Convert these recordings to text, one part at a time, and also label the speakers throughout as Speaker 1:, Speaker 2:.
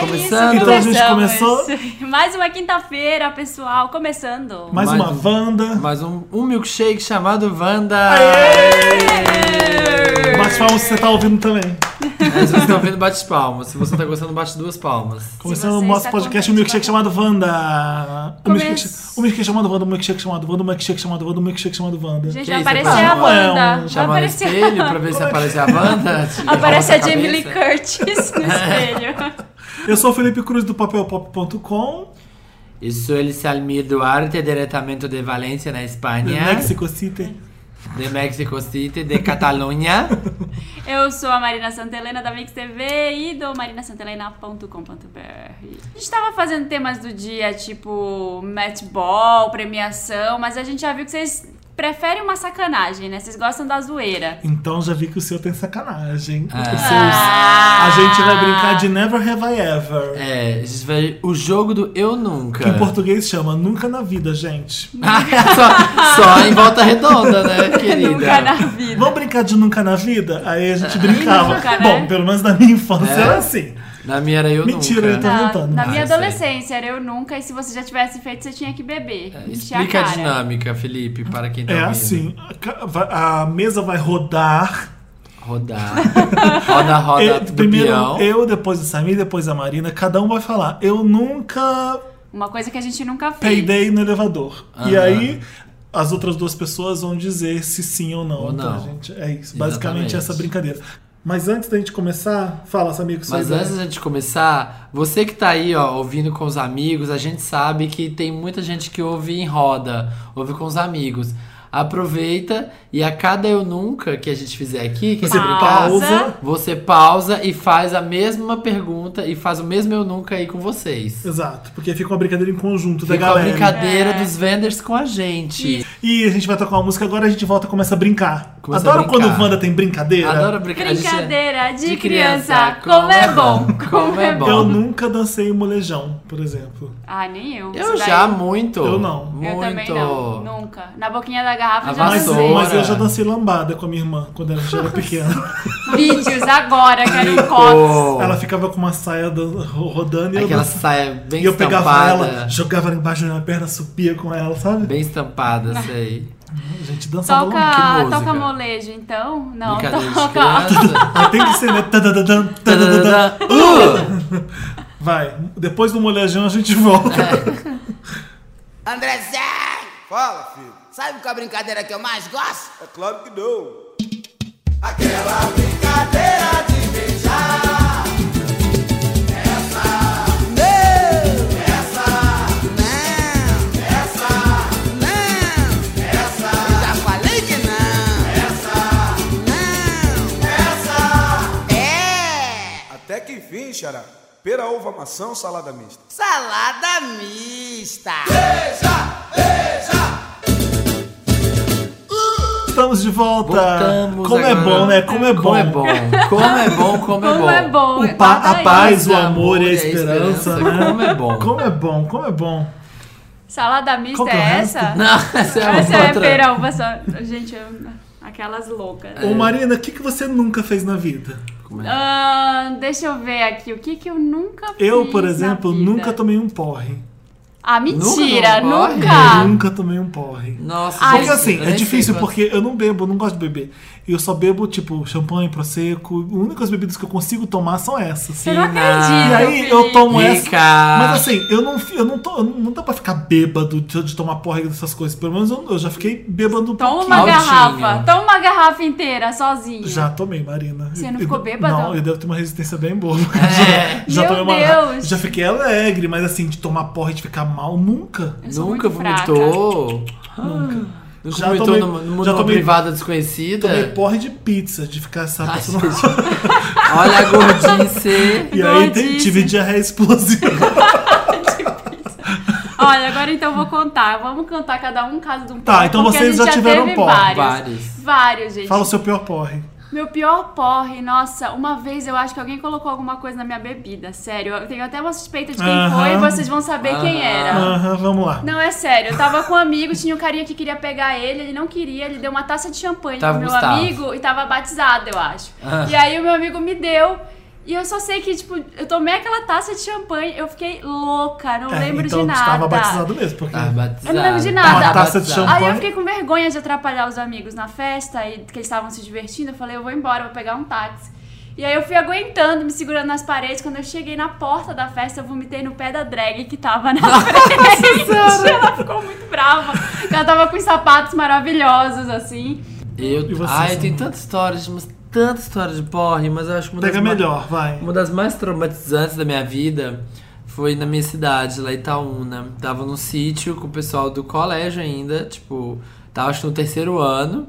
Speaker 1: começando.
Speaker 2: Então a gente começou.
Speaker 3: Mais uma quinta-feira, pessoal, começando.
Speaker 2: Mais,
Speaker 1: Mais
Speaker 2: uma
Speaker 1: um.
Speaker 2: Wanda.
Speaker 1: Mais um, um milkshake chamado Wanda.
Speaker 2: Bate palma se você tá ouvindo também.
Speaker 1: Mas vocês estão ouvindo, bate palmas. Se você tá gostando, bate duas palmas.
Speaker 2: Começando o
Speaker 3: você tá
Speaker 2: nosso
Speaker 3: está
Speaker 2: podcast,
Speaker 3: contente,
Speaker 2: um milkshake
Speaker 3: vai.
Speaker 2: chamado Wanda. Um
Speaker 3: Começo.
Speaker 2: milkshake, um milkshake chamado Wanda, um milkshake chamado Wanda, um milkshake chamado Wanda, um milkshake chamado Wanda.
Speaker 3: Gente,
Speaker 1: Que
Speaker 3: vai
Speaker 1: isso,
Speaker 3: aparecer
Speaker 1: é
Speaker 3: a
Speaker 2: bom. É um-
Speaker 3: Wanda. Vai
Speaker 1: Chamar no
Speaker 3: aparecer
Speaker 1: espelho pra ver se aparece a Wanda. Te
Speaker 3: Aparece
Speaker 1: roça
Speaker 3: a Jamie Lee
Speaker 1: cabeça.
Speaker 3: Curtis no espelho.
Speaker 2: Eu sou o Felipe Cruz do papelpop.com,
Speaker 1: Eu sou el Salmir Duarte, diretamente de Valência, na
Speaker 2: de
Speaker 1: Espanha.
Speaker 2: Mexico City.
Speaker 1: De Mexico City, de Catalunha.
Speaker 3: Eu sou a Marina Santelena da Mix TV e do marinasantelena.com.br. A gente tava fazendo temas do dia, tipo matchball, premiação, mas a gente já viu que vocês preferem uma sacanagem, né? Vocês gostam da zoeira.
Speaker 2: Então já vi que o seu tem sacanagem.
Speaker 1: Ah.
Speaker 2: O seu- a gente vai brincar de Never Have I Ever.
Speaker 1: É, a gente vai. O jogo do Eu Nunca.
Speaker 2: Que em português chama Nunca na Vida, gente.
Speaker 1: só, só em volta redonda, né, querida?
Speaker 3: Nunca na vida.
Speaker 2: Vamos brincar de Nunca na Vida? Aí a gente brincava.
Speaker 3: Nunca, né?
Speaker 2: Bom, pelo menos na minha infância
Speaker 1: É.
Speaker 2: era assim.
Speaker 1: Na minha era eu
Speaker 2: Mentira,
Speaker 1: nunca.
Speaker 2: então. Tá
Speaker 3: Na,
Speaker 2: inventando.
Speaker 3: na
Speaker 2: Ah,
Speaker 3: minha
Speaker 1: isso aí.
Speaker 3: adolescência era eu nunca, e se você já tivesse feito, você tinha que beber. Encher
Speaker 1: É, Explica a
Speaker 3: cara.
Speaker 1: dinâmica, Felipe, para quem tá
Speaker 2: É
Speaker 1: ouvindo.
Speaker 2: assim, a ca- vai- a mesa vai rodar.
Speaker 1: Rodar. Roda, roda
Speaker 2: Eu-
Speaker 1: do
Speaker 2: É, primeiro
Speaker 1: peão.
Speaker 2: eu, depois o Samir, depois a Marina. Cada um vai falar. Eu nunca
Speaker 3: Uma coisa que a gente nunca fez.
Speaker 2: peidei no elevador. E
Speaker 1: Aham.
Speaker 2: aí as outras duas pessoas vão dizer se sim ou não.
Speaker 1: Ou
Speaker 2: então,
Speaker 1: não.
Speaker 2: gente, é isso. Basicamente
Speaker 1: Exatamente.
Speaker 2: essa brincadeira. Mas antes da gente começar, fala, Samir, com sua
Speaker 1: Mas
Speaker 2: ideia.
Speaker 1: antes da gente começar, você que tá aí, ó, ouvindo com os amigos, a gente sabe que tem muita gente que ouve em roda, ouve com os amigos. Aproveita e a cada eu nunca que a gente fizer aqui, que
Speaker 2: Você
Speaker 1: a gente
Speaker 2: pausa.
Speaker 1: você pausa e faz a mesma pergunta e faz o mesmo eu nunca aí com vocês.
Speaker 2: Exato, porque fica uma brincadeira em conjunto da
Speaker 1: Fica a
Speaker 2: galera.
Speaker 1: brincadeira
Speaker 3: É.
Speaker 1: dos vendors com a gente.
Speaker 2: E a gente vai tocar uma música agora a gente volta e começa a brincar.
Speaker 1: Começa a
Speaker 2: Adoro
Speaker 1: brincar.
Speaker 2: quando o Wanda tem brincadeira.
Speaker 1: Adoro brincadeira.
Speaker 3: Brincadeira de, criança, como é bom, como é bom.
Speaker 2: Eu nunca dancei molejão, por exemplo.
Speaker 3: Ah, nem eu.
Speaker 1: Eu
Speaker 3: Isso
Speaker 1: já,
Speaker 3: daí-
Speaker 1: muito.
Speaker 2: Eu não.
Speaker 1: Muito.
Speaker 3: Eu também não, nunca. Na boquinha da garrafa eu já
Speaker 2: Mas,
Speaker 1: Avançou.
Speaker 3: dancei.
Speaker 2: mas eu já dancei lambada com a minha irmã quando ela já era pequena.
Speaker 3: Vídeos agora, um quero fotos.
Speaker 1: Ficou.
Speaker 2: Ela ficava com uma saia dan- ro- rodando e eu,
Speaker 1: Aquela
Speaker 2: dan-
Speaker 1: saia bem
Speaker 2: e eu pegava
Speaker 1: estampada.
Speaker 2: ela, jogava ela embaixo da minha perna, subia com ela, sabe?
Speaker 1: Bem estampada, sei.
Speaker 2: A gente dançava lambada.
Speaker 3: Toca,
Speaker 1: música.
Speaker 3: toca molejo, então? Não,
Speaker 1: Brincadeira de
Speaker 3: toca.
Speaker 1: criança.
Speaker 2: Aí tem que ser, né? Tadadadam, tadadadam.
Speaker 1: Tadadadã. Uh!
Speaker 2: Vai, depois do molejão a gente volta.
Speaker 1: É.
Speaker 4: André Zé! Fala, filho. Sabe qual é a brincadeira que eu mais gosto? É claro que não. Aquela brincadeira de beijar. Essa. Não. Essa. Não. Essa. Não. Essa. Já falei que não. Essa. Não. Essa. É.
Speaker 5: Até que enfim, Xará. Pera, uva, maçã ou salada mista?
Speaker 4: Salada mista.
Speaker 2: Estamos de volta.
Speaker 1: Voltamos
Speaker 2: Como é
Speaker 1: agora.
Speaker 2: bom, né? Como é bom.
Speaker 1: Como é bom. Como é bom, como é bom.
Speaker 3: Como é bom.
Speaker 2: O pa-
Speaker 3: Guarda
Speaker 2: a
Speaker 3: aí.
Speaker 2: paz, o amor e a esperança, né?
Speaker 1: Como é bom.
Speaker 2: Como é bom, como é bom.
Speaker 3: Salada
Speaker 2: Qual
Speaker 3: mista
Speaker 2: que é o
Speaker 3: é
Speaker 2: resto?
Speaker 3: essa?
Speaker 1: Não, essa é
Speaker 3: Essa é
Speaker 1: outra.
Speaker 3: pera, uva só. Gente, eu- aquelas loucas.
Speaker 1: É.
Speaker 2: Ô Marina, o que, que você nunca fez na vida?
Speaker 1: Como é?
Speaker 3: Ah, deixa eu ver aqui, o que que eu nunca fiz
Speaker 2: Eu, por
Speaker 3: na
Speaker 2: exemplo,
Speaker 3: vida?
Speaker 2: nunca tomei um porre.
Speaker 3: Ah,
Speaker 1: Nunca
Speaker 3: mentira,
Speaker 1: não
Speaker 3: nunca!
Speaker 1: morre?
Speaker 2: Eu nunca tomei um porre.
Speaker 1: Nossa,
Speaker 3: Ah. Ai,
Speaker 2: Porque
Speaker 1: eu
Speaker 2: assim, é
Speaker 1: nem sei
Speaker 2: difícil,
Speaker 1: quantos-
Speaker 2: porque eu não bebo, eu não gosto de beber. Eu só bebo, tipo, champanhe, prosecco. As únicas bebidas que eu consigo tomar são essas.
Speaker 3: Você não
Speaker 1: Sim,
Speaker 3: acredita,
Speaker 2: E aí
Speaker 3: Felipe.
Speaker 2: eu tomo essa.
Speaker 1: Rica.
Speaker 2: é Mas assim, eu não, fi- eu não, tô, eu não não dá pra ficar bêbado de, de tomar porra dessas coisas. Pelo menos eu, eu já fiquei bêbado um
Speaker 3: Toma uma
Speaker 2: pouquinho.
Speaker 1: Altinho.
Speaker 3: garrafa, toma uma garrafa inteira, sozinho.
Speaker 2: Já tomei, Marina.
Speaker 3: Você
Speaker 2: Eu-
Speaker 3: não
Speaker 2: eu-
Speaker 3: ficou bêbada?
Speaker 2: Não, eu devo ter uma resistência bem boa.
Speaker 1: É.
Speaker 2: Já, já
Speaker 3: Meu
Speaker 2: tomei uma.
Speaker 3: Deus.
Speaker 2: Já fiquei alegre, mas assim, de tomar porra e de ficar mal, nunca.
Speaker 3: Eu sou
Speaker 1: Nunca
Speaker 3: muito fraca.
Speaker 1: vomitou? Nunca. Nunca
Speaker 2: Ah. Já
Speaker 1: vomitou
Speaker 2: tomei-
Speaker 1: numa, numa
Speaker 2: já tomei-
Speaker 1: privada desconhecida?
Speaker 2: Tomei porra de pizza, de ficar sabe,
Speaker 1: Ai,
Speaker 2: passando-
Speaker 1: gente. Olha a gordice.
Speaker 2: E aí te-
Speaker 3: Gordice.
Speaker 2: tive diarreia explosiva.
Speaker 3: Olha, agora então eu vou contar. Vamos cantar cada um um caso de um
Speaker 2: Tá,
Speaker 3: porre,
Speaker 2: então
Speaker 3: porque a
Speaker 2: vocês
Speaker 3: gente
Speaker 2: já tiveram
Speaker 3: teve
Speaker 2: porre.
Speaker 3: Vários.
Speaker 1: Vários.
Speaker 3: Vários, gente.
Speaker 2: Fala o seu pior porre.
Speaker 3: Meu pior porre, nossa, uma vez eu acho que alguém colocou alguma coisa na minha bebida, sério. Eu tenho até uma suspeita de quem foi
Speaker 2: Aham.
Speaker 3: vocês vão saber quem era.
Speaker 2: Aham, vamos lá.
Speaker 3: Não, é sério. Eu tava com um amigo, tinha um carinha que queria pegar ele, ele não queria, ele deu uma taça de champanhe
Speaker 1: Tava
Speaker 3: pro meu
Speaker 1: Gustavo.
Speaker 3: amigo e tava batizado, eu acho.
Speaker 1: Ah.
Speaker 3: E aí o meu amigo me deu. E eu só sei que, tipo, eu tomei aquela taça de champanhe, eu fiquei louca, não
Speaker 2: É,
Speaker 3: lembro
Speaker 2: então
Speaker 3: de
Speaker 2: tu
Speaker 3: nada.
Speaker 2: tava batizado mesmo, porque.
Speaker 1: Tá batizado.
Speaker 3: Eu não lembro de
Speaker 1: Tá
Speaker 3: nada. Uma
Speaker 2: taça de
Speaker 1: batizado.
Speaker 2: champanhe.
Speaker 3: Aí eu fiquei com vergonha de atrapalhar os amigos na festa e que eles estavam se divertindo. Eu falei, eu vou embora, vou pegar um táxi. E aí eu fui aguentando, me segurando nas paredes. Quando eu cheguei na porta da festa, eu vomitei no pé da drag que tava na frente. ela ficou muito brava. Ela tava com os sapatos maravilhosos, assim.
Speaker 1: Eu,
Speaker 2: E você,
Speaker 1: ai,
Speaker 2: Sam?
Speaker 1: tem tanta história, de- mas tanta história de porre, mas eu acho que uma
Speaker 2: Pega
Speaker 1: das ma-
Speaker 2: melhor, vai.
Speaker 1: Uma das mais traumatizantes da minha vida foi na minha cidade, lá em Itaúna. Tava num sítio com o pessoal do colégio ainda, tipo, tava acho que no terceiro ano.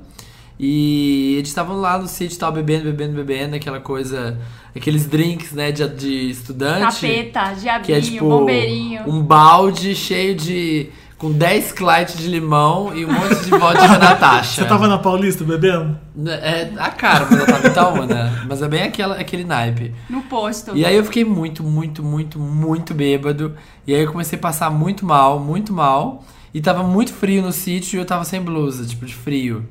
Speaker 1: E eles estavam lá no sítio, tava bebendo, bebendo, bebendo, aquela coisa, aqueles drinks, né, de, de estudante.
Speaker 3: Capeta, diabinho,
Speaker 1: Que é tipo
Speaker 3: bombeirinho.
Speaker 1: um balde cheio de. com 10 clites de limão e um monte de vodka da Natasha.
Speaker 2: Você tava na Paulista bebendo?
Speaker 1: É a cara, mas eu tava em Itaúna. Mas é bem aquela, aquele naipe.
Speaker 3: No posto.
Speaker 1: E aí eu fiquei muito, muito, muito, muito bêbado. E aí eu comecei a passar muito mal, muito mal. E tava muito frio no sítio e eu tava sem blusa, tipo, de frio.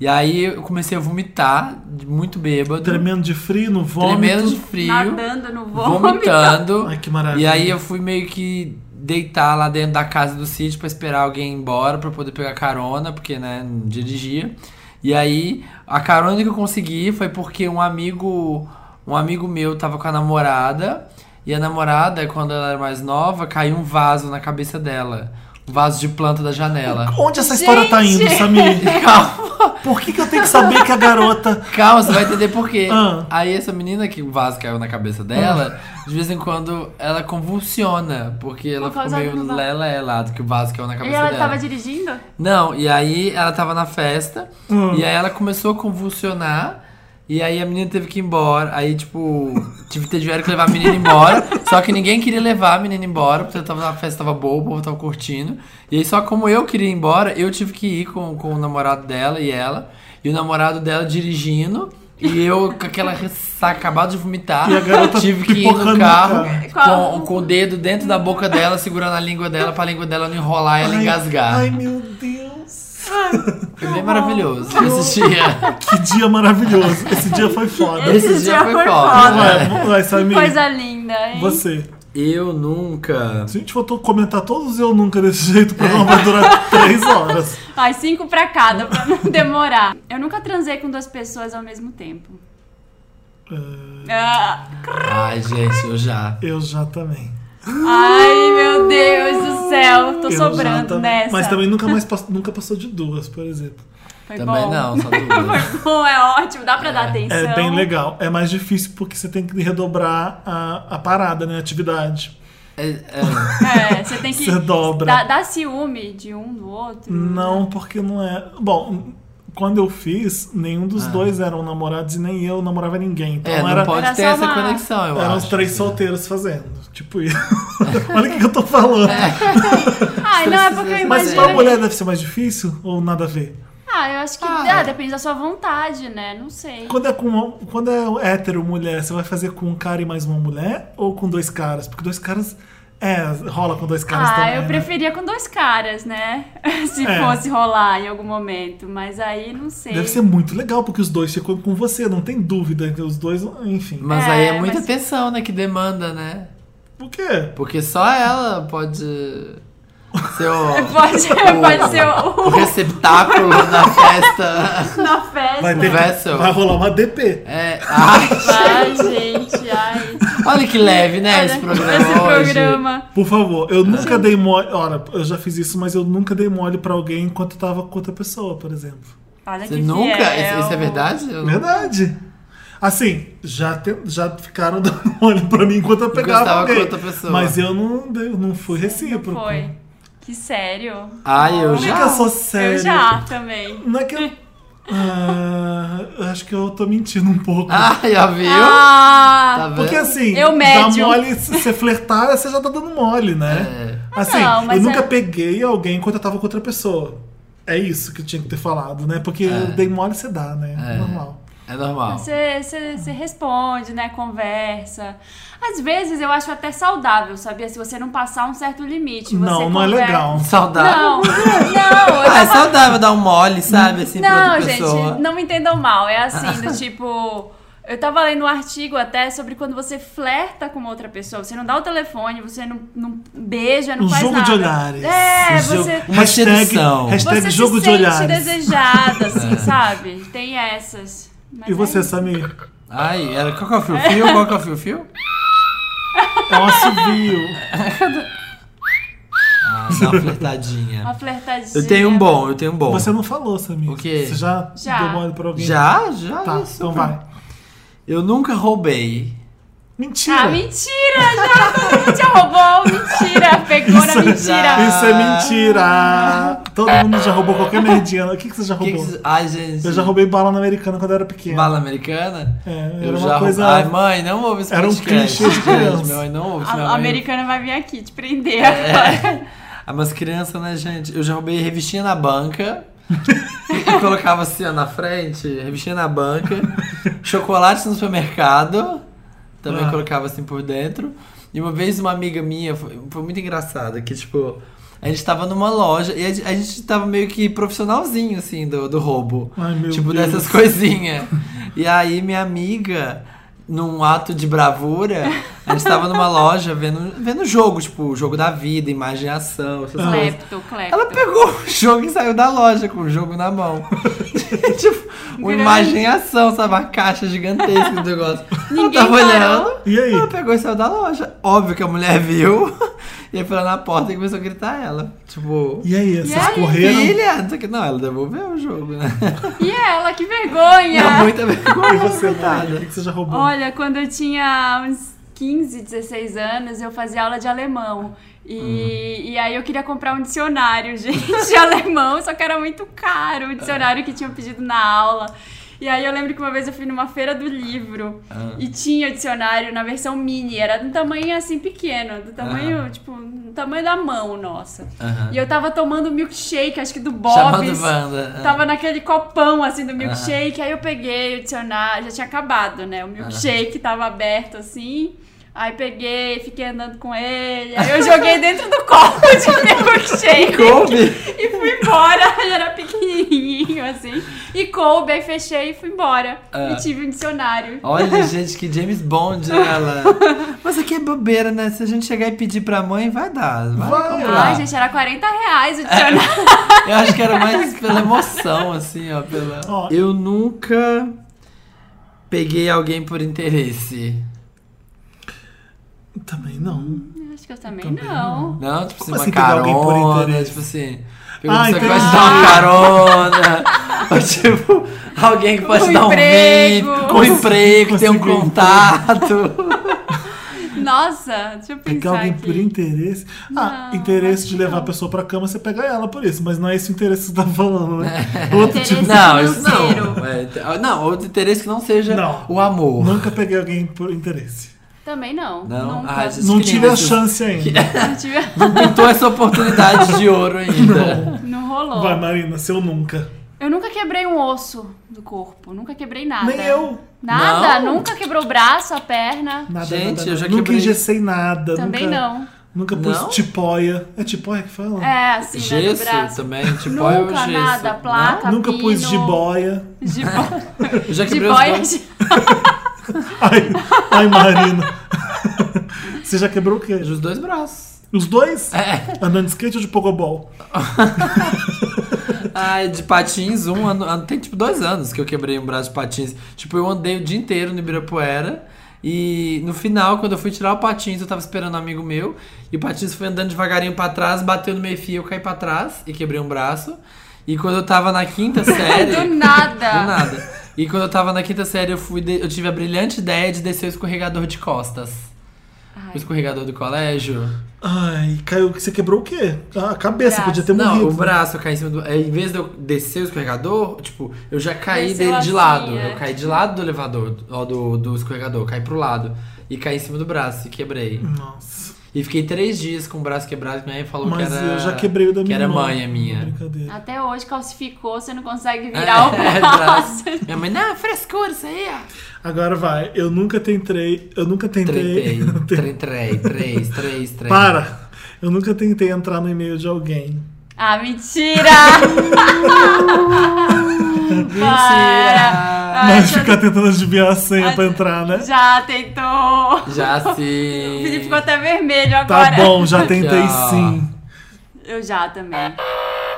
Speaker 1: E aí eu comecei a vomitar, de- muito bêbado.
Speaker 2: Tremendo de frio, no vômito.
Speaker 1: Uhum. Tremendo de é frio.
Speaker 3: nadando no vômito.
Speaker 1: vomitando.
Speaker 2: Ai, que maravilha.
Speaker 1: E aí eu fui meio que deitar lá dentro da casa do sítio pra esperar alguém ir embora pra poder pegar carona, porque, né, não dirigia. E aí a carona que eu consegui foi porque um amigo, um amigo meu tava com a namorada, e a namorada, quando ela era mais nova, caiu um vaso na cabeça dela. Um vaso de planta da janela.
Speaker 2: Onde essa história tá
Speaker 3: Gente!
Speaker 2: indo, Samir?
Speaker 1: Calma,
Speaker 2: Por que, que eu tenho que saber que a garota.
Speaker 1: calma, você vai entender por quê.
Speaker 2: Ah.
Speaker 1: Aí essa menina que o vaso caiu na cabeça dela, de vez em quando ela convulsiona, porque ela ficou
Speaker 3: causa
Speaker 1: meio
Speaker 3: do vaso.
Speaker 1: lelelado que o vaso caiu na
Speaker 3: E
Speaker 1: cabeça
Speaker 3: ela
Speaker 1: dela.
Speaker 3: tava dirigindo?
Speaker 1: Não, e aí ela tava na festa,
Speaker 2: Hum.
Speaker 1: e aí ela começou a convulsionar, e aí a menina teve que ir embora. Aí, tipo, tive, tiveram que levar a menina embora. só que ninguém queria levar a menina embora, porque eu tava na festa, tava boa, o povo tava curtindo. E aí, só como eu queria ir embora, eu tive que ir com, com o namorado dela e ela, e o namorado dela dirigindo. E eu, com aquela ressaca, acabado de vomitar,
Speaker 2: E a garota
Speaker 1: tive que ir
Speaker 2: pipocando
Speaker 1: no
Speaker 2: no
Speaker 1: carro
Speaker 3: carro.
Speaker 1: com, com o dedo dentro da boca dela, segurando a língua dela, pra língua dela não enrolar e ela
Speaker 2: Ai,
Speaker 1: engasgar.
Speaker 2: Ai, meu Deus.
Speaker 1: Foi bem maravilhoso esse dia.
Speaker 2: Que dia maravilhoso. Esse dia foi foda.
Speaker 1: Esse, dia, foi foda.
Speaker 2: Vai, vai, Samir.
Speaker 3: É. Coisa linda, hein?
Speaker 2: Você.
Speaker 1: Eu nunca.
Speaker 2: Se a gente for to- comentar todos eu nunca desse jeito, o programa vai durar três horas.
Speaker 3: Ai, cinco pra cada, pra não demorar. Eu nunca transei com duas pessoas ao mesmo tempo.
Speaker 2: É.
Speaker 3: Ah,
Speaker 1: Ai, gente, eu já.
Speaker 2: Eu já também.
Speaker 3: ai, meu Deus do céu, tô
Speaker 2: Eu já
Speaker 3: sobrando
Speaker 2: também.
Speaker 3: nessa.
Speaker 2: Mas também nunca mais pass- nunca passou de duas, por exemplo.
Speaker 3: Foi
Speaker 1: Também
Speaker 3: bom.
Speaker 1: não, só duas.
Speaker 3: Foi bom, é ótimo, dá pra dar atenção.
Speaker 2: É bem legal. É mais difícil porque você tem que redobrar a, a parada, né? A atividade.
Speaker 1: É, é,
Speaker 3: É, você tem que
Speaker 2: Você dobra.
Speaker 3: Dá, dá ciúme de um do outro. Hum.
Speaker 2: Não, porque não é. Bom, quando eu fiz, nenhum dos dois eram namorados e nem eu namorava ninguém. Então
Speaker 1: Ah. é, não
Speaker 2: era.
Speaker 1: pode
Speaker 3: Era
Speaker 1: ter
Speaker 3: só
Speaker 1: essa
Speaker 3: uma-
Speaker 1: conexão, eu
Speaker 2: Eram
Speaker 1: acho.
Speaker 2: os três solteiros fazendo. Tipo, isso. olha o que que eu tô falando.
Speaker 1: É,
Speaker 3: Ai, não, é porque eu
Speaker 2: Mas
Speaker 3: imagino.
Speaker 2: pra mulher deve ser mais difícil ou nada a ver?
Speaker 3: Ah, eu acho que
Speaker 1: Ah.
Speaker 3: ah, depende da sua vontade, né? Não sei.
Speaker 2: Quando é com uma- quando é hétero mulher, você vai fazer com um cara e mais uma mulher ou com dois caras? Porque dois caras é, rola com dois caras
Speaker 3: Ah,
Speaker 2: também.
Speaker 3: eu
Speaker 2: né?
Speaker 3: preferia com dois caras, né? Se
Speaker 2: É.
Speaker 3: fosse rolar em algum momento. Mas aí não sei.
Speaker 2: Deve ser muito legal porque os dois ficam com você, não tem dúvida que os dois, enfim.
Speaker 1: Mas
Speaker 3: É,
Speaker 1: aí é muita
Speaker 3: mas-
Speaker 1: atenção, né? Que demanda, né?
Speaker 2: Por quê?
Speaker 1: Porque só ela pode. Ser o,
Speaker 3: Pode, pode ser o,
Speaker 1: o receptáculo da festa.
Speaker 3: o um na festa.
Speaker 2: Vai ter
Speaker 1: Vessel.
Speaker 2: vai rolar uma DP.
Speaker 1: É, ai,
Speaker 3: Ai, gente, ai.
Speaker 1: olha que leve, né? esse programa.
Speaker 3: Esse
Speaker 1: hoje.
Speaker 3: programa.
Speaker 2: Por favor,
Speaker 1: É.
Speaker 2: eu nunca dei mole. Ora, eu já fiz isso, mas eu nunca dei mole pra alguém enquanto eu tava com outra pessoa, por exemplo.
Speaker 3: Olha
Speaker 1: Você
Speaker 3: que
Speaker 1: nunca?
Speaker 3: fiel.
Speaker 1: Isso é verdade? Eu não-
Speaker 2: Verdade. Assim, já, te- já ficaram dando olho pra mim enquanto eu pegava
Speaker 1: estava com
Speaker 2: alguém.
Speaker 1: outra pessoa.
Speaker 2: Mas eu não, dei- não fui recíproco.
Speaker 3: Foi. Que sério.
Speaker 1: Ai, eu
Speaker 2: Não é que
Speaker 1: já.
Speaker 2: eu sou sério.
Speaker 3: Eu já também.
Speaker 2: Não é que eu... Ah, eu acho que eu tô mentindo um pouco.
Speaker 1: Ai, já viu?
Speaker 3: Ah,
Speaker 1: Tá vendo?
Speaker 2: Porque assim,
Speaker 3: Eu médio.
Speaker 2: dá mole, se você flertar, você já tá dando mole, né? Assim,
Speaker 3: não, mas
Speaker 2: eu nunca
Speaker 3: é-
Speaker 2: peguei alguém enquanto eu tava com outra pessoa. É isso que eu tinha que ter falado, né? Porque eu dei mole, você dá, né? Normal.
Speaker 1: É normal.
Speaker 3: Você, você, você responde, né? Conversa. Às vezes eu acho até saudável, sabia? Se você não passar um certo limite. Você
Speaker 2: não, não é
Speaker 3: conversa-
Speaker 2: legal.
Speaker 1: Saudável.
Speaker 3: Não, não, eu
Speaker 1: Tá. Ah, é
Speaker 3: tava
Speaker 1: saudável dar um mole, sabe? Assim, pra
Speaker 3: Não,
Speaker 1: outra pessoa.
Speaker 3: gente, não me entendam mal. É assim, do tipo. Eu tava lendo um artigo até sobre quando você flerta com uma outra pessoa. Você não dá o telefone, você não, não beija, não
Speaker 2: Um
Speaker 3: faz
Speaker 2: jogo
Speaker 3: nada.
Speaker 2: de olhares.
Speaker 3: É,
Speaker 1: Um jogo-
Speaker 3: você...
Speaker 1: Uma sedução.
Speaker 2: hashtag
Speaker 3: Você
Speaker 2: jogo
Speaker 3: se
Speaker 2: de
Speaker 3: sente
Speaker 2: olhares.
Speaker 3: desejada, assim, sabe? Tem essas. Mas
Speaker 2: E você,
Speaker 3: é-
Speaker 2: Samir?
Speaker 1: Ai, era qual que é o fio fio? Qual que é o fio fio?
Speaker 2: É um assovio.
Speaker 1: Ah, dá uma flertadinha.
Speaker 3: Uma flertadinha.
Speaker 1: Eu tenho um bom, eu tenho um bom.
Speaker 2: Você não falou, Samir.
Speaker 1: O quê?
Speaker 2: Você já,
Speaker 3: Já.
Speaker 2: deu mole pra alguém?
Speaker 1: Já? Já?
Speaker 2: Tá,
Speaker 1: isso,
Speaker 2: então
Speaker 1: cara.
Speaker 2: vai.
Speaker 1: Eu nunca roubei.
Speaker 2: Mentira.
Speaker 3: Ah, mentira! Já todo mundo já roubou. um Mentira! Pegou na mentira.
Speaker 1: já-
Speaker 2: Isso é mentira! Todo mundo já roubou qualquer merdinha. O que, que você já
Speaker 1: O Que
Speaker 2: roubou?
Speaker 1: que... cê- Ai, gente.
Speaker 2: Eu já roubei bala na americana quando eu era pequeno.
Speaker 1: Bala americana?
Speaker 2: É, era
Speaker 1: eu
Speaker 2: uma
Speaker 1: já
Speaker 2: coisa-
Speaker 1: roubei. Ai, mãe, não ouve esse
Speaker 2: Era um
Speaker 1: podcast.
Speaker 2: clichê de criança.
Speaker 1: Minha mãe não ouve.
Speaker 3: A,
Speaker 1: senão
Speaker 3: a
Speaker 1: minha mãe-
Speaker 3: americana vai vir aqui te prender agora.
Speaker 1: Ah, mas criança, né, gente? Eu já roubei revistinha na banca. e colocava assim, ó, na frente, revistinha na banca. chocolate no supermercado. Também
Speaker 2: Ah.
Speaker 1: colocava assim por dentro. E uma vez uma amiga minha, foi, foi muito engraçado, que tipo. A gente tava numa loja e a gente, a gente tava meio que profissionalzinho, assim, do, do roubo.
Speaker 2: Ai, meu
Speaker 1: tipo,
Speaker 2: Deus.
Speaker 1: dessas coisinhas. E aí, minha amiga, num ato de bravura, a gente tava numa loja vendo, vendo jogo, tipo, jogo da vida, imagem e ação, essas coisas.
Speaker 3: Clepto, clepto.
Speaker 1: Ela pegou o jogo e saiu da loja com o jogo na mão. tipo, uma
Speaker 3: Grande.
Speaker 1: imagem e ação, sabe? Uma caixa gigantesca do negócio.
Speaker 3: Ninguém
Speaker 1: ela tava
Speaker 3: parou.
Speaker 1: olhando.
Speaker 2: E aí?
Speaker 1: Ela pegou e saiu da loja. Óbvio que a mulher viu. E aí foi lá na porta e começou a gritar ela. Tipo,
Speaker 2: E aí, vocês
Speaker 3: E aí?
Speaker 2: correram?
Speaker 1: filha! Não sei o que. Não, ela devolveu o jogo, né?
Speaker 3: E ela, que vergonha!
Speaker 1: Dá muita vergonha.
Speaker 2: E você, tá. Mari? O que
Speaker 1: coitada.
Speaker 2: que você já roubou?
Speaker 3: Olha, quando eu tinha uns 15, 16 anos, eu fazia aula de alemão. E,
Speaker 1: Uhum.
Speaker 3: e aí eu queria comprar um dicionário, gente, de alemão, só que era muito caro o dicionário que tinham pedido na aula. E aí eu lembro que uma vez eu fui numa feira do livro
Speaker 1: Ah.
Speaker 3: e tinha o dicionário na versão mini, era do tamanho assim pequeno, do tamanho, tipo, do tamanho da mão, nossa.
Speaker 1: Ah. Aham.
Speaker 3: E eu tava tomando milkshake, acho que do Bob's.
Speaker 1: Chamando Wanda. Ah.
Speaker 3: Tava naquele copão, assim, do milkshake. Aí eu peguei o dicionário, já tinha acabado, né? O
Speaker 1: Ah.
Speaker 3: milkshake tava aberto, assim. Aí peguei, fiquei andando com ele. Aí eu joguei dentro do copo de milkshake.
Speaker 1: Coube?
Speaker 3: E fui embora. Ele era pequenininho, assim. E coube, aí fechei e fui embora.
Speaker 1: Ah.
Speaker 3: E tive um dicionário.
Speaker 1: Olha, gente, que James Bond né, ela. Mas aqui é bobeira, né? Se a gente chegar e pedir pra mãe, vai dar. Vai,
Speaker 2: Vai.
Speaker 1: comprar.
Speaker 3: Ai, gente, era 40 reais o dicionário.
Speaker 1: Eu acho que era mais pela emoção, assim, ó. Pela...
Speaker 2: Ó.
Speaker 1: Eu nunca peguei alguém por interesse.
Speaker 2: Também não.
Speaker 1: É.
Speaker 3: Acho que eu também, não.
Speaker 1: Não, tipo assim, uma
Speaker 2: Como assim, pegar
Speaker 1: carona.
Speaker 2: alguém por interesse?
Speaker 1: Tipo assim, pegou
Speaker 2: Ah,
Speaker 1: ah, você que vai
Speaker 2: entendi.
Speaker 1: te dar uma carona. ou tipo, alguém que pode
Speaker 3: Um
Speaker 1: dar um
Speaker 3: emprego.
Speaker 1: vídeo, um emprego, ter um
Speaker 2: Conseguiu um
Speaker 1: contato.
Speaker 3: Nossa, deixa eu pensar
Speaker 2: Pegar alguém
Speaker 3: aqui.
Speaker 2: por interesse. Ah,
Speaker 3: Não,
Speaker 2: interesse
Speaker 3: acho
Speaker 2: de
Speaker 3: que
Speaker 2: levar
Speaker 3: não.
Speaker 2: a pessoa pra cama, você pega ela por isso. Mas não é esse o interesse que você tá falando, né? Outro tipo.
Speaker 3: Interesse-
Speaker 1: Não, isso
Speaker 3: Financeiro.
Speaker 1: não. É, te- não, outro interesse que não seja
Speaker 2: Não.
Speaker 1: o amor.
Speaker 2: Nunca peguei alguém por interesse.
Speaker 3: Também não.
Speaker 1: Não?
Speaker 3: Nunca.
Speaker 1: Ah,
Speaker 2: Não
Speaker 1: Crianças.
Speaker 2: tive a chance ainda.
Speaker 3: Não tive-
Speaker 1: Não pintou Então essa oportunidade de ouro ainda.
Speaker 3: Não rolou.
Speaker 2: Vai, Marina, seu nunca.
Speaker 3: Eu nunca quebrei um osso do corpo, nunca quebrei nada.
Speaker 2: Nem eu.
Speaker 3: Nada,
Speaker 1: Não?
Speaker 3: nunca quebrou o braço, a perna.
Speaker 2: Nada,
Speaker 1: Gente,
Speaker 2: nada,
Speaker 1: eu já
Speaker 2: nada. Nunca
Speaker 1: quebrei-
Speaker 2: engessei nada.
Speaker 3: Também
Speaker 2: nunca,
Speaker 3: não.
Speaker 2: Nunca pus
Speaker 1: Não?
Speaker 2: tipóia. É tipóia que fala?
Speaker 3: É, assim, né, do
Speaker 1: Gesso
Speaker 3: braço.
Speaker 1: também, tipo, olha o
Speaker 3: Nunca,
Speaker 1: gesso. Né?
Speaker 3: nada, placa,
Speaker 2: Nunca
Speaker 3: pino, é
Speaker 2: pus jiboia.
Speaker 3: Jibo-
Speaker 1: Não? Eu já quebrei os
Speaker 3: Jiboia.
Speaker 1: dois.
Speaker 3: de-
Speaker 2: Ai, ai, Marina. Você já quebrou o quê?
Speaker 1: Os dois braços.
Speaker 2: Os dois?
Speaker 1: É.
Speaker 2: Andando de skate ou de pogobol?
Speaker 1: Ai, de patins, um ano, ano- Tem tipo dois anos que eu quebrei um braço de patins. Tipo, eu andei o dia inteiro no Ibirapuera. E no final, quando eu fui tirar o patins, eu tava esperando um amigo meu. E o patins foi andando devagarinho pra trás, bateu no meio fio, eu caí pra trás e quebrei um braço. E quando eu tava na quinta série.
Speaker 3: Do nada.
Speaker 1: Do nada. E quando eu tava na quinta série, eu, fui de- eu tive a brilhante ideia de descer o escorregador de costas.
Speaker 3: Ai.
Speaker 1: O escorregador do colégio.
Speaker 2: Ai, caiu. Você quebrou o quê? Ah, A cabeça
Speaker 3: Braço.
Speaker 2: podia ter
Speaker 1: Não,
Speaker 2: morrido.
Speaker 1: o braço, eu caí em cima do. é, Em vez de eu descer o escorregador, tipo, eu já caí
Speaker 3: Desceu
Speaker 1: dele
Speaker 3: assim,
Speaker 1: de lado.
Speaker 3: é.
Speaker 1: Eu caí de lado do elevador, ó, do, do escorregador, eu caí pro lado. E caí em cima do braço e quebrei.
Speaker 2: Nossa.
Speaker 1: E fiquei três dias com o braço quebrado, minha mãe falou
Speaker 2: Mas
Speaker 1: que era.
Speaker 2: eu já quebrei o da
Speaker 1: Que
Speaker 2: minha
Speaker 1: era
Speaker 2: irmã.
Speaker 1: mãe a minha.
Speaker 2: Brincadeira.
Speaker 3: Até hoje calcificou, você não consegue virar
Speaker 1: É,
Speaker 3: o
Speaker 1: é, braço.
Speaker 3: braço.
Speaker 1: Minha mãe, não, frescura isso aí, ó.
Speaker 2: Agora vai. Eu nunca tentei. Eu nunca tentei.
Speaker 1: Tretei, tretei, três, três, três.
Speaker 2: Para! Eu nunca tentei entrar no e-mail de alguém.
Speaker 3: Ah, mentira!
Speaker 1: Mentira!
Speaker 3: Ah,
Speaker 2: Mas
Speaker 3: já-
Speaker 2: ficar tentando adivinhar a senha
Speaker 3: Ah,
Speaker 2: pra entrar, né?
Speaker 3: Já tentou.
Speaker 1: Já
Speaker 3: O
Speaker 1: sim.
Speaker 3: Felipe ficou até vermelho
Speaker 2: Tá
Speaker 3: agora.
Speaker 2: bom, já tentei
Speaker 1: Já.
Speaker 2: sim.
Speaker 3: Eu já também.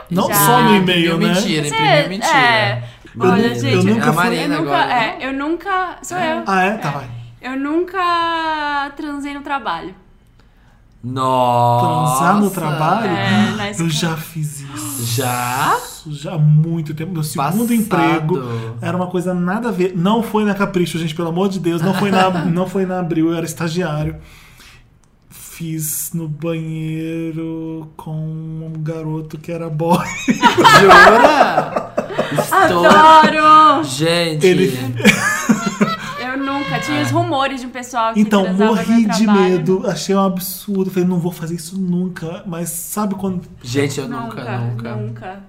Speaker 2: Não
Speaker 3: Já.
Speaker 2: só no
Speaker 1: Imprimiu
Speaker 2: e-mail, né?
Speaker 1: Mentira,
Speaker 3: Você-
Speaker 1: imprimiu mentira.
Speaker 3: É.
Speaker 1: Menina,
Speaker 3: Olha, gente,
Speaker 2: eu nunca
Speaker 1: a
Speaker 2: fui-
Speaker 3: eu
Speaker 1: Marina
Speaker 3: nunca,
Speaker 1: agora. né?
Speaker 3: é, eu nunca. Sou eu.
Speaker 2: Ah, é? Tá, vai.
Speaker 3: Eu nunca transei no trabalho.
Speaker 1: Nossa.
Speaker 2: Transar no trabalho?
Speaker 3: É, na
Speaker 2: eu
Speaker 3: escola.
Speaker 2: já fiz isso.
Speaker 1: Já?
Speaker 2: Isso já há muito tempo. Meu segundo
Speaker 1: Passado.
Speaker 2: emprego era uma coisa nada a ver. Não foi na Capricho, gente, pelo amor de Deus. Não foi na, não foi na Abril, eu era estagiário. Fiz no banheiro com um garoto que era boy.
Speaker 1: Jura? Estou...
Speaker 3: Adoro!
Speaker 1: Gente,
Speaker 2: Ele-
Speaker 3: Eu nunca. Tinha
Speaker 1: Ah.
Speaker 3: os rumores de um pessoal que
Speaker 2: Então,
Speaker 3: transava
Speaker 2: morri
Speaker 3: no
Speaker 2: de
Speaker 3: trabalho.
Speaker 2: medo, achei um absurdo. Falei, não vou fazer isso nunca. Mas sabe quando.
Speaker 1: gente, eu nunca,
Speaker 3: Nunca,
Speaker 1: nunca.
Speaker 3: nunca. Nunca,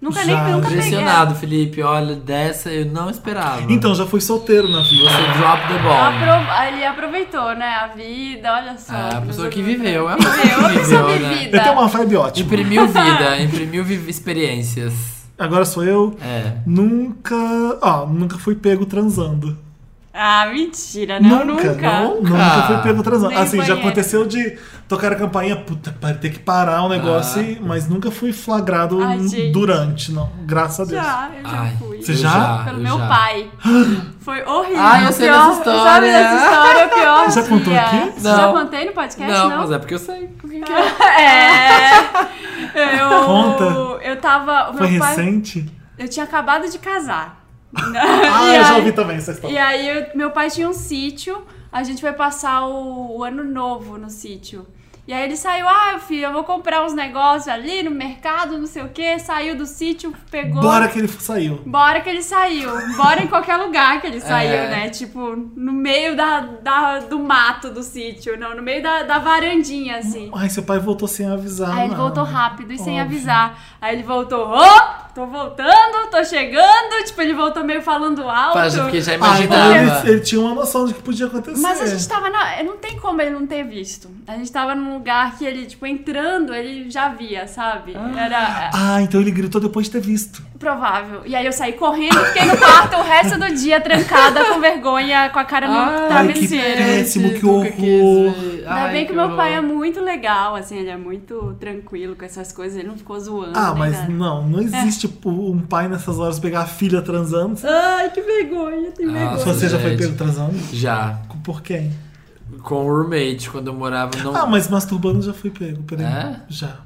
Speaker 3: nunca
Speaker 2: Já.
Speaker 3: nem nunca peguei.
Speaker 1: Impressionado, Felipe. Olha, dessa eu não esperava.
Speaker 2: Então, já fui solteiro na vida. assim.
Speaker 1: Você drop the bomb.
Speaker 3: Apro- Ele aproveitou, né? A vida, olha só.
Speaker 1: É, a pessoa que
Speaker 3: Aproveitou.
Speaker 1: viveu, é uma pessoa
Speaker 3: Viveu,
Speaker 1: que
Speaker 3: a pessoa
Speaker 1: viveu, né?
Speaker 3: vivida.
Speaker 2: Eu tenho uma vibe ótima.
Speaker 1: Imprimiu vida, imprimiu vi- experiências.
Speaker 2: Agora sou eu.
Speaker 1: É.
Speaker 2: Nunca. Ó, nunca fui pego transando.
Speaker 3: Ah, mentira, né? Eu
Speaker 2: nunca,
Speaker 3: nunca.
Speaker 2: não-
Speaker 1: Ah.
Speaker 2: nunca fui pego transando.
Speaker 3: Nem no
Speaker 2: assim, já
Speaker 3: banheiro.
Speaker 2: aconteceu de tocar a campainha, puta, pa- ter que parar o negócio,
Speaker 1: Ah.
Speaker 2: e- mas nunca fui flagrado
Speaker 3: Ai,
Speaker 2: n-
Speaker 3: gente.
Speaker 2: durante, não. Graças a Deus.
Speaker 3: Já, eu já
Speaker 1: Ai,
Speaker 3: fui.
Speaker 2: Você
Speaker 1: eu
Speaker 2: já?
Speaker 3: Pelo
Speaker 1: eu
Speaker 3: meu
Speaker 1: já.
Speaker 3: pai. Foi horrível.
Speaker 1: Ai, eu sei
Speaker 3: pior,
Speaker 1: dessa história.
Speaker 3: Sabe dessa história? O pior
Speaker 2: Já
Speaker 3: dia.
Speaker 2: contou aqui?
Speaker 1: Não.
Speaker 3: Já contei no podcast?
Speaker 1: Não,
Speaker 3: Não,
Speaker 1: mas é porque eu sei. o que que é.
Speaker 3: é. Eu,
Speaker 2: Conta.
Speaker 3: Eu tava. O meu
Speaker 2: Foi
Speaker 3: pai,
Speaker 2: recente?
Speaker 3: Eu tinha acabado de casar.
Speaker 2: Ah,
Speaker 3: E
Speaker 2: eu já
Speaker 3: aí-
Speaker 2: ouvi também essa
Speaker 3: E
Speaker 2: história.
Speaker 3: aí, eu- meu pai tinha um sítio, a gente foi passar o, o ano novo no sítio. E aí ele saiu, ah, filho, eu vou comprar uns negócios ali no mercado, não sei o que. Saiu do sítio, pegou.
Speaker 2: Bora que ele saiu.
Speaker 3: Bora que ele saiu. Bora em qualquer lugar que ele saiu,
Speaker 1: É.
Speaker 3: né? Tipo, no meio da, da- do mato do sítio, não, no meio da, da varandinha, assim.
Speaker 2: Ai, seu pai voltou sem avisar.
Speaker 3: Aí ele
Speaker 2: não.
Speaker 3: voltou rápido e sem
Speaker 2: Óbvio.
Speaker 3: avisar. Aí ele voltou, ô, oh, tô voltando, tô chegando. Tipo, ele voltou meio falando alto.
Speaker 1: Faz, Porque já é
Speaker 2: Ah, então
Speaker 1: imaginava.
Speaker 2: ele, ele tinha uma noção de que podia acontecer.
Speaker 3: Mas a gente tá- tava na. eh, Não tem como ele não ter visto. A gente tava num lugar que ele, tipo, entrando, ele já via, sabe? Era é,
Speaker 2: Ah, então ele gritou depois de ter visto.
Speaker 3: provável. E aí eu saí correndo, fiquei no quarto o resto do dia trancada, com vergonha, com a cara no
Speaker 1: Ai,
Speaker 2: que
Speaker 3: travesseiro.
Speaker 2: pena. é péssimo, que
Speaker 1: nunca quis
Speaker 2: horror.
Speaker 1: ver.
Speaker 3: Ainda
Speaker 1: Ai,
Speaker 3: bem que, o meu
Speaker 1: horror.
Speaker 3: pai é muito legal, assim, ele é muito tranquilo com essas coisas, ele não é ficou zoando.
Speaker 2: Ah,
Speaker 3: nem
Speaker 2: mas
Speaker 3: nada.
Speaker 2: não, não existe tipo, um pai nessas horas pegar a filha transando.
Speaker 3: Ai, que vergonha, tem
Speaker 1: Nossa.
Speaker 3: vergonha.
Speaker 2: Você já foi
Speaker 1: gente.
Speaker 2: pego transando?
Speaker 1: Já.
Speaker 2: Por quem?
Speaker 1: Com o roommate, quando eu morava no.
Speaker 2: Ah, mas masturbando já fui pego, peraí.
Speaker 1: É?
Speaker 2: Já.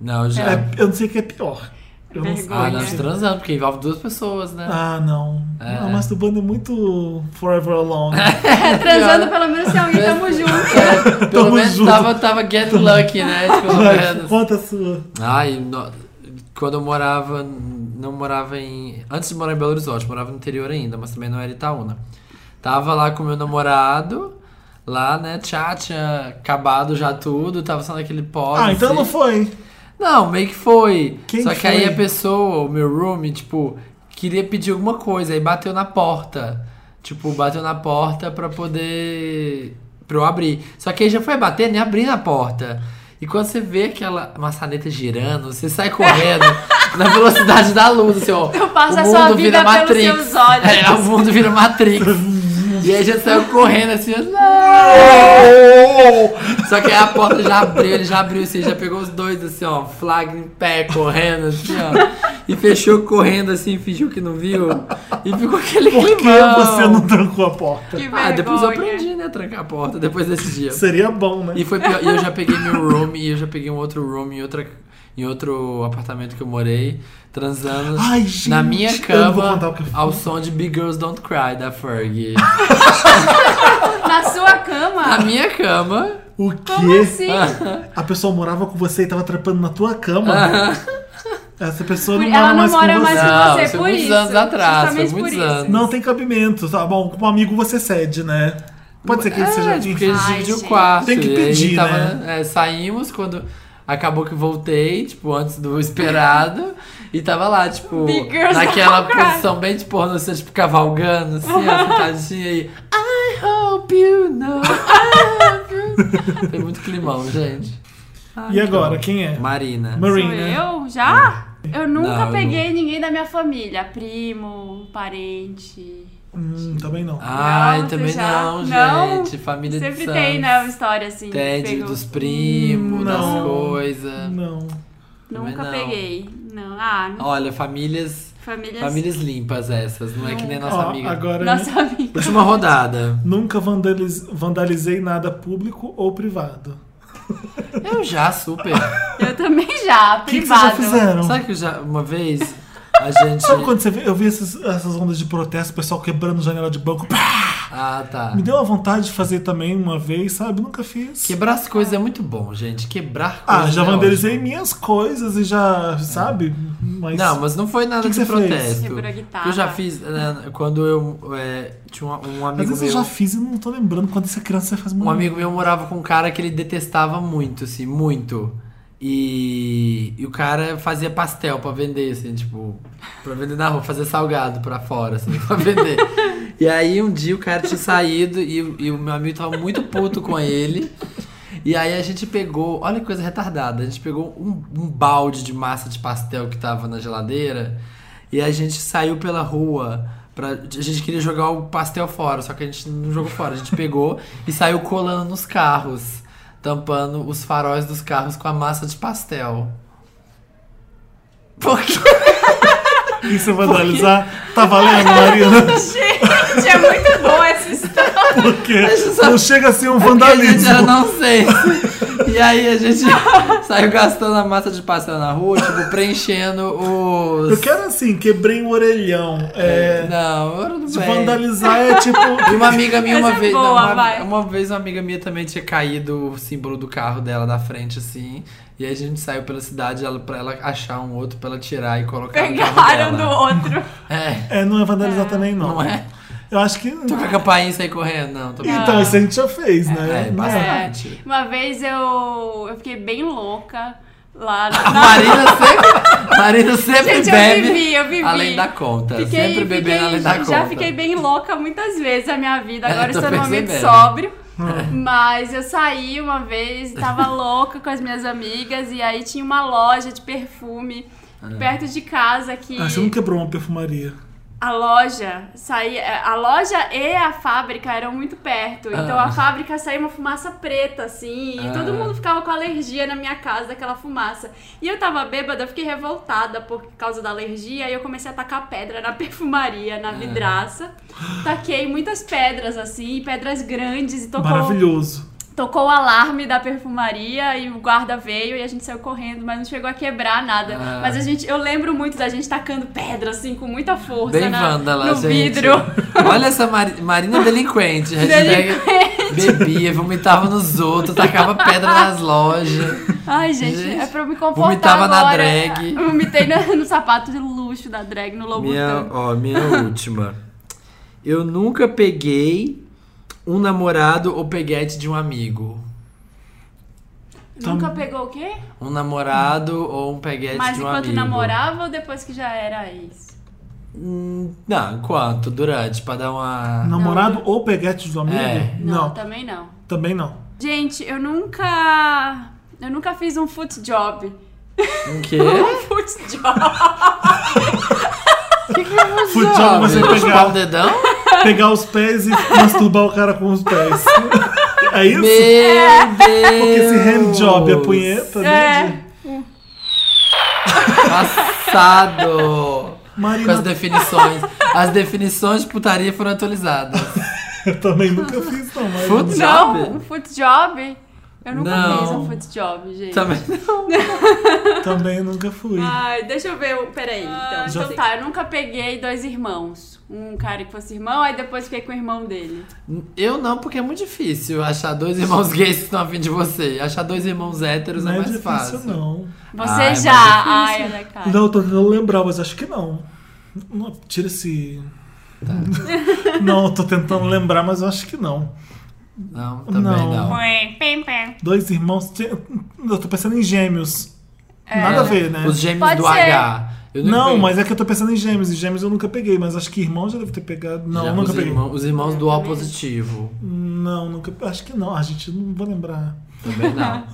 Speaker 1: Não, já.
Speaker 2: É, eu não sei o que é pior. Eu não sei.
Speaker 1: Ah,
Speaker 3: Olha.
Speaker 1: nós transando, porque envolve duas pessoas, né?
Speaker 2: Ah, não.
Speaker 1: É.
Speaker 2: Não, masturbando é muito forever alone.
Speaker 3: É, transando pelo menos tem alguém, tamo junto.
Speaker 1: É, pelo
Speaker 2: Ah, Tamo
Speaker 1: menos
Speaker 2: junto.
Speaker 1: tava, tava get lucky, né? Pelo menos.
Speaker 2: Conta a sua.
Speaker 1: Ai, no- quando eu morava. Não morava em. Antes de morar em Belo Horizonte, morava no interior ainda, mas também não era Itaúna. Tava lá com meu namorado, lá, né? Tchá, tinha acabado já tudo, tava só naquele pós.
Speaker 2: Ah, então
Speaker 1: assim.
Speaker 2: não foi.
Speaker 1: Não, meio que foi.
Speaker 2: Quem
Speaker 1: Só que aí
Speaker 2: foi?
Speaker 1: a pessoa, o meu room, tipo, queria pedir alguma coisa, aí bateu na porta. Tipo, bateu na porta pra poder. pra eu abrir. Só que aí já foi bater, nem abrir na porta. E quando você vê aquela maçaneta girando, você sai correndo na velocidade da luz, assim, ó.
Speaker 3: Eu passo
Speaker 1: o
Speaker 3: a
Speaker 1: mundo
Speaker 3: sua
Speaker 1: vira
Speaker 3: vida pelos
Speaker 1: Matrix.
Speaker 3: seus olhos.
Speaker 1: É, o mundo vira Matrix. e aí já saiu correndo assim, ó, oh, só que aí a porta já abriu, ele já abriu assim, já pegou os dois assim, ó, flag em pé, correndo assim, ó. E fechou correndo assim, fingiu que não viu. E ficou aquele
Speaker 2: Por que
Speaker 1: climão.
Speaker 2: você não trancou a porta?
Speaker 3: Que vergonha.
Speaker 1: Ah, depois eu aprendi, né, a trancar a porta, depois desse dia.
Speaker 2: Seria bom, né?
Speaker 1: E foi pior, e eu já peguei meu room, e eu já peguei um outro room em outra... Em outro apartamento que eu morei, transando
Speaker 2: Ai, gente,
Speaker 1: na minha
Speaker 2: eu não vou
Speaker 1: cama
Speaker 2: contar o que eu fiz.
Speaker 1: ao som de Big Girls Don't Cry da Fergie.
Speaker 3: Na sua cama?
Speaker 1: na minha cama,
Speaker 2: O quê?
Speaker 3: Como assim?
Speaker 1: Ah,
Speaker 2: A pessoa morava com você e tava trampando na tua cama? Essa pessoa não
Speaker 3: Ela
Speaker 2: mora mais
Speaker 3: não mora
Speaker 2: com
Speaker 3: mais
Speaker 2: você.
Speaker 3: com
Speaker 1: Não,
Speaker 3: você,
Speaker 1: isso é
Speaker 3: por
Speaker 1: muitos
Speaker 3: isso.
Speaker 1: anos atrás, foi
Speaker 3: Justamente
Speaker 1: muitos
Speaker 3: por isso.
Speaker 1: anos.
Speaker 2: Não tem cabimento, tá bom? Com um amigo você cede, né? Pode ser que ele
Speaker 1: É,
Speaker 2: seja
Speaker 1: porque a gente
Speaker 3: Ai,
Speaker 1: dividiu o
Speaker 3: gente.
Speaker 1: quarto.
Speaker 2: Tem que
Speaker 1: e aí
Speaker 2: pedir,
Speaker 1: tava-
Speaker 2: né?
Speaker 1: é, saímos quando acabou que voltei, tipo, antes do esperado. e tava lá, tipo,
Speaker 3: Big girls
Speaker 1: naquela
Speaker 3: don't cry.
Speaker 1: posição bem de porno, assim, tipo, cavalgando, assim, ó, sentadinha aí. I hope you know. I hope you know." Foi muito climão, gente.
Speaker 2: E agora, quem é?
Speaker 1: Marina.
Speaker 3: Sou
Speaker 2: Marina.
Speaker 3: eu? Já? Eu nunca
Speaker 1: Não, eu
Speaker 3: peguei ninguém da minha família. Primo, parente.
Speaker 2: Hum, também não.
Speaker 1: Ah, Ai,
Speaker 3: você
Speaker 1: também
Speaker 3: já-
Speaker 1: não,
Speaker 3: Não,
Speaker 1: gente. Família de
Speaker 3: Sempre
Speaker 1: Santos.
Speaker 3: tem, né? Uma história assim.
Speaker 1: Tem de-
Speaker 3: pegou.
Speaker 1: dos primos, das
Speaker 2: Não.
Speaker 1: coisas.
Speaker 2: Não.
Speaker 3: Nunca
Speaker 1: Também não.
Speaker 3: peguei. Não. Ah, não-
Speaker 1: Olha, famílias,
Speaker 3: famílias.
Speaker 1: famílias limpas essas, não é que nem a nossa
Speaker 2: Ó,
Speaker 1: amiga.
Speaker 2: agora.
Speaker 3: Nossa amiga.
Speaker 1: Última rodada.
Speaker 2: Nunca vandaliz- vandalizei nada público ou privado.
Speaker 1: Eu já, super.
Speaker 3: Eu também já,
Speaker 2: O que, que vocês tá
Speaker 3: privado.
Speaker 2: já fizeram?
Speaker 1: Sabe que eu já, uma vez, a gente...
Speaker 2: Sabe quando você vê, eu vi essas, essas ondas de protesto, o pessoal quebrando janela de banco? Pá!
Speaker 1: Ah, tá.
Speaker 2: Me deu a vontade de fazer também uma vez, sabe? Nunca fiz.
Speaker 1: Quebrar as coisas é muito bom, gente. Quebrar coisas
Speaker 2: Ah, já
Speaker 1: é
Speaker 2: vandalizei minhas coisas e já, sabe? Mas.
Speaker 1: ótimo. Não, mas não foi nada
Speaker 2: Que que
Speaker 1: de
Speaker 2: você fez?
Speaker 1: protesto.
Speaker 3: Quebrou a guitarra.
Speaker 1: Eu já fiz, né, quando eu é, tinha um, um
Speaker 2: Às
Speaker 1: amigo
Speaker 2: vezes eu
Speaker 1: meu...
Speaker 2: já fiz e não tô lembrando quando você é criança você faz muito.
Speaker 1: Um amigo meu morava com um cara que ele detestava muito, assim, muito. E, e o cara fazia pastel pra vender, assim, tipo, pra vender na rua, fazia salgado pra fora, assim, pra vender. e aí um dia o cara tinha saído e, o- e o meu amigo tava muito puto com ele. E aí a gente pegou, olha que coisa retardada, a gente pegou um, um balde de massa de pastel que tava na geladeira e a gente saiu pela rua. Pra, a gente queria jogar o pastel fora, só que a gente não jogou fora. A gente pegou e saiu colando nos carros, tampando os faróis dos carros com a massa de pastel. Por quê?
Speaker 2: E você vandalizar? Tá valendo, Mariana?
Speaker 3: Gente, é muito boa essa história.
Speaker 2: Porque
Speaker 1: só-
Speaker 2: não chega a ser um
Speaker 1: Porque a gente era
Speaker 2: vandalismo.
Speaker 1: nonsense. E aí a gente saiu gastando a massa de pastel na rua, tipo, preenchendo os.
Speaker 2: Eu quero assim, quebrei um orelhão. É,
Speaker 1: Não, eu não
Speaker 2: de
Speaker 1: bem.
Speaker 2: vandalizar é tipo.
Speaker 1: E uma amiga minha
Speaker 3: Essa
Speaker 1: uma
Speaker 3: é
Speaker 1: vez.
Speaker 3: boa,
Speaker 1: não, uma,
Speaker 3: vai.
Speaker 1: uma vez uma amiga minha também tinha caído o símbolo do carro dela da frente, assim. E aí a gente saiu pela cidade ela, pra ela achar um outro pra ela tirar e colocar no carro
Speaker 3: Pegaram um do
Speaker 1: dela.
Speaker 3: outro.
Speaker 1: É,
Speaker 2: É, não é vandalizar também, não.
Speaker 1: não é?
Speaker 2: Eu acho que.
Speaker 1: Tocar a campainha e sair correndo, não. Tô brincando.
Speaker 2: Então, isso a gente já fez, né?
Speaker 1: é,
Speaker 2: Não
Speaker 1: bastante.
Speaker 3: Uma vez eu, eu fiquei bem louca lá
Speaker 1: A
Speaker 3: na.
Speaker 1: Marina sempre, Marina sempre
Speaker 3: Gente, eu
Speaker 1: bebe
Speaker 3: vivi, eu vivi.
Speaker 1: além da conta.
Speaker 3: Fiquei-
Speaker 1: sempre bebendo
Speaker 3: fiquei-
Speaker 1: além da conta.
Speaker 3: Já fiquei bem louca muitas vezes na minha vida.
Speaker 1: É,
Speaker 3: Agora
Speaker 1: tô
Speaker 3: estou num momento
Speaker 1: percebendo. Hum.
Speaker 3: sóbrio. Mas eu saí uma vez, tava louca com as minhas amigas, e aí tinha uma loja de perfume
Speaker 1: Ah.
Speaker 3: perto de casa que.
Speaker 2: Ah, você não quebrou uma perfumaria.
Speaker 3: A loja saía. eh, A loja e a fábrica eram muito perto. Então
Speaker 1: Ah.
Speaker 3: a fábrica saía uma fumaça preta, assim, e
Speaker 1: Ah.
Speaker 3: todo mundo ficava com alergia na minha casa daquela fumaça. E eu tava bêbada, eu fiquei revoltada por causa da alergia, e eu comecei a tacar pedra na perfumaria,
Speaker 1: Ah.
Speaker 3: na vidraça. Taquei muitas pedras, assim, pedras grandes, e tocou
Speaker 2: Maravilhoso.
Speaker 3: Tocou o alarme da perfumaria e o guarda veio e a gente saiu correndo, mas não chegou a quebrar nada.
Speaker 1: Ah.
Speaker 3: Mas a gente, eu lembro muito da gente tacando pedra, assim, com muita força
Speaker 1: Bem
Speaker 3: na-
Speaker 1: vândala,
Speaker 3: no
Speaker 1: gente.
Speaker 3: vidro.
Speaker 1: Olha essa Mari- Marina delinquente. Hashtag bebia, vomitava nos outros, tacava pedra nas lojas.
Speaker 3: Ai, gente,
Speaker 1: Gente,
Speaker 3: é pra eu me comportar
Speaker 1: vomitava na
Speaker 3: agora.
Speaker 1: drag.
Speaker 3: Eu Vomitei no, no sapato de luxo da drag, no
Speaker 1: Minha,
Speaker 3: Lobutan.
Speaker 1: ó, minha última. Eu nunca peguei um namorado ou peguete de um amigo.
Speaker 3: Nunca pegou o quê?
Speaker 1: Um namorado ou um peguete
Speaker 3: Mas
Speaker 1: de um
Speaker 3: enquanto
Speaker 1: amigo.
Speaker 3: namorava ou depois que já era ex?
Speaker 1: Hum, Não, enquanto, durante, pra dar uma.
Speaker 2: Namorado ou peguete do amigo?
Speaker 1: É.
Speaker 2: Não,
Speaker 3: também não. tá-
Speaker 2: também não.
Speaker 3: Gente, eu nunca. Eu nunca fiz um foot job.
Speaker 1: Um quê?
Speaker 3: Um foot job.
Speaker 2: Food job você
Speaker 1: Sabe, chupar o
Speaker 2: é pegar,
Speaker 1: dedão?
Speaker 2: pegar os pés e masturbar o cara com os pés. É isso?
Speaker 1: Meu Deus!
Speaker 2: Porque esse handjob é punheta, né?
Speaker 3: É.
Speaker 2: gente?
Speaker 1: Passado! Com as
Speaker 2: Marina,
Speaker 1: definições. As definições de putaria foram atualizadas.
Speaker 2: eu também nunca fiz, não. Marina.
Speaker 1: Food job?
Speaker 3: Não, um foot job? Eu nunca
Speaker 1: Não.
Speaker 3: fiz um foot job, gente.
Speaker 1: Também.
Speaker 2: Também nunca fui.
Speaker 3: Ai, deixa eu ver. o- Peraí, então.
Speaker 2: já-
Speaker 3: Então tá, eu nunca peguei dois irmãos. Um cara que fosse irmão, aí depois fiquei com o irmão dele.
Speaker 1: Eu não, porque é muito difícil achar dois irmãos gays que estão afim de você. Achar dois irmãos héteros
Speaker 2: não
Speaker 1: é
Speaker 2: é
Speaker 1: mais
Speaker 2: difícil,
Speaker 1: fácil.
Speaker 2: não.
Speaker 3: Você
Speaker 1: Ai, mas é
Speaker 3: já. Ai, Ana Clara.
Speaker 2: Não, eu tô tentando lembrar, mas acho que não. Não, Tira esse.
Speaker 1: Tá.
Speaker 2: não, eu tô tentando lembrar, mas eu acho que não.
Speaker 1: Não, também
Speaker 2: Não.
Speaker 1: não.
Speaker 3: Ué, pim, pim.
Speaker 2: Dois
Speaker 1: É.
Speaker 2: irmãos. tinha- Eu tô pensando em gêmeos. Nada a ver, né?
Speaker 1: Os gêmeos do
Speaker 3: Pode ser.
Speaker 1: H. Eu nunca
Speaker 2: Não,
Speaker 1: peguei.
Speaker 2: mas é que eu tô pensando em gêmeos. E gêmeos eu nunca peguei, mas acho que irmão já deve ter pegado. Não,
Speaker 1: Já,
Speaker 2: nunca
Speaker 1: os,
Speaker 2: peguei.
Speaker 1: irmão- os irmãos do O
Speaker 3: também.
Speaker 1: positivo.
Speaker 2: Não, nunca. Acho que não. A gente não vou lembrar.
Speaker 1: Também não.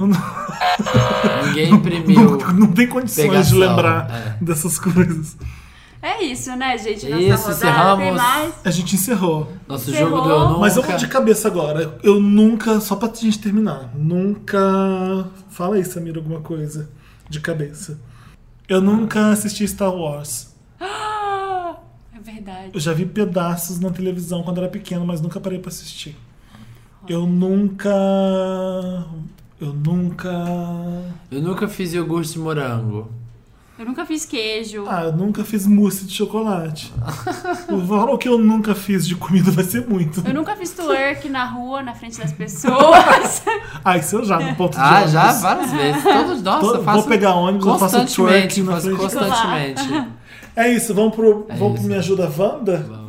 Speaker 1: Ninguém imprimiu.
Speaker 2: Não, não tem condições
Speaker 1: Pegação,
Speaker 2: de lembrar
Speaker 1: é.
Speaker 2: dessas coisas.
Speaker 3: É isso, né, gente?
Speaker 1: É
Speaker 3: Nossa
Speaker 1: isso,
Speaker 3: rodada. Tem
Speaker 1: encerramos.
Speaker 3: mais?
Speaker 2: A gente encerrou.
Speaker 1: Nosso
Speaker 3: Ferrou.
Speaker 1: jogo do Eu Nunca.
Speaker 2: Mas eu vou de cabeça agora. Eu nunca, só pra gente terminar, nunca. Fala aí, Samir, alguma coisa de cabeça. Eu nunca assisti Star Wars.
Speaker 3: Ah, É verdade.
Speaker 2: Eu já vi pedaços na televisão quando era pequeno, mas nunca parei pra assistir. Eu nunca. Eu nunca.
Speaker 1: Eu nunca fiz iogurte de morango.
Speaker 3: Eu nunca fiz queijo.
Speaker 2: Ah, eu nunca fiz mousse de chocolate. Falar o que eu nunca fiz de comida vai ser muito.
Speaker 3: Eu nunca fiz twerk na rua, na frente das pessoas.
Speaker 2: Ah, isso eu já, no ponto de
Speaker 1: Ah,
Speaker 2: ônibus.
Speaker 1: já várias vezes. Todos, nossa,
Speaker 2: Todo-
Speaker 1: eu faço
Speaker 2: vou pegar ônibus, eu faço
Speaker 1: constantemente,
Speaker 2: twerk na
Speaker 1: faço
Speaker 2: frente.
Speaker 1: constantemente.
Speaker 2: É isso, vamos pro,
Speaker 1: É
Speaker 2: vamos
Speaker 1: isso.
Speaker 2: pro Me Ajuda Wanda?
Speaker 3: Vamos.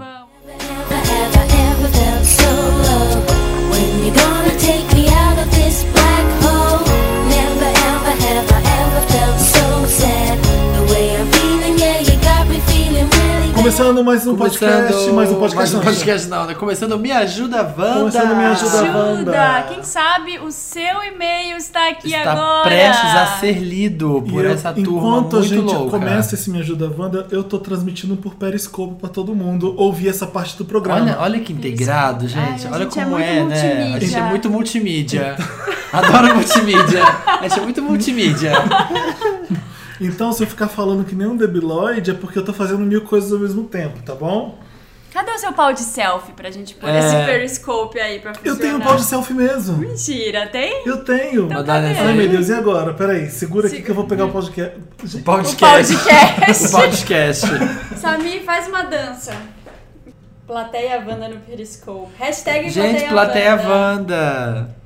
Speaker 6: Never ever ever felt so low. When you gonna take me out of this black hole? Never ever have I ever felt so sad. The way I'm feeling, yeah, you got me feeling really bad.
Speaker 2: Começando mais um podcast, mais um podcast.
Speaker 1: mais um
Speaker 2: não,
Speaker 1: podcast não, né? Começando Me Ajuda Wanda.
Speaker 2: Começando Me Ajuda Wanda.
Speaker 3: Ajuda! Quem sabe o seu e-mail está aqui
Speaker 1: Está
Speaker 3: agora.
Speaker 1: prestes a ser lido
Speaker 2: E
Speaker 1: por
Speaker 2: eu-
Speaker 1: essa turma
Speaker 2: enquanto
Speaker 1: muito
Speaker 2: a gente
Speaker 1: louca.
Speaker 2: começa esse Me Ajuda Wanda, eu tô transmitindo por Periscope pra todo mundo ouvir essa parte do programa.
Speaker 1: Olha, olha que integrado, gente.
Speaker 3: Ai, a
Speaker 1: olha
Speaker 3: gente é
Speaker 1: como
Speaker 3: muito
Speaker 1: é, né? A gente é
Speaker 3: multimídia.
Speaker 1: muito multimídia. Adoro multimídia. A gente é muito multimídia.
Speaker 2: Então, se eu ficar falando que nem um debiloide, é porque eu tô fazendo mil coisas ao mesmo tempo, tá bom?
Speaker 3: Cadê o seu pau de selfie pra gente pôr
Speaker 1: É.
Speaker 3: esse periscope aí pra
Speaker 2: Eu
Speaker 3: funcionar?
Speaker 2: tenho um pau de selfie mesmo.
Speaker 3: Mentira, tem?
Speaker 2: Eu tenho.
Speaker 1: Vou dar nessa
Speaker 2: Ai,
Speaker 1: aí.
Speaker 2: meu Deus, e agora? Peraí, segura aqui
Speaker 3: Segura.
Speaker 2: que eu vou pegar o podcast. Gente,
Speaker 3: O pau de
Speaker 1: podcast. O podcast.
Speaker 3: Samir, faz uma dança. Plateia Wanda no periscope. Hashtag
Speaker 1: gente, plateia
Speaker 3: plateia
Speaker 1: Wanda.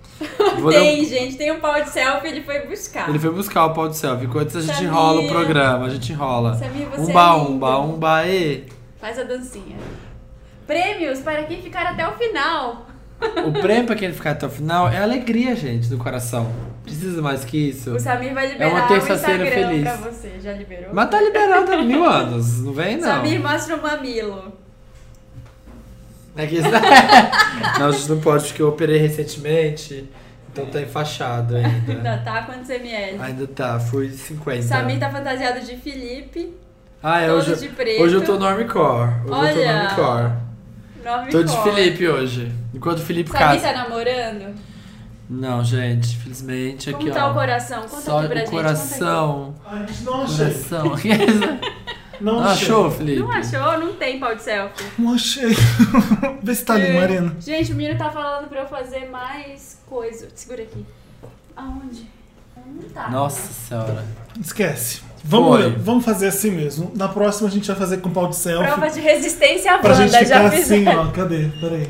Speaker 1: Vou ler
Speaker 3: Tem,
Speaker 1: um-
Speaker 3: gente, tem um pau de selfie, ele foi buscar.
Speaker 1: Ele foi buscar o pau de selfie. Enquanto isso, a gente
Speaker 3: Samir.
Speaker 1: enrola o programa. A gente enrola. Um
Speaker 3: Samir, você
Speaker 1: umba,
Speaker 3: é lindo.
Speaker 1: umba, umba, e.
Speaker 3: Faz a dancinha. Prêmios para quem ficar até o final.
Speaker 1: O prêmio pra quem ficar até o final é a alegria, gente, do coração. Precisa mais que isso.
Speaker 3: O Samir vai liberar
Speaker 1: É uma
Speaker 3: o
Speaker 1: terça-feira
Speaker 3: Instagram
Speaker 1: feliz.
Speaker 3: pra você. Já liberou?
Speaker 1: Mas tá liberado há mil anos. Não vem, não.
Speaker 3: Samir mostra o mamilo.
Speaker 1: É que isso... não, a gente não pode, porque eu operei recentemente, então tá enfaixado ainda.
Speaker 3: Ainda tá? Quantos ml?
Speaker 1: Ainda tá, fui 50.
Speaker 3: Samir tá fantasiado de Felipe.
Speaker 1: ah, então. é,
Speaker 3: todo
Speaker 1: hoje,
Speaker 3: de preto.
Speaker 1: hoje eu tô no Armcore. Hoje eu tô no
Speaker 3: Olha,
Speaker 1: Armcore.
Speaker 3: Nome
Speaker 1: Tô de
Speaker 3: cor.
Speaker 1: Felipe hoje. Enquanto o Felipe
Speaker 3: Samir
Speaker 1: casa.
Speaker 3: tá namorando?
Speaker 1: Não, gente, infelizmente
Speaker 3: Como
Speaker 1: aqui,
Speaker 3: tá
Speaker 1: ó.
Speaker 3: o coração? Conta
Speaker 1: Só
Speaker 3: aqui pra
Speaker 1: o
Speaker 3: gente.
Speaker 1: coração.
Speaker 2: a gente não achei.
Speaker 1: Coração.
Speaker 2: Não
Speaker 1: Não
Speaker 2: achei.
Speaker 1: achou, Felipe?
Speaker 3: Conta aqui. Não achou? Não tem pau de selfie.
Speaker 2: Não achei. Vê se tá ali, Marina.
Speaker 3: Gente, o menino tá falando pra eu fazer mais coisa. Segura aqui. Aonde? Não tá.
Speaker 1: Nossa senhora.
Speaker 2: Esquece. Vamos,
Speaker 1: Foi.
Speaker 2: vamos fazer assim mesmo. Na próxima a gente vai fazer com pau de selfie.
Speaker 3: Prova de resistência à
Speaker 2: Pra
Speaker 3: banda,
Speaker 2: gente ficar
Speaker 3: já
Speaker 2: assim,
Speaker 3: fizeram.
Speaker 2: ó. Cadê? Peraí.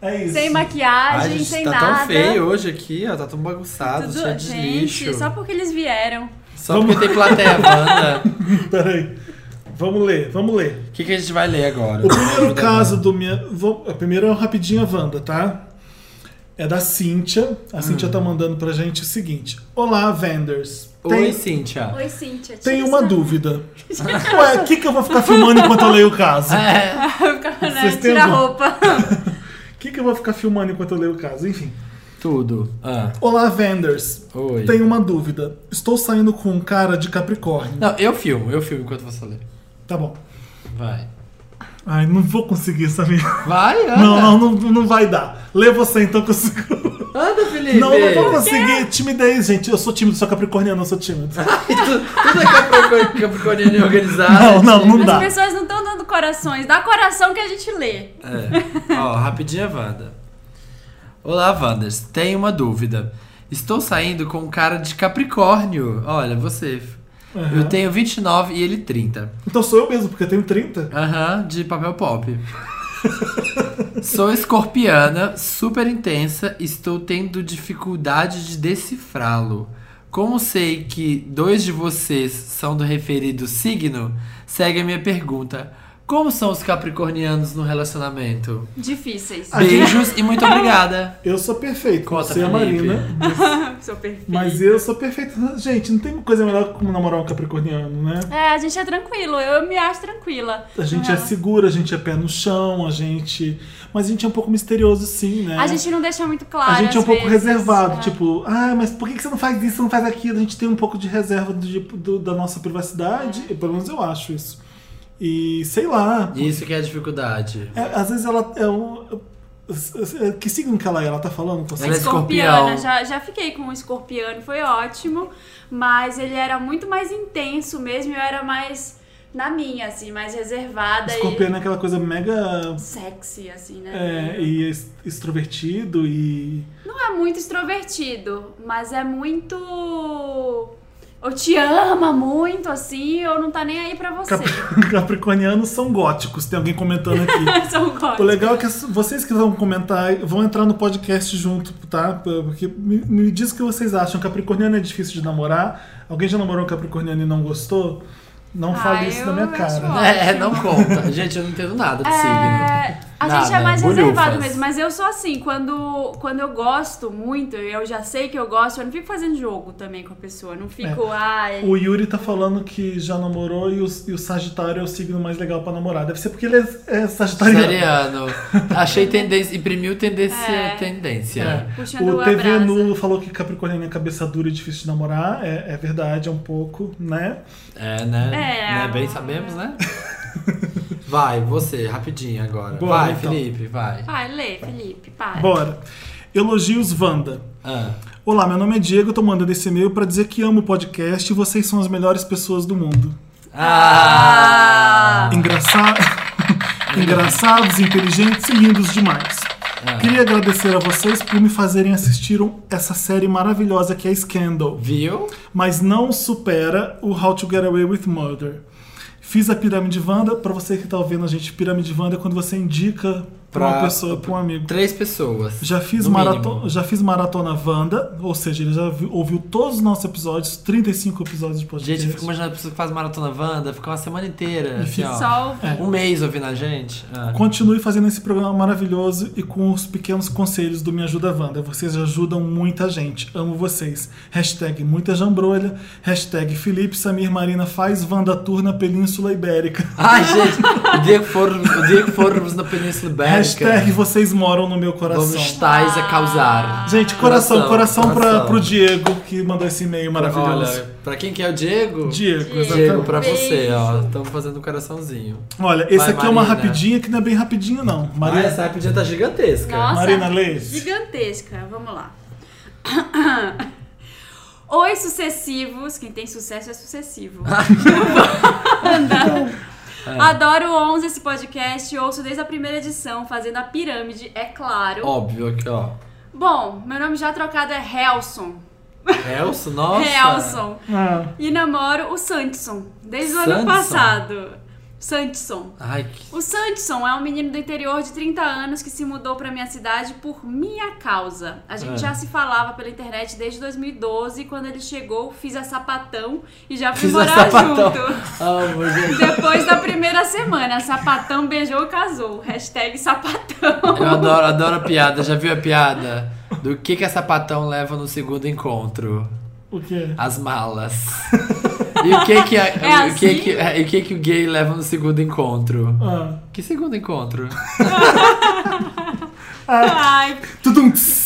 Speaker 2: É isso.
Speaker 3: Sem maquiagem,
Speaker 1: Ai, gente,
Speaker 3: sem
Speaker 1: tá
Speaker 3: nada.
Speaker 1: tão feio hoje aqui, ó. Tá tão bagunçado,
Speaker 3: Tudo,
Speaker 1: cheio de
Speaker 3: gente,
Speaker 1: lixo.
Speaker 3: só porque eles vieram.
Speaker 1: Só porque tem plateia, banda.
Speaker 2: Peraí. Vamos ler, vamos ler.
Speaker 1: O que, que a gente vai ler agora?
Speaker 2: O primeiro caso do minha. Vou... O primeiro é o rapidinho a Wanda, tá? É da Cíntia. A Cíntia tá mandando pra gente o seguinte: Olá, Vendors.
Speaker 1: Oi, Cíntia.
Speaker 3: Oi, Cíntia.
Speaker 2: tem
Speaker 3: tira
Speaker 2: uma
Speaker 3: essa-
Speaker 2: dúvida. Ué, o que, que eu vou ficar filmando enquanto eu leio o caso?
Speaker 1: É,
Speaker 3: Né,
Speaker 2: Vocês têm
Speaker 3: Tira a
Speaker 2: algum-
Speaker 3: roupa.
Speaker 2: O que, que eu vou ficar filmando enquanto eu leio o caso? Enfim.
Speaker 1: tudo. Ah,
Speaker 2: Olá, Vendors.
Speaker 1: oi.
Speaker 2: Tenho uma dúvida. Estou saindo com um cara de Capricórnio.
Speaker 1: Não, eu filmo, eu filmo enquanto você lê.
Speaker 2: Tá bom.
Speaker 1: Vai.
Speaker 2: Ai, não vou conseguir, Samir.
Speaker 1: Vai, anda.
Speaker 2: Não, não, não, não vai dar. Lê você então que eu consigo.
Speaker 1: Anda, Felipe.
Speaker 2: Não, não vou conseguir. Timidez, gente. Eu sou tímido, sou capricorniano, eu sou tímido.
Speaker 1: tudo, tudo é capricor- capricorniano e organizado.
Speaker 2: Não, não, não
Speaker 3: As
Speaker 2: dá.
Speaker 3: pessoas não estão dando corações. Dá coração que a gente lê.
Speaker 1: É. Ó, rapidinha, Wanda. Olá, Wanders. Tenho uma dúvida. Estou saindo com um cara de Capricórnio. Olha, você. Eu tenho 29 e ele 30.
Speaker 2: Então sou eu mesmo, porque eu tenho 30.
Speaker 1: Aham, de papel pop. Sou escorpiana, super intensa, estou tendo dificuldade de decifrá-lo. Como sei que dois de vocês são do referido signo, segue a minha pergunta. Como são os capricornianos no relacionamento?
Speaker 3: Difíceis.
Speaker 2: A gente-
Speaker 1: Beijos e muito obrigada.
Speaker 2: Eu sou perfeito,
Speaker 1: Conta,
Speaker 2: você é a
Speaker 1: Felipe.
Speaker 2: Marina.
Speaker 3: Sou perfeito.
Speaker 2: Mas eu sou perfeito. Gente, não tem coisa melhor que namorar um capricorniano, né?
Speaker 3: É, a gente é tranquilo, eu me acho tranquila.
Speaker 2: A gente é segura, a gente é pé no chão, a gente. Mas a gente é um pouco misterioso, sim, né?
Speaker 3: A gente não deixa muito claro.
Speaker 2: A gente é um
Speaker 3: às
Speaker 2: pouco
Speaker 3: vezes,
Speaker 2: reservado,
Speaker 3: né?
Speaker 2: tipo, ah, mas por que que você não faz isso, não faz aquilo? A gente tem um pouco de reserva do, tipo, do- da nossa privacidade, pelo menos eu acho isso. E sei lá.
Speaker 1: Isso que é a dificuldade.
Speaker 2: é- às vezes ela. É um, é- é- que signo que ela é? Ela tá falando com você?
Speaker 1: Ela é
Speaker 3: Escorpiana,
Speaker 1: escorpião.
Speaker 3: já, já fiquei com um escorpiano, foi ótimo, mas ele era muito mais intenso mesmo, eu era mais na minha, assim, mais reservada
Speaker 2: Escorpião é aquela coisa mega.
Speaker 3: e sexy, assim, né?
Speaker 2: é, e es- extrovertido e.
Speaker 3: Não é muito extrovertido, mas é muito. Ou te ama muito, assim, ou não tá nem aí pra você.
Speaker 2: Cap- Capricornianos são góticos, tem alguém comentando aqui.
Speaker 3: São
Speaker 2: O
Speaker 3: góticos.
Speaker 2: legal é que as- vocês que vão comentar vão entrar no podcast junto, tá? Porque me, me diz o que vocês acham. Capricorniano é difícil de namorar? Alguém já namorou um Capricorniano e não gostou? Não
Speaker 3: Ah,
Speaker 2: fale isso na minha
Speaker 3: eu acho
Speaker 2: cara.
Speaker 3: ótimo.
Speaker 1: É, não conta. Gente, eu não entendo nada de signo.
Speaker 3: É, a gente é
Speaker 1: Nada,
Speaker 3: mais
Speaker 1: bolhufas.
Speaker 3: reservado mesmo, mas eu sou assim, quando, quando eu gosto muito, eu já sei que eu gosto, eu não fico fazendo jogo também com a pessoa, não fico,
Speaker 1: É.
Speaker 3: ai.
Speaker 2: O Yuri tá falando que já namorou e o, e o Sagitário é o signo mais legal pra namorar. Deve ser porque ele é, é Sagitariano.
Speaker 1: Seriano. Achei tendência. Imprimiu tendência.
Speaker 3: É.
Speaker 1: tendência.
Speaker 2: É.
Speaker 3: Puxando
Speaker 2: O
Speaker 3: a
Speaker 2: TV
Speaker 3: brasa.
Speaker 2: Nulo falou que Capricorniano é cabeça dura e difícil de namorar. É, é verdade, é um pouco, né?
Speaker 1: É, né?
Speaker 3: É.
Speaker 1: Né? Bem sabemos, né? Vai, você, rapidinho agora.
Speaker 2: Bora,
Speaker 1: vai,
Speaker 2: então.
Speaker 1: Felipe, vai.
Speaker 3: Vai, lê, Felipe, para.
Speaker 2: Bora. Elogios Wanda.
Speaker 1: Ah,
Speaker 2: Olá, meu nome é Diego, eu tô mandando esse e-mail pra dizer que amo o podcast e vocês são as melhores pessoas do mundo.
Speaker 1: Ah!
Speaker 2: Engraça- Engraçados, inteligentes e lindos demais. Queria agradecer a vocês por me fazerem assistir um- essa série maravilhosa que é Scandal,
Speaker 1: viu?
Speaker 2: mas não supera o How to Get Away with Murder. Fiz a pirâmide Wanda, pra você que tá ouvindo a gente, pirâmide Wanda é quando você indica pra, uma
Speaker 1: Pra-
Speaker 2: pessoa, pra um amigo.
Speaker 1: Três pessoas.
Speaker 2: Já fiz,
Speaker 1: no
Speaker 2: marato
Speaker 1: mínimo.
Speaker 2: já fiz maratona Wanda, ou seja, ele já vi- ouviu todos os nossos episódios, 35 episódios de podcast.
Speaker 1: Gente, eu fico imaginando a pessoa que faz maratona Wanda, fica uma semana inteira, assim, ó.
Speaker 3: Só o-
Speaker 1: Um mês ouvindo a gente. Ah.
Speaker 2: Continue fazendo esse programa maravilhoso e com os pequenos conselhos do Me Ajuda Wanda. Vocês ajudam muita gente. Amo vocês. Hashtag muita jambrolha. Hashtag Felipe Samir Marina faz Wanda Tour na Península Ibérica.
Speaker 1: Ai, gente, o dia que formos, o dia que formos na Península Ibérica,
Speaker 2: Hashtag vocês moram no meu coração.
Speaker 1: vamos estáis a causar.
Speaker 2: Gente, coração,
Speaker 1: Coração,
Speaker 2: coração, pra,
Speaker 1: coração.
Speaker 2: pro Diego que mandou esse e-mail maravilhoso.
Speaker 1: Olha, pra quem que é o Diego?
Speaker 2: Diego,
Speaker 1: Diego,
Speaker 2: exatamente.
Speaker 1: pra você, ó.
Speaker 3: Beijo.
Speaker 1: Estamos fazendo um coraçãozinho.
Speaker 2: Olha, esse
Speaker 1: Vai,
Speaker 2: aqui é uma
Speaker 1: Marina.
Speaker 2: rapidinha que não é bem rapidinha, não.
Speaker 1: Maria,
Speaker 2: Marina,
Speaker 1: essa rapidinha tá gigantesca.
Speaker 3: Nossa,
Speaker 2: Marina Leite.
Speaker 3: Gigantesca, vamos lá. Oi, sucessivos. Quem tem sucesso é sucessivo. Wanda.
Speaker 1: É.
Speaker 3: Adoro o 11 esse podcast, ouço desde a primeira edição, fazendo a pirâmide, é claro.
Speaker 1: Óbvio aqui, ó.
Speaker 3: Bom, meu nome já trocado é Helson.
Speaker 1: Helson, nossa.
Speaker 3: Helson.
Speaker 2: Ah,
Speaker 3: E namoro o Santson, desde o
Speaker 1: Santson?
Speaker 3: ano passado. Santson.
Speaker 1: Ai, que...
Speaker 3: O Santson é um menino do interior de 30 anos que se mudou pra minha cidade por minha causa. A gente
Speaker 1: É.
Speaker 3: já se falava pela internet desde 2012, quando ele chegou, fiz a sapatão e já fui
Speaker 1: Fiz a
Speaker 3: morar
Speaker 1: sapatão.
Speaker 3: junto.
Speaker 1: Amo, gente.
Speaker 3: Depois da primeira semana, sapatão beijou e casou. Hashtag sapatão.
Speaker 1: Eu adoro, adoro a piada. Já viu a piada? Do que que a sapatão leva no segundo encontro?
Speaker 2: o quê?
Speaker 1: As malas. E o que que, a-
Speaker 3: É
Speaker 1: o, que
Speaker 3: assim?
Speaker 1: que, é, e o que que o gay leva no segundo encontro?
Speaker 2: Ah.
Speaker 1: Que segundo encontro?
Speaker 3: Ai,
Speaker 2: Tudum! tss.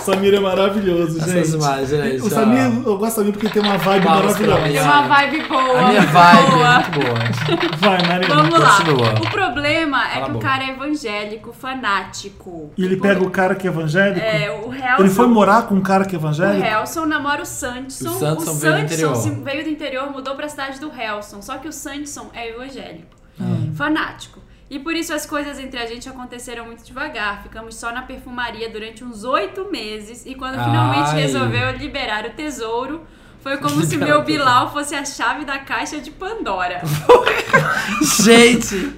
Speaker 2: Samir é maravilhoso,
Speaker 1: Essas
Speaker 2: gente.
Speaker 1: imagens, gente.
Speaker 2: O
Speaker 1: ó.
Speaker 2: Samir, eu gosto do Samir porque ele tem uma vibe
Speaker 1: Palmas pra
Speaker 3: é
Speaker 1: ele.
Speaker 2: maravilhosa.
Speaker 3: uma vibe boa.
Speaker 1: A minha
Speaker 3: muito
Speaker 1: vibe
Speaker 3: boa.
Speaker 1: é muito boa.
Speaker 2: Vai, Marina.
Speaker 3: Vamos lá.
Speaker 1: Continua.
Speaker 3: O problema é
Speaker 1: Cala
Speaker 3: que
Speaker 1: a
Speaker 3: o
Speaker 1: boca.
Speaker 3: cara é evangélico, fanático.
Speaker 2: E ele
Speaker 3: Por-
Speaker 2: pega o cara que é evangélico?
Speaker 3: É, o
Speaker 2: Ele
Speaker 3: Helson
Speaker 2: foi morar com um cara que é evangélico?
Speaker 3: O Helson namora o Sandson.
Speaker 1: O Sandson veio do interior.
Speaker 3: se- veio do interior, mudou pra cidade do Helson. Só que o Sandson é evangélico,
Speaker 1: Ah.
Speaker 3: fanático. E por isso as coisas entre a gente aconteceram muito devagar. Ficamos só na perfumaria durante uns oito meses. E quando finalmente
Speaker 1: Ai.
Speaker 3: resolveu liberar o tesouro, foi como se
Speaker 1: Liberar o
Speaker 3: meu Bilal fosse a chave da caixa de Pandora.
Speaker 1: Gente!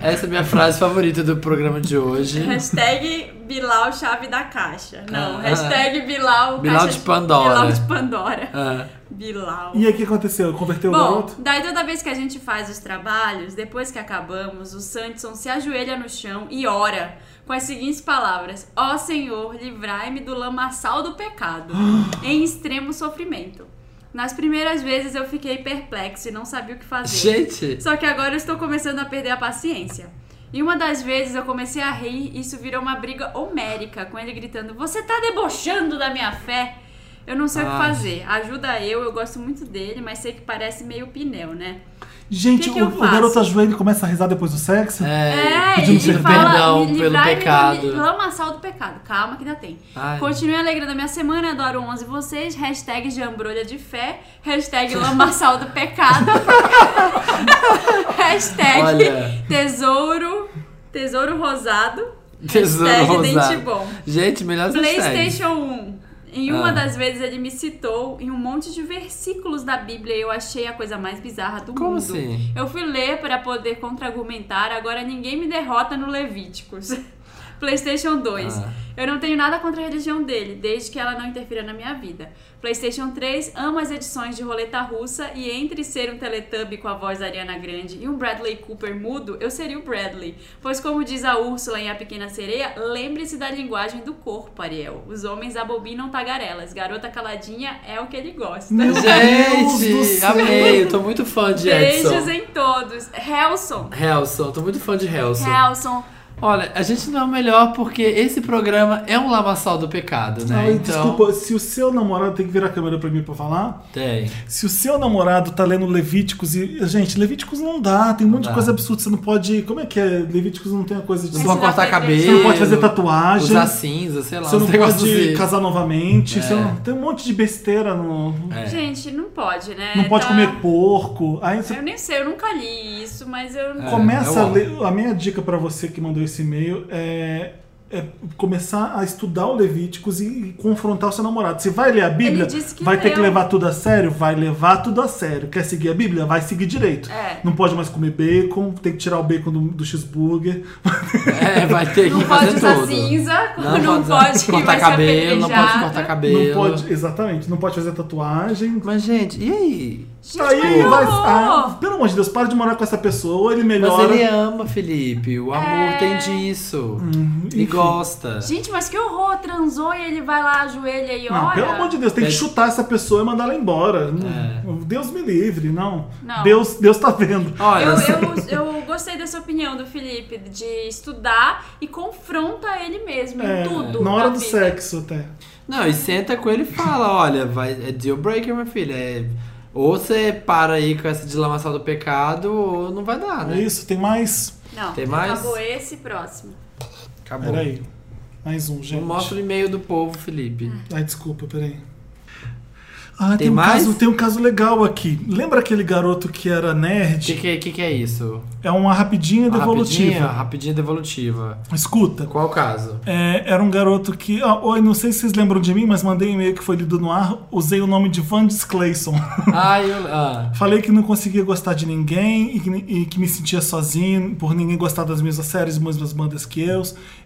Speaker 1: Essa é a minha frase favorita do programa de hoje.
Speaker 3: hashtag Bilal, chave da caixa. Não,
Speaker 1: Ah.
Speaker 3: hashtag Bilal,
Speaker 1: Bilal
Speaker 3: caixa
Speaker 1: de Pandora.
Speaker 3: Bilal de Pandora.
Speaker 1: Ah,
Speaker 3: Bilal.
Speaker 2: E aí o que aconteceu? Converteu o
Speaker 3: Bom,
Speaker 2: garoto?
Speaker 3: daí toda vez que a gente faz os trabalhos, depois que acabamos, o Sanderson se ajoelha no chão e ora com as seguintes palavras: Ó Senhor, livrai-me do lamaçal do pecado, em extremo sofrimento. Nas primeiras vezes eu fiquei perplexo e não sabia o que fazer.
Speaker 1: Gente,
Speaker 3: Só que agora eu estou começando a perder a paciência. E uma das vezes eu comecei a rir e isso virou uma briga homérica, com ele gritando: Você tá debochando da minha fé? Eu não sei o que
Speaker 1: Ai.
Speaker 3: fazer. Ajuda eu, eu gosto muito dele, mas sei que parece meio pneu, né?
Speaker 2: Gente,
Speaker 3: que que eu
Speaker 2: o, o
Speaker 3: faço?
Speaker 2: garoto ajoelha e começa a rezar depois do sexo?
Speaker 3: É,
Speaker 1: pedindo
Speaker 3: ele fala,
Speaker 1: um perdão
Speaker 3: "Me
Speaker 1: pelo
Speaker 3: livrai-me do
Speaker 1: pecado."
Speaker 3: Lamaçal do pecado. Calma que ainda tem.
Speaker 1: Ai.
Speaker 3: Continue alegrando a minha semana, adoro 11 vocês. Hashtag jambrolha de fé. Hashtag lamaçal do pecado. hashtag
Speaker 1: Olha.
Speaker 3: tesouro, tesouro rosado.
Speaker 1: tesouro
Speaker 3: hashtag
Speaker 1: rosado.
Speaker 3: dente bom.
Speaker 1: Gente, melhor hashtag.
Speaker 3: PlayStation 1. Em uma
Speaker 1: Ah.
Speaker 3: das vezes ele me citou em um monte de versículos da Bíblia e eu achei a coisa mais bizarra do
Speaker 1: Como
Speaker 3: mundo.
Speaker 1: assim?
Speaker 3: Eu fui ler para poder contra-argumentar, agora ninguém me derrota no Levíticos. PlayStation 2.
Speaker 1: Ah.
Speaker 3: Eu não tenho nada contra a religião dele, desde que ela não interfira na minha vida. PlayStation 3 ama as edições de roleta russa e entre ser um Teletubby com a voz da Ariana Grande e um Bradley Cooper mudo, eu seria o Bradley. Pois, como diz a Úrsula em A Pequena Sereia, lembre-se da linguagem do corpo, Ariel. Os homens abobinam tagarelas, garota caladinha é o que ele gosta.
Speaker 2: Meu Deus do
Speaker 1: Gente,
Speaker 2: céu.
Speaker 1: amei. Eu tô muito fã de
Speaker 3: Beijos
Speaker 1: Edson.
Speaker 3: em todos. Helson.
Speaker 1: Helson, tô muito fã de Helson.
Speaker 3: Helson.
Speaker 1: Olha, a gente não é o melhor porque esse programa é um lamaçal do pecado, né?
Speaker 2: Ai,
Speaker 1: então,
Speaker 2: Desculpa, se o seu namorado tem que virar a câmera pra mim pra falar.
Speaker 1: tem.
Speaker 2: Se o seu namorado tá lendo Levíticos e. Gente, Levíticos não dá, tem um monte
Speaker 1: dá.
Speaker 2: de coisa absurda. Você não pode. Como é que é? Levíticos não tem a coisa de.
Speaker 1: Não pode
Speaker 3: dá
Speaker 1: cortar
Speaker 3: pra
Speaker 1: cabelo.
Speaker 3: igreja.
Speaker 2: Você não pode fazer tatuagem.
Speaker 1: Usar cinza, sei lá.
Speaker 2: Você
Speaker 1: uns
Speaker 2: não
Speaker 1: negócios
Speaker 2: pode
Speaker 1: assim.
Speaker 2: casar novamente.
Speaker 1: É.
Speaker 2: Você não- tem um monte de besteira no.
Speaker 1: É.
Speaker 3: Gente, não pode, né?
Speaker 2: Não pode
Speaker 3: Tá-
Speaker 2: comer porco. Aí você
Speaker 3: Eu nem sei, eu nunca li isso, mas eu.
Speaker 1: É.
Speaker 2: começa
Speaker 1: é
Speaker 2: a
Speaker 1: o-
Speaker 2: ler. A minha dica pra você que mandou esse e-mail é, é começar a estudar o Levíticos e confrontar o seu namorado. Se vai ler a Bíblia,
Speaker 3: Ele disse que
Speaker 2: vai ter que
Speaker 3: leu.
Speaker 2: levar tudo a sério? Vai levar tudo a sério. Quer seguir a Bíblia? Vai seguir direito.
Speaker 3: É.
Speaker 2: Não pode mais comer bacon, tem que tirar o bacon do, do cheeseburger.
Speaker 1: É, vai ter
Speaker 3: Não
Speaker 1: que fazer
Speaker 3: pode usar
Speaker 1: tudo.
Speaker 3: cinza,
Speaker 1: Não,
Speaker 3: não
Speaker 1: pode,
Speaker 3: pode que
Speaker 1: cortar
Speaker 3: vai ser
Speaker 1: cabelo, não pode
Speaker 3: apedrejada.
Speaker 1: cortar cabelo.
Speaker 2: Não pode, exatamente, não pode fazer tatuagem.
Speaker 1: Mas, gente, e aí?
Speaker 3: Gente,
Speaker 2: Tá aí,
Speaker 3: que
Speaker 2: vai,
Speaker 3: horror!
Speaker 2: ah, pelo amor de Deus, para de morar com essa pessoa, ou ele
Speaker 1: Mas
Speaker 2: melhora.
Speaker 1: ele ama, Felipe. O amor tem disso. e
Speaker 2: Uhum, enfim.
Speaker 1: gosta.
Speaker 3: É. Gente, mas que horror! Transou e ele vai lá, ajoelha e
Speaker 2: Não,
Speaker 3: olha.
Speaker 2: pelo amor de Deus, tem que
Speaker 1: Mas-
Speaker 2: chutar essa pessoa e mandar ela embora. Hum,
Speaker 1: É.
Speaker 2: Deus me livre, não.
Speaker 3: Não.
Speaker 2: Deus, Deus tá vendo.
Speaker 1: Olha,
Speaker 3: Eu, eu, eu gostei dessa opinião do Felipe de estudar e confronta ele mesmo
Speaker 2: É,
Speaker 3: em tudo.
Speaker 2: na hora
Speaker 3: da
Speaker 2: do
Speaker 3: vida.
Speaker 2: sexo até.
Speaker 1: Não, e senta com ele e fala, olha, vai, é deal breaker, meu filho. É, ou você para aí com essa deslamação do pecado, ou não vai dar,
Speaker 2: É
Speaker 1: né?
Speaker 2: isso, tem mais.
Speaker 3: Não,
Speaker 1: Tem mais?
Speaker 3: acabou esse próximo.
Speaker 1: Acabou.
Speaker 2: Peraí. Mais um, gente.
Speaker 1: Não mostra o e-mail do povo, Felipe.
Speaker 2: Ai, desculpa, peraí. Ah, tem, um
Speaker 1: mais?
Speaker 2: Caso, tem um caso legal aqui. Lembra aquele garoto que era
Speaker 1: O
Speaker 2: nerd?
Speaker 1: que, que, que, que é isso?
Speaker 2: É uma rapidinha
Speaker 1: Uma
Speaker 2: devolutiva.
Speaker 1: Rapidinha, rapidinha devolutiva.
Speaker 2: Escuta.
Speaker 1: Qual o caso?
Speaker 2: É, era um garoto que. ah, oi, não sei se vocês lembram de mim, mas mandei um e-mail que foi lido no ar. Usei o nome de Vandes Clayson.
Speaker 1: Ai, eu. Ah,
Speaker 2: Falei que não conseguia gostar de ninguém e que, e que me sentia sozinho por ninguém gostar das mesmas séries, mesmas bandas que eu.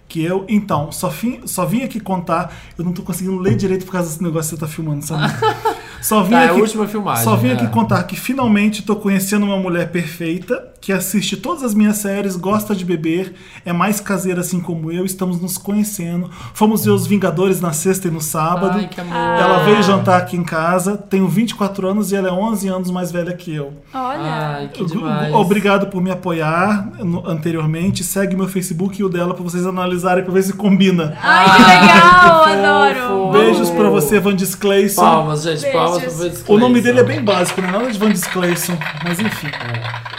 Speaker 2: Que eu. Então, só, fim, só vim aqui contar. Eu não tô conseguindo ler direito por causa desse negócio que você tá filmando, sabe? Só vim
Speaker 1: Tá, é a
Speaker 2: aqui,
Speaker 1: última filmagem,
Speaker 2: Só vim
Speaker 1: é.
Speaker 2: aqui contar que finalmente tô conhecendo uma mulher perfeita que assiste todas as minhas séries, gosta de beber, é mais caseira assim como eu. Estamos nos conhecendo. Fomos ver os Vingadores na sexta e no sábado.
Speaker 1: ai que amor.
Speaker 2: Ela veio jantar aqui em casa, tenho 24 anos e ela é 11 anos mais velha que eu.
Speaker 3: Olha.
Speaker 1: Ai, que demais.
Speaker 2: Obrigado por me apoiar no- anteriormente. Segue meu Facebook e o dela pra vocês analisarem pra ver se combina.
Speaker 3: Ai, que legal!
Speaker 1: que fofo.
Speaker 3: adoro!
Speaker 2: Beijos pra
Speaker 1: Oh.
Speaker 2: você, Vandis Clayson.
Speaker 1: Palmas, gente,
Speaker 3: Beijos.
Speaker 1: palmas pro Vince
Speaker 2: O nome
Speaker 1: Clayson.
Speaker 2: dele é bem básico, não é nada de Vandis Clayson, mas enfim.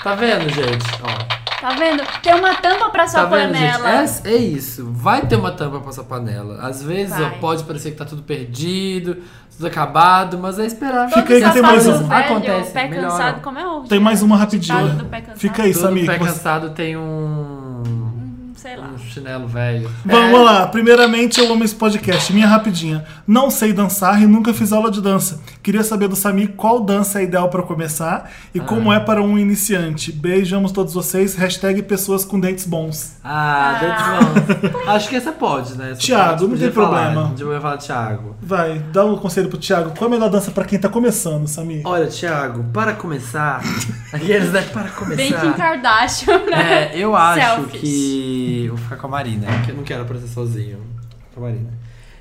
Speaker 1: Tá vendo, gente? Ó.
Speaker 3: Tá vendo? Tem uma tampa pra sua
Speaker 1: Tá vendo,
Speaker 3: panela.
Speaker 1: gente? É, é isso. Vai ter uma tampa pra essa panela. Às vezes
Speaker 3: Vai.
Speaker 1: ó, pode parecer que tá tudo perdido, tudo acabado, mas é esperar.
Speaker 2: Fica aí que tem mais
Speaker 3: Sapato
Speaker 2: um.
Speaker 3: velho,
Speaker 1: Acontece,
Speaker 3: pé
Speaker 1: melhora.
Speaker 3: cansado, como é o
Speaker 2: Tem mais uma
Speaker 3: ditado do
Speaker 2: rapidinha.
Speaker 3: pé cansado?
Speaker 2: Fica aí,
Speaker 1: Todo
Speaker 2: Samir.
Speaker 1: pé
Speaker 2: que É você-
Speaker 1: cansado tem um,
Speaker 3: Sei lá.
Speaker 1: um chinelo velho.
Speaker 2: Vamos lá, primeiramente eu amo esse podcast, minha rapidinha. Não sei dançar e nunca fiz aula de dança. Queria saber do Sami qual dança é ideal para começar e como é para um iniciante. Beijamos todos vocês. Hashtag pessoas com dentes bons.
Speaker 1: Ah, Deus bom. Acho que essa pode, né? Essa
Speaker 2: Thiago,
Speaker 1: pode,
Speaker 2: não
Speaker 1: podia
Speaker 2: tem
Speaker 1: falar,
Speaker 2: problema.
Speaker 1: né? Eu ia falar, Thiago.
Speaker 2: Vai, dá um conselho pro Thiago. Qual é a melhor dança para quem tá começando, Sami?
Speaker 1: Olha, Thiago, para começar. Aqueles, né? Para
Speaker 3: Bem Kim
Speaker 1: começar.
Speaker 3: Kardashian, né?
Speaker 1: É, eu acho
Speaker 3: Selfies.
Speaker 1: que. Vou ficar com a Marina, que eu não quero aparecer sozinho. Com a Marina.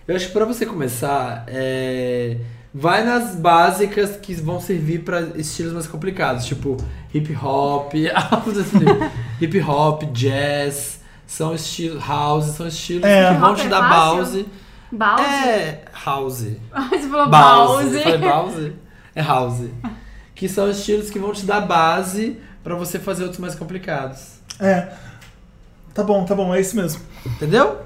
Speaker 1: Eu acho que pra você começar, é, vai nas básicas que vão servir pra estilos mais complicados, tipo hip hop, algo desse nível. hip hop, jazz, são estilos. House, são estilos
Speaker 2: É.
Speaker 1: que vão
Speaker 3: Hip hop
Speaker 1: te
Speaker 3: é
Speaker 1: dar
Speaker 3: fácil?
Speaker 1: balde.
Speaker 3: Bowser.
Speaker 1: É, house.
Speaker 3: Você falou
Speaker 1: Bowser.
Speaker 3: Bowser.
Speaker 1: Foi Bowser? É house. Que são estilos que vão te dar base pra você fazer outros mais complicados.
Speaker 2: É. Tá bom, tá bom, é isso mesmo.
Speaker 1: Entendeu?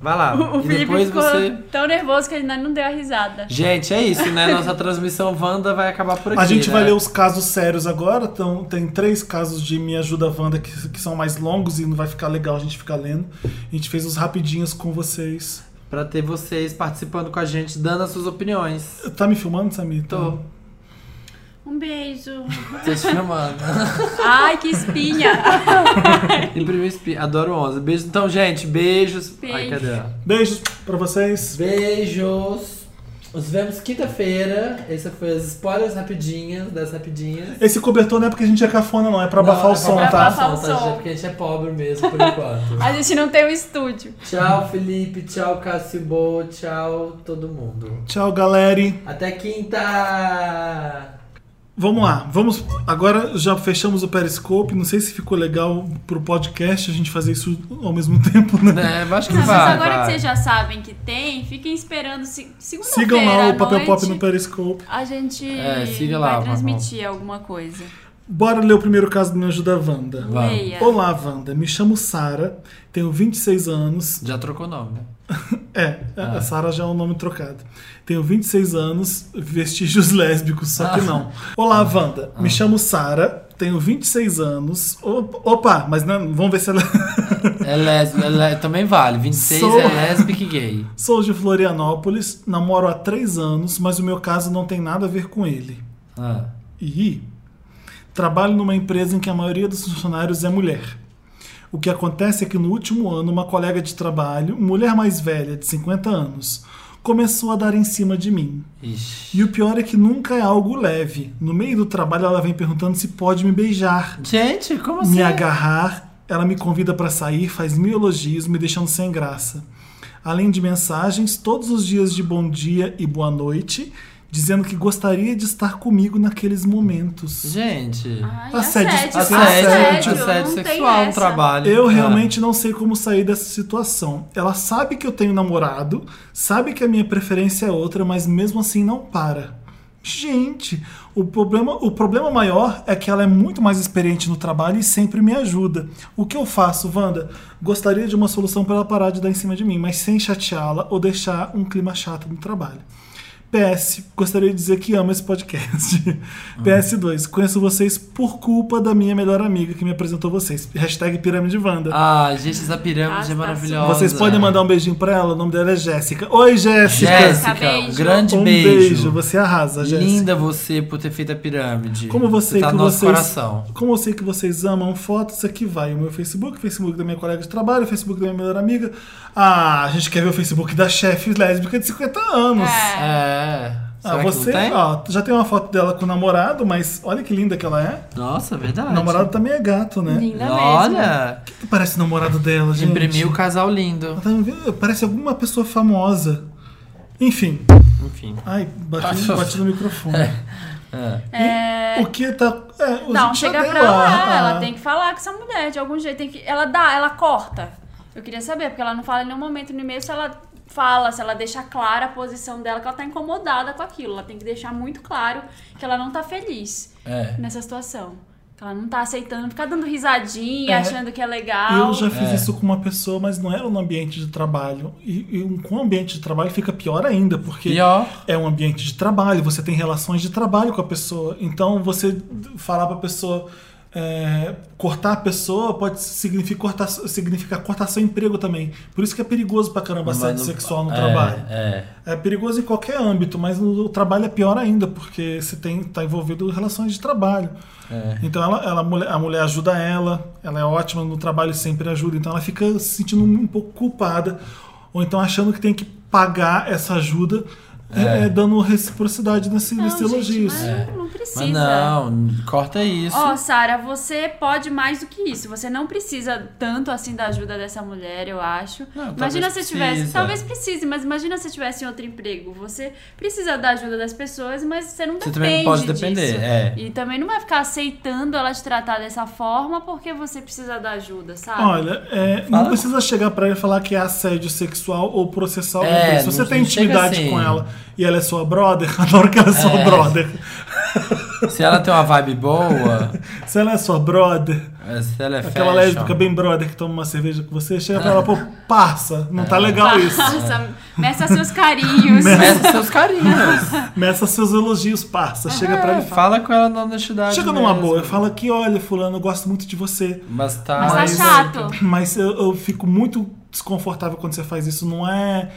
Speaker 1: Vai lá.
Speaker 3: O
Speaker 1: e
Speaker 3: Felipe
Speaker 1: depois
Speaker 3: ficou
Speaker 1: você.
Speaker 3: tão nervoso que ele ainda não deu a risada.
Speaker 1: Gente, é isso, né? Nossa transmissão Wanda vai acabar por aqui.
Speaker 2: A gente
Speaker 1: né?
Speaker 2: vai ler os casos sérios agora. Então, tem três casos de Me Ajuda Wanda que, que são mais longos e não vai ficar legal a gente ficar lendo. A gente fez os rapidinhos com vocês.
Speaker 1: Pra ter vocês participando com a gente, dando as suas opiniões.
Speaker 2: Tá me filmando, Samir? Tá-
Speaker 1: Tô.
Speaker 3: Um beijo.
Speaker 1: Tô te filmando.
Speaker 3: Ai, que espinha.
Speaker 1: Imprimiu espinha. Adoro 11. Beijo. Então, gente, beijos. Ai,
Speaker 3: Beijo.
Speaker 1: cadê? ela?
Speaker 2: Beijos pra vocês.
Speaker 1: Beijos. Nos vemos quinta-feira. Essa foi as spoilers rapidinhas das rapidinhas.
Speaker 2: Esse cobertor não é porque a gente é cafona, não. É pra abafar
Speaker 1: Não,
Speaker 2: o som,
Speaker 1: é pra
Speaker 2: tá?
Speaker 1: abafar o
Speaker 3: Tá?
Speaker 1: som, tá? gente? Porque a gente é pobre mesmo, por enquanto.
Speaker 3: A gente não tem um estúdio.
Speaker 1: tchau, Felipe. Tchau, Cássio Bo. Tchau, todo mundo.
Speaker 2: Tchau, galera.
Speaker 1: Até quinta!
Speaker 2: Vamos lá. Vamos. Agora já fechamos o Periscope. Não sei se ficou legal pro podcast a gente fazer isso ao mesmo tempo, né?
Speaker 1: É, eu acho que
Speaker 3: Não, mas
Speaker 1: vai.
Speaker 3: agora que
Speaker 1: vai.
Speaker 3: vocês já sabem que tem, fiquem esperando. se- Segunda-feira
Speaker 2: Sigam lá
Speaker 3: à
Speaker 2: o Papel Pop
Speaker 3: noite,
Speaker 2: no Periscope.
Speaker 3: A gente
Speaker 1: É, siga lá,
Speaker 3: vai
Speaker 1: Papel.
Speaker 3: transmitir alguma coisa.
Speaker 2: Bora ler o primeiro caso do Me Ajuda Wanda.
Speaker 1: Vai.
Speaker 3: Leia.
Speaker 2: Olá, Wanda. Me chamo Sara, tenho 26 anos.
Speaker 1: Já trocou o nome, né?
Speaker 2: É, a Sara já é um nome trocado. Tenho 26 anos, vestígios lésbicos, só que não. Olá, Wanda. Me chamo Sara, tenho 26 anos. Opa, opa, mas não, vamos ver se ela.
Speaker 1: É lésbica, é lé- também vale. 26
Speaker 2: Sou-
Speaker 1: é lésbica e gay.
Speaker 2: Sou de Florianópolis, namoro há 3 anos, mas o meu caso não tem nada a ver com ele.
Speaker 1: Ah.
Speaker 2: E trabalho numa empresa em que a maioria dos funcionários é mulher. O que acontece é que no último ano, uma colega de trabalho, mulher mais velha, de 50 anos, começou a dar em cima de mim.
Speaker 1: Ixi.
Speaker 2: E o pior é que nunca é algo leve. No meio do trabalho, ela vem perguntando se pode me beijar,
Speaker 1: Gente, como assim?
Speaker 2: me agarrar. Ela me convida para sair, faz mil elogios, me deixando sem graça. Além de mensagens, todos os dias de bom dia e boa noite, dizendo que gostaria de estar comigo naqueles momentos.
Speaker 1: Gente.
Speaker 3: Ai,
Speaker 2: Assédio-
Speaker 3: assédio,
Speaker 2: assédio,
Speaker 3: Ah, é assédio,
Speaker 1: assédio
Speaker 3: não tem
Speaker 1: sexual no
Speaker 3: essa.
Speaker 1: trabalho.
Speaker 2: Eu
Speaker 1: Ah.
Speaker 2: realmente não sei como sair dessa situação. Ela sabe que eu tenho namorado, sabe que a minha preferência é outra, mas mesmo assim não para. Gente, o problema, o problema maior é que ela é muito mais experiente no trabalho e sempre me ajuda. O que eu faço, Wanda? Gostaria de uma solução para ela parar de dar em cima de mim, mas sem chateá-la ou deixar um clima chato no trabalho. PS, gostaria de dizer que amo esse podcast. PS2, conheço vocês por culpa da minha melhor amiga que me apresentou vocês. Hashtag Pirâmide Wanda.
Speaker 1: Ah, gente, essa pirâmide é
Speaker 3: Ah, tá
Speaker 1: maravilhosa.
Speaker 2: vocês podem mandar um beijinho pra ela, o nome dela é Jéssica. Oi, Jéssica!
Speaker 1: Jéssica,
Speaker 3: Beijo.
Speaker 1: um grande
Speaker 2: Um beijo.
Speaker 1: beijo.
Speaker 2: você arrasa, Jéssica.
Speaker 1: Linda você por ter feito a pirâmide.
Speaker 2: Como você,
Speaker 1: você tá
Speaker 2: que
Speaker 1: no nosso
Speaker 2: vocês,
Speaker 1: coração.
Speaker 2: Como eu sei que vocês amam fotos, aqui vai o meu Facebook, o Facebook da minha colega de trabalho, o Facebook da minha melhor amiga. Ah, a gente quer ver o Facebook da chefe lésbica de 50 anos.
Speaker 3: É.
Speaker 1: É.
Speaker 2: Ah,
Speaker 1: Será
Speaker 2: você,
Speaker 1: que não tem?
Speaker 2: ó, já tem uma foto dela com o namorado, mas olha que linda que ela é.
Speaker 1: Nossa,
Speaker 2: O
Speaker 1: verdade.
Speaker 2: namorado também é gato, né?
Speaker 3: Linda mesmo.
Speaker 1: Olha,
Speaker 2: Parece o namorado dela, gente.
Speaker 1: imprimiu o casal lindo.
Speaker 2: Ela tá me vendo- Parece alguma pessoa famosa. Enfim.
Speaker 1: Enfim.
Speaker 2: Ai, bati, bati no microfone.
Speaker 3: É,
Speaker 2: O que tá. É, o ah,
Speaker 3: Não,
Speaker 2: gente já
Speaker 3: chega
Speaker 2: deu
Speaker 3: pra
Speaker 2: a-
Speaker 3: ela,
Speaker 2: a-
Speaker 3: ela tem que falar com essa mulher de algum jeito. Tem que, ela dá, ela corta. Eu queria saber, porque ela não fala em nenhum momento no e-mail se ela fala, se ela deixa clara a posição dela, que ela tá incomodada com aquilo. Ela tem que deixar muito claro que ela não tá feliz
Speaker 1: É.
Speaker 3: nessa situação. Que ela não tá aceitando, ficar dando risadinha,
Speaker 2: É.
Speaker 3: achando que é legal.
Speaker 2: Eu já fiz
Speaker 1: É.
Speaker 2: isso com uma pessoa, mas não era no ambiente de trabalho. E, e um- com o ambiente de trabalho fica pior ainda, porque
Speaker 1: Pior.
Speaker 2: é um ambiente de trabalho, você tem relações de trabalho com a pessoa. Então você d- falar pra pessoa. é, cortar a pessoa pode significar cortar, significar cortar seu emprego também. Por isso que é perigoso pra caramba assédio
Speaker 1: Mas não-
Speaker 2: sexual no
Speaker 1: é,
Speaker 2: trabalho.
Speaker 1: É.
Speaker 2: É perigoso em qualquer âmbito, mas no trabalho é pior ainda, porque você tem tá envolvido em relações de trabalho.
Speaker 1: É.
Speaker 2: Então ela, ela- a, mulher, a mulher ajuda ela, ela é ótima no trabalho, sempre ajuda. Então ela fica se sentindo um pouco culpada, ou então achando que tem que pagar essa ajuda,
Speaker 1: É.
Speaker 2: eh, dando reciprocidade nesse,
Speaker 3: Não,
Speaker 2: nesses
Speaker 3: gente,
Speaker 2: elogios.
Speaker 3: mas não, não precisa.
Speaker 1: Mas não, corta isso.
Speaker 3: Ó, Sara, você pode mais do que isso. Você não precisa tanto assim da ajuda dessa mulher, eu acho.
Speaker 1: Não,
Speaker 3: imagina
Speaker 1: talvez
Speaker 3: se tivesse.
Speaker 1: precisa.
Speaker 3: Talvez precise, mas imagina se tivesse em outro emprego. Você precisa da ajuda das pessoas, mas você não
Speaker 1: Você
Speaker 3: depende.
Speaker 1: também não pode depender,
Speaker 3: disso.
Speaker 1: é.
Speaker 3: E também não vai ficar aceitando ela te tratar dessa forma porque você precisa da ajuda, sabe?
Speaker 2: Olha, é, não
Speaker 1: Fala.
Speaker 2: precisa chegar pra ela e falar que é assédio sexual ou processar alguém.
Speaker 1: É,
Speaker 2: por isso. Se
Speaker 1: não-
Speaker 2: você tem
Speaker 1: não chega
Speaker 2: intimidade
Speaker 1: assim.
Speaker 2: com ela e ela é sua brother, adoro que ela é sua
Speaker 1: É.
Speaker 2: brother.
Speaker 1: Se ela tem uma vibe boa,
Speaker 2: Se ela é sua brother,
Speaker 1: é, se ela é fashion,
Speaker 2: aquela lésbica bem brother que toma uma cerveja com você, chega pra ela, pô, parça, não
Speaker 1: É.
Speaker 2: tá legal isso.
Speaker 3: Nossa, meça seus carinhos.
Speaker 1: Meça seus carinhos.
Speaker 2: Meça seus elogios, parça. Chega pra
Speaker 1: É,
Speaker 2: ela e fala.
Speaker 1: fala com ela na honestidade.
Speaker 2: Chega numa
Speaker 1: mesmo.
Speaker 2: boa, fala que, olha, fulano, eu gosto muito de você.
Speaker 1: Mas tá.
Speaker 3: Mas tá chato.
Speaker 2: Mas eu, eu fico muito desconfortável quando você faz isso. Não é.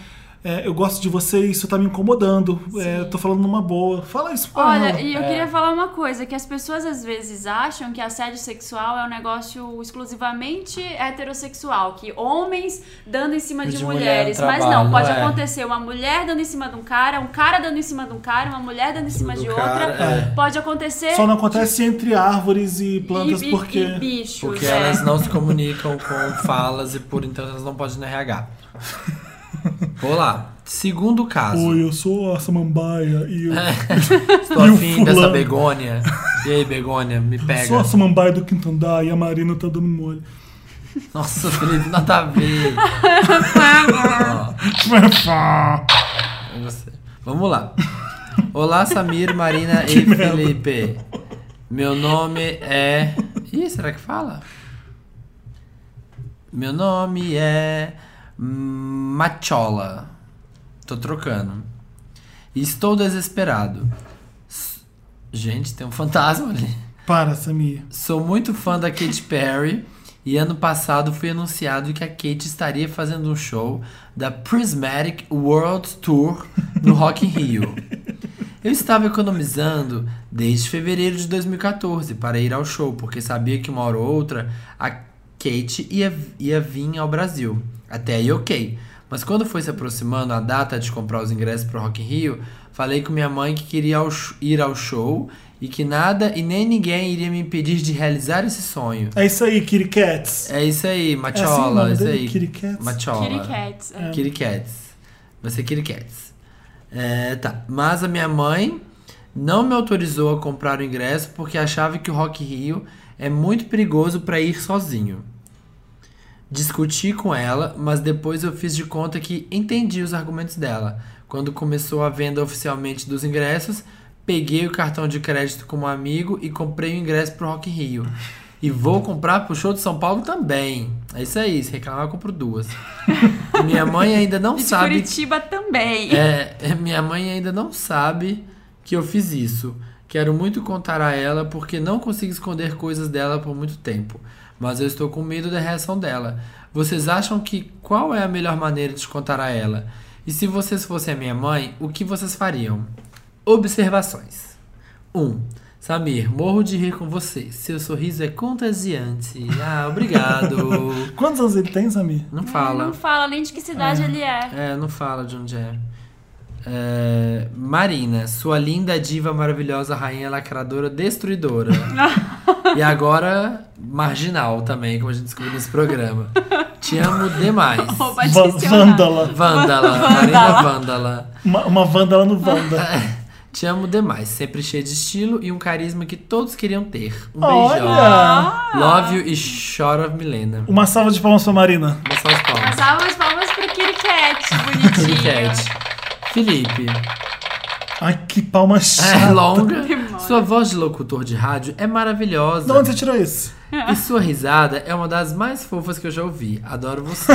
Speaker 2: é, eu gosto de você e isso tá me incomodando. É, eu tô falando numa boa. Fala isso pra
Speaker 3: Olha,
Speaker 2: ela.
Speaker 3: e eu
Speaker 1: É.
Speaker 3: queria falar uma coisa, que as pessoas às vezes acham que assédio sexual é um negócio exclusivamente heterossexual, que homens dando em cima
Speaker 1: E
Speaker 3: de,
Speaker 1: de mulher
Speaker 3: mulheres,
Speaker 1: no
Speaker 3: mas
Speaker 1: trabalho,
Speaker 3: não, pode
Speaker 1: não é.
Speaker 3: acontecer uma mulher dando em cima de um cara, um cara dando em cima de um cara, uma mulher dando em cima
Speaker 1: do
Speaker 3: de
Speaker 1: cara,
Speaker 3: outra,
Speaker 1: é.
Speaker 3: pode acontecer
Speaker 2: Só não acontece entre árvores e
Speaker 3: e-
Speaker 2: plantas
Speaker 3: e,
Speaker 2: porque.
Speaker 3: e bichos,
Speaker 1: Porque
Speaker 3: é.
Speaker 1: elas não se comunicam com falas e por então elas não podem ir no RH. Vou lá. Segundo caso.
Speaker 2: Oi, eu sou a samambaia e eu
Speaker 1: Estou
Speaker 2: E o
Speaker 1: afim dessa
Speaker 2: fulano?
Speaker 1: begônia. E aí, begônia, me pega.
Speaker 2: sou a samambaia do quinto andar e a Marina tá dando molho.
Speaker 1: Nossa, Felipe, nada a ver. Ó, É você- Vamos lá. Olá, Samir, Marina e Felipe. Meu nome é. Ih, será que fala? Meu nome é. Machola. Tô trocando. Estou desesperado. S- Gente, tem um fantasma ali.
Speaker 2: Para, Samir.
Speaker 1: Sou muito fã da Katy Perry e ano passado foi anunciado que a Katy estaria fazendo um show da Prismatic World Tour no Rock in Rio. Eu estava economizando desde fevereiro de 2014 para ir ao show, porque sabia que uma hora ou outra a Kate ia, ia vir ao Brasil. Até aí, ok. Mas quando foi se aproximando a data de comprar os ingressos para o Rock in Rio, falei com minha mãe que queria ao sh- ir ao show e que nada e nem ninguém iria me impedir de realizar esse sonho.
Speaker 2: É isso aí, Kitty Cats.
Speaker 1: É isso aí,
Speaker 2: assim o
Speaker 1: Machola.
Speaker 2: nome
Speaker 1: isso
Speaker 2: dele?
Speaker 1: aí.
Speaker 2: Kitty Cats?
Speaker 1: Machola.
Speaker 3: Kitty Cats, é.
Speaker 1: Kitty Cats. Vai ser Kitty Cats. É, tá. Mas a minha mãe não me autorizou a comprar o ingresso porque achava que o Rock in Rio é muito perigoso pra ir sozinho. Discuti com ela, mas depois eu fiz de conta que entendi os argumentos dela. Quando começou a venda oficialmente dos ingressos, peguei o cartão de crédito como amigo e comprei o ingresso pro Rock in Rio. E vou comprar pro show de São Paulo também. É isso aí, se reclamar eu compro duas. Minha mãe ainda não
Speaker 3: E de
Speaker 1: sabe
Speaker 3: Curitiba também.
Speaker 1: é, é, minha mãe ainda não sabe que eu fiz isso. Quero muito contar a ela porque não consigo esconder coisas dela por muito tempo. Mas eu estou com medo da reação dela. Vocês acham que qual é a melhor maneira de contar a ela? E se vocês fossem a minha mãe, o que vocês fariam? Observações. 1. Um, Samir, morro de rir com você. Seu sorriso é contagiante. Ah, obrigado.
Speaker 2: Quantos anos ele tem, Samir?
Speaker 1: Não
Speaker 3: Ele
Speaker 1: fala.
Speaker 3: Não fala nem de que cidade ele é.
Speaker 1: É, não fala de onde é. É, Marina, sua linda diva maravilhosa, rainha lacradora, destruidora. e agora, marginal também, como a gente descobriu nesse programa. Te amo demais.
Speaker 3: Vou
Speaker 2: Va-
Speaker 3: batizar.
Speaker 2: Vândala.
Speaker 1: Vândala, Marina Vândala.
Speaker 2: Uma, uma Vândala no Vanda.
Speaker 1: Te amo demais, sempre cheia de estilo e um carisma que todos queriam ter. Um beijão.
Speaker 2: Olha!
Speaker 1: Love you e chora Milena.
Speaker 2: Uma salva de palmas pra Marina.
Speaker 1: Uma salva de palmas.
Speaker 3: Mas palmas, palmas pro Kitty Cat, bonitinho.
Speaker 1: Cat. Felipe,
Speaker 2: Ai, que palma
Speaker 1: É
Speaker 2: chata.
Speaker 1: longa. Sua voz de locutor de rádio é
Speaker 2: De
Speaker 1: maravilhosa.
Speaker 2: onde você tirou isso?
Speaker 1: E sua risada é uma das mais fofas que eu já ouvi. Adoro você.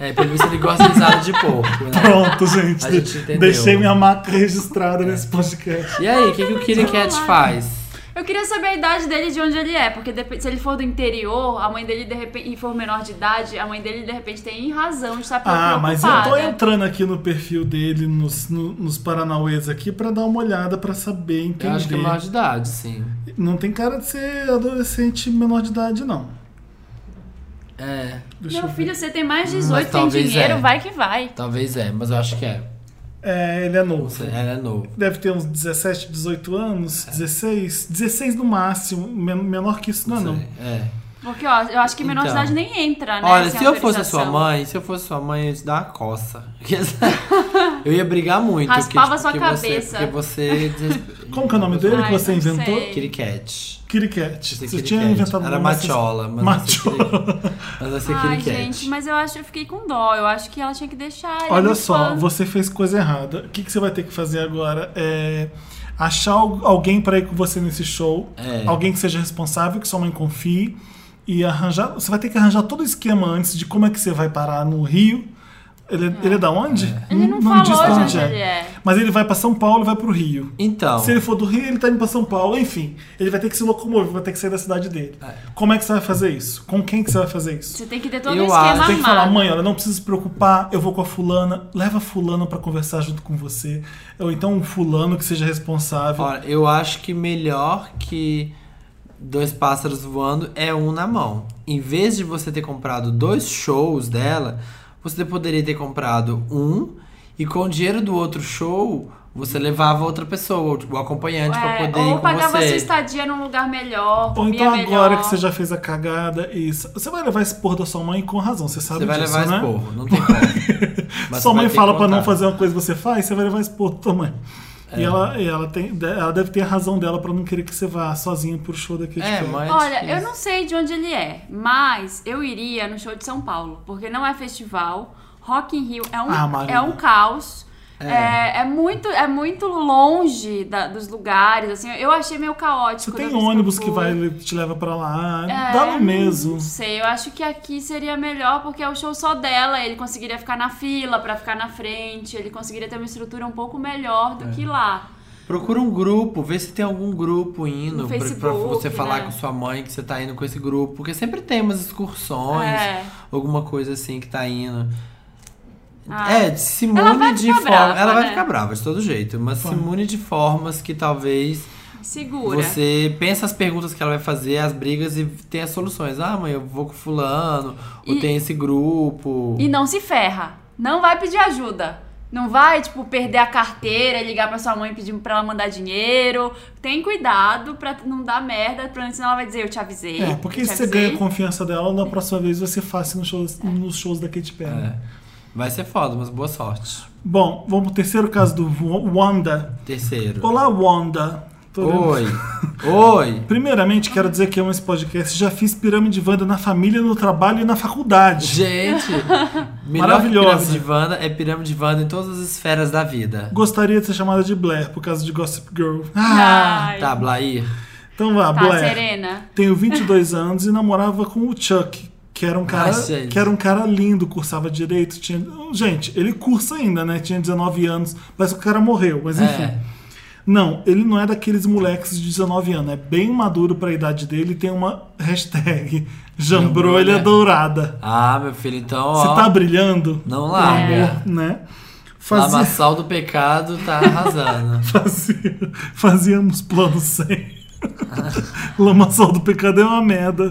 Speaker 1: é, pelo visto ele gosta de risada de porco, né?
Speaker 2: Pronto, gente.
Speaker 1: A gente entendeu.
Speaker 2: Deixei minha marca registrada nesse podcast.
Speaker 1: E aí, o que, que o Kitty Cat faz?
Speaker 3: Eu queria saber a idade dele e de onde ele é, porque depe- se ele for do interior, a mãe dele de repente e for menor de idade, a mãe dele de repente tem razão de estar preocupada.
Speaker 2: Ah, mas eu tô
Speaker 1: né?
Speaker 2: entrando aqui no perfil dele, nos, no- nos Paranauês aqui, pra dar uma olhada, pra saber, entender.
Speaker 1: Eu acho que é maior de idade, sim.
Speaker 2: Não tem cara de ser adolescente menor de idade, não.
Speaker 1: É,
Speaker 2: Deixa
Speaker 3: Meu
Speaker 2: eu ver. Hum,
Speaker 3: filho, você tem mais de
Speaker 1: Mas
Speaker 3: 18, tem
Speaker 1: talvez
Speaker 3: dinheiro,
Speaker 1: é.
Speaker 3: vai que vai.
Speaker 1: talvez é, mas eu acho que é.
Speaker 2: É, ele é novo.
Speaker 1: Ela é novo.
Speaker 2: Deve ter uns 17, 18 anos,
Speaker 1: É.
Speaker 2: 16, 16 no máximo, men- menor que isso não é não.
Speaker 1: É.
Speaker 3: Porque, ó, eu acho que menor de
Speaker 1: Então.
Speaker 3: idade nem entra, né?
Speaker 1: Olha,
Speaker 3: sem
Speaker 1: se eu fosse a sua
Speaker 3: autorização.
Speaker 1: mãe, se eu fosse sua mãe, eu ia te dar uma coça. eu ia brigar muito. porque,
Speaker 3: Raspava
Speaker 1: tipo,
Speaker 3: sua
Speaker 1: porque você-
Speaker 3: cabeça.
Speaker 1: Porque você. desrespe-
Speaker 2: Como que é o nome dele
Speaker 3: Ai,
Speaker 2: que você
Speaker 3: não
Speaker 2: inventou?
Speaker 3: sei.
Speaker 1: Kitty Cat.
Speaker 2: Kitty Cat.
Speaker 1: Você
Speaker 2: Você
Speaker 1: Kitty
Speaker 2: tinha
Speaker 1: Cat.
Speaker 2: inventado
Speaker 1: Era
Speaker 2: um nome assim-
Speaker 1: Machola, mas vai ser
Speaker 2: Machola.
Speaker 1: Mas vai ser
Speaker 3: Ai,
Speaker 2: é.
Speaker 1: Kitty Cat.
Speaker 3: gente, mas eu acho eu fiquei com dó. Eu acho que ela tinha que deixar. ele
Speaker 2: Olha
Speaker 3: no
Speaker 2: só,
Speaker 3: fã.
Speaker 2: você fez coisa errada. O que, que você vai ter que fazer agora? É achar al- alguém pra ir com você nesse show.
Speaker 1: É.
Speaker 2: Alguém que seja responsável, que sua mãe confie. E arranjar. Você vai ter que arranjar todo o esquema antes de como é que você vai parar no Rio. Ele é, ele é da onde?
Speaker 3: Ele não,
Speaker 2: diz
Speaker 3: falou
Speaker 2: pra
Speaker 3: de onde ele é.
Speaker 2: Mas ele vai pra São Paulo e vai pro Rio.
Speaker 1: Então.
Speaker 2: Se ele for do Rio, ele tá indo pra São Paulo. Enfim, ele vai ter que se locomover, vai ter que sair da cidade dele. Como é que você vai fazer isso? Com quem que você vai fazer isso?
Speaker 3: Você tem que ter todo
Speaker 1: Eu
Speaker 3: um esquema
Speaker 1: acho-
Speaker 2: Tem que falar,
Speaker 3: armado.
Speaker 2: mãe, olha, não precisa se preocupar, eu vou com a fulana, leva fulano pra conversar junto com você. Ou então um fulano que seja responsável.
Speaker 1: Olha, eu acho que melhor que dois pássaros voando é um na mão. Em vez de você ter comprado dois shows dela, você poderia ter comprado um e com o dinheiro do outro show você levava outra pessoa, o acompanhante, pra
Speaker 3: É,
Speaker 1: poder ir
Speaker 3: ou
Speaker 1: com
Speaker 3: pagava sua
Speaker 1: você.
Speaker 3: estadia num lugar melhor,
Speaker 2: Ou
Speaker 3: comia
Speaker 2: então
Speaker 3: melhor.
Speaker 2: agora que você já fez a cagada e sa- você vai levar esse porro da sua mãe com razão, você sabe
Speaker 1: Você vai
Speaker 2: disso,
Speaker 1: levar
Speaker 2: né?
Speaker 1: esporro, não tem como. Mas
Speaker 2: Sua
Speaker 1: você vai
Speaker 2: mãe
Speaker 1: ter
Speaker 2: fala
Speaker 1: que
Speaker 2: pra não
Speaker 1: contar. É.
Speaker 2: fazer uma coisa que você faz, você vai levar expor tua mãe. E, ela, e ela, tem, ela deve ter a razão dela pra não querer que você vá sozinha pro show daqui de
Speaker 1: É,
Speaker 2: perto.
Speaker 1: mãe.
Speaker 3: Olha, eu não sei de onde ele é, mas eu iria no show de São Paulo, porque não é festival. Rock in Rio é um,
Speaker 2: Ah, Marina.
Speaker 3: é um caos. É. é muito é muito longe da- dos lugares, assim. Eu achei meio caótico.
Speaker 2: Você tem
Speaker 3: da vez eu
Speaker 2: ônibus que
Speaker 3: fui.
Speaker 2: vai te leva pra lá,
Speaker 3: É,
Speaker 2: dá no mesmo.
Speaker 3: Não sei, eu acho que aqui seria melhor porque é o show só dela. Ele conseguiria ficar na fila pra ficar na frente. Ele conseguiria ter uma estrutura um pouco melhor
Speaker 2: É.
Speaker 3: do que lá.
Speaker 1: Procura um grupo, vê se tem algum grupo indo
Speaker 3: No
Speaker 1: pra, pra
Speaker 3: Facebook,
Speaker 1: você falar
Speaker 3: né?
Speaker 1: com sua mãe que você tá indo com esse grupo. Porque sempre tem umas excursões,
Speaker 3: É.
Speaker 1: alguma coisa assim que tá indo.
Speaker 3: Ah.
Speaker 1: É, Simone
Speaker 3: Ela vai
Speaker 1: de
Speaker 3: ficar
Speaker 1: forma.
Speaker 3: brava,
Speaker 1: ela vai
Speaker 3: né?
Speaker 1: ficar brava de todo jeito, mas Simone de formas que talvez
Speaker 3: Segura.
Speaker 1: você pensa as perguntas que ela vai fazer, as brigas e tem as soluções. Ah, mãe, eu vou com fulano, ou
Speaker 3: E-
Speaker 1: tem esse grupo.
Speaker 3: E não se ferra. Não vai pedir ajuda. Não vai, tipo, perder a carteira, ligar pra sua mãe pedindo pra ela mandar dinheiro. Tem cuidado pra não dar merda, pra senão ela vai dizer, eu te avisei.
Speaker 2: É, porque
Speaker 3: eu
Speaker 2: se
Speaker 3: te
Speaker 2: você
Speaker 3: avisei.
Speaker 2: ganha a confiança dela, na próxima vez você faz nos shows, nos shows da Katy Perry.
Speaker 1: É. Vai ser foda, mas boa sorte.
Speaker 2: Bom, vamos pro terceiro caso do Wa- Wanda.
Speaker 1: Terceiro.
Speaker 2: Olá, Wanda. Tô olhando
Speaker 1: Oi. Oi.
Speaker 2: Primeiramente, quero dizer que eu, nesse podcast, já fiz pirâmide Wanda na família, no trabalho e na faculdade.
Speaker 1: Gente, melhor que
Speaker 2: Maravilhosa.
Speaker 1: pirâmide Wanda é pirâmide Wanda em todas as esferas da vida.
Speaker 2: Gostaria de ser chamada de Blair por causa de Gossip Girl. Ah!
Speaker 3: Ai.
Speaker 1: Tá,
Speaker 3: Tá,
Speaker 1: Blair?
Speaker 2: Então vá, Blair.
Speaker 3: serena.
Speaker 2: Tenho 22 anos e namorava com o Chuck, que era um cara,
Speaker 1: Ai, gente.
Speaker 2: que era um cara lindo, cursava direito, tinha, gente, ele cursa ainda, né? Tinha 19 anos, parece que o cara morreu, mas enfim.
Speaker 1: É.
Speaker 2: Não, ele não é daqueles moleques de 19 anos, é bem maduro pra idade dele, e tem uma hashtag jambrolha
Speaker 1: Jambrolha.
Speaker 2: dourada.
Speaker 1: Ah, meu filho, então,
Speaker 2: Você
Speaker 1: ó.
Speaker 2: tá brilhando?
Speaker 1: Não
Speaker 2: Meu
Speaker 1: larga.
Speaker 2: amor, né? Fazia-
Speaker 1: Lamaçal do pecado tá arrasando.
Speaker 2: Fazia- fazíamos plano sem. Lamaçal do pecado é uma merda.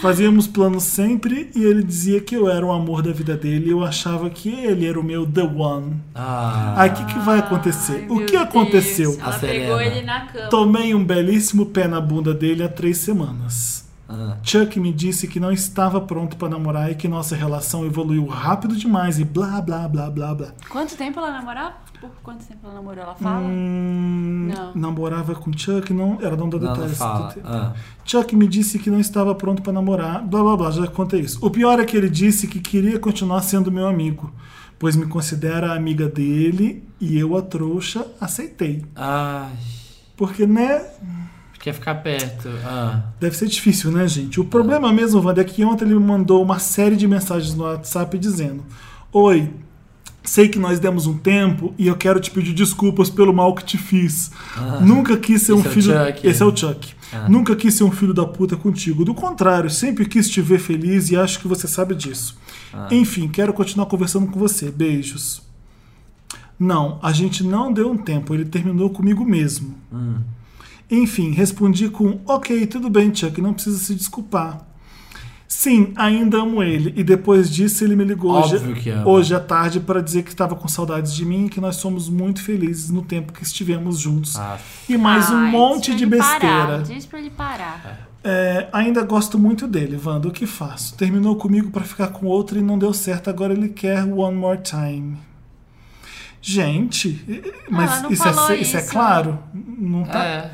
Speaker 2: Fazíamos plano sempre e ele dizia que eu era o amor da vida dele e eu achava que ele era o meu The One.
Speaker 1: Ah,
Speaker 2: Aí o que, que vai acontecer?
Speaker 3: Ai,
Speaker 2: o
Speaker 3: meu
Speaker 2: que aconteceu?
Speaker 3: Deus, Ela
Speaker 1: A
Speaker 3: pegou
Speaker 1: Serena.
Speaker 3: ele na cama.
Speaker 2: Tomei um belíssimo pé na bunda dele há três semanas.
Speaker 1: Ah.
Speaker 2: Chuck me disse que não estava pronto pra namorar e que nossa relação evoluiu rápido demais e blá blá blá blá blá.
Speaker 3: Quanto tempo ela namorava? Por quanto tempo ela namorou? Ela fala?
Speaker 2: Hum,
Speaker 3: Não.
Speaker 2: Namorava com Chuck, não. Ela não dá
Speaker 1: não, não
Speaker 2: detalhes.
Speaker 1: fala. Ah.
Speaker 2: Chuck me disse que não estava pronto para namorar, blá blá blá, já contei isso. O pior é que ele disse que queria continuar sendo meu amigo, pois me considera amiga dele e eu, a trouxa, aceitei.
Speaker 1: Ai,
Speaker 2: Porque, né?
Speaker 1: quer ficar perto. Ah.
Speaker 2: Deve ser difícil, né, gente? O problema mesmo, Wanda, é que ontem ele me mandou uma série de mensagens no WhatsApp dizendo: Oi, Sei que nós demos um tempo e eu quero te pedir desculpas pelo mal que te fiz. Nunca quis ser um
Speaker 1: Ah, esse é o
Speaker 2: filho.
Speaker 1: Chuck. Ah.
Speaker 2: Esse é o Chuck. Nunca quis ser um filho da puta contigo. Do contrário, sempre quis te ver feliz e acho que você sabe disso.
Speaker 1: Ah.
Speaker 2: Enfim, quero continuar conversando com você. Beijos. Não, a gente não deu um tempo, ele terminou comigo mesmo. Enfim, respondi com: Ok, tudo bem, Chuck, não precisa se desculpar. Sim, ainda amo ele. E depois disso, ele me ligou
Speaker 1: Óbvio
Speaker 2: hoje,
Speaker 1: que ama.
Speaker 2: hoje à tarde para dizer que estava com saudades de mim e que nós somos muito felizes no tempo que estivemos juntos.
Speaker 1: Ah.
Speaker 2: E mais um
Speaker 3: Ai,
Speaker 2: monte
Speaker 3: diz
Speaker 2: de
Speaker 3: pra ele
Speaker 2: besteira.
Speaker 3: Parar, diz pra ele parar.
Speaker 2: É, ainda gosto muito dele, Wanda. O que faço? Terminou comigo pra ficar com outra e não deu certo. Agora ele quer One More Time. Gente, eh, mas
Speaker 3: Ela não
Speaker 2: isso, é,
Speaker 3: falou
Speaker 2: se- isso é
Speaker 3: isso.
Speaker 2: claro? Não tá.
Speaker 1: É.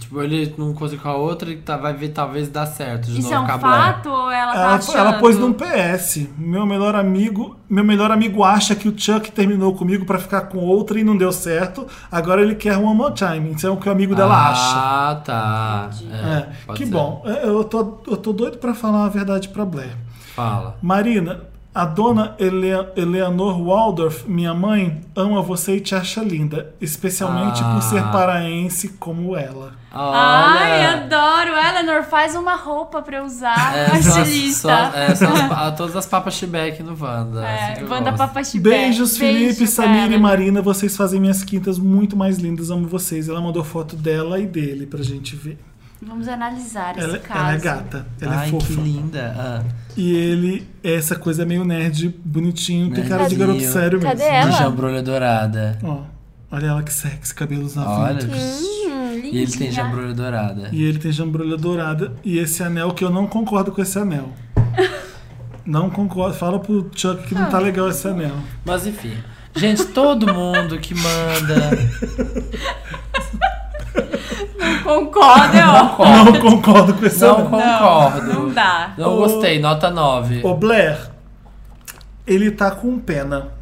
Speaker 1: Tipo, ele não coisa com a outra e tá, vai ver talvez dar certo de
Speaker 3: Isso
Speaker 1: novo
Speaker 3: é um
Speaker 1: cabo
Speaker 3: fato ou ela tá
Speaker 2: Ela,
Speaker 3: achando?
Speaker 2: ela pôs num PS. Meu melhor amigo, meu melhor amigo acha que o Chuck terminou comigo pra ficar com outra e não deu certo. Agora ele quer One More Time. Isso é o que o amigo dela acha.
Speaker 1: Ah, tá.
Speaker 2: É,
Speaker 1: É, pode
Speaker 2: que
Speaker 1: ser.
Speaker 2: bom. É, Eu tô, eu tô doido pra falar a verdade pra Blair.
Speaker 1: Fala.
Speaker 2: Marina, a dona Ele Eleanor Waldorf, minha mãe, ama você e te acha linda, especialmente
Speaker 1: Ah.
Speaker 2: por ser paraense como ela.
Speaker 3: Ai,
Speaker 1: Olha.
Speaker 3: adoro. Eleanor, faz uma roupa pra eu usar.
Speaker 1: É,
Speaker 3: uma
Speaker 1: são as-
Speaker 3: estilista.
Speaker 1: só- é, são as pa- todas as papas Shebeck no Wanda.
Speaker 3: É,
Speaker 1: assim que eu
Speaker 3: Wanda
Speaker 1: gosto.
Speaker 3: Papa Chibé.
Speaker 2: Beijos, Felipe,
Speaker 3: Beijo,
Speaker 2: Samira e
Speaker 3: Eleanor.
Speaker 2: Marina, vocês fazem minhas quintas muito mais lindas, amo vocês. Ela mandou foto dela e dele pra gente ver.
Speaker 3: Vamos analisar
Speaker 2: Ela,
Speaker 3: esse caso.
Speaker 2: ela é gata, ela
Speaker 1: Ai,
Speaker 2: é fofa.
Speaker 1: que linda. Ah,
Speaker 2: E ele é essa coisa meio nerd, bonitinho, tem cara de
Speaker 1: Nerdinho.
Speaker 2: garoto sério
Speaker 7: Cadê
Speaker 2: mesmo.
Speaker 7: Ela.
Speaker 1: de jambrolha dourada.
Speaker 2: Ó, olha ela que sexy, cabelos na
Speaker 1: Olha.
Speaker 2: frente.
Speaker 1: E ele tem jambrolha dourada.
Speaker 2: E ele tem jambrulha dourada e esse anel que eu não concordo com esse anel. Não concordo. Fala pro Chuck que não tá legal esse anel.
Speaker 1: Mas enfim. Gente, todo mundo que manda.
Speaker 3: Concorda,
Speaker 1: Não
Speaker 3: ó.
Speaker 1: concordo.
Speaker 2: Não concordo com esse
Speaker 1: Não
Speaker 2: anel.
Speaker 1: concordo.
Speaker 3: Não dá.
Speaker 1: Não
Speaker 2: Ô-
Speaker 1: gostei, nota 9.
Speaker 2: Ô Blair, ele tá com pena.